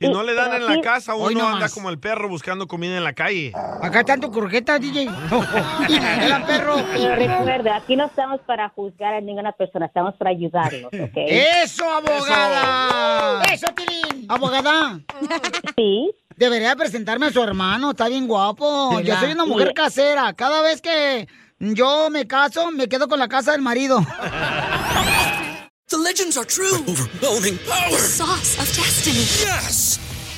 [SPEAKER 8] Si
[SPEAKER 20] y-
[SPEAKER 8] no le dan
[SPEAKER 20] pero
[SPEAKER 8] en la
[SPEAKER 20] aquí-
[SPEAKER 8] casa, uno anda como el perro buscando comida en la calle.
[SPEAKER 2] Acá están tus croquetas, DJ. Era perro.
[SPEAKER 20] Pero recuerda, aquí no estamos para juzgar a ninguna persona, estamos para ayudarlos, ¿ok?
[SPEAKER 2] ¡Eso, abogada! ¡Eso, Tirín! ¿Abogada?
[SPEAKER 20] Sí.
[SPEAKER 2] Debería presentarme a su hermano, está bien guapo. Yo
[SPEAKER 1] Hola.
[SPEAKER 2] soy una mujer
[SPEAKER 1] Sí.
[SPEAKER 2] casera. Cada vez que yo me caso, me quedo con la casa del marido.
[SPEAKER 22] The legends are true. Overwhelming power. sauce of destiny. Yes.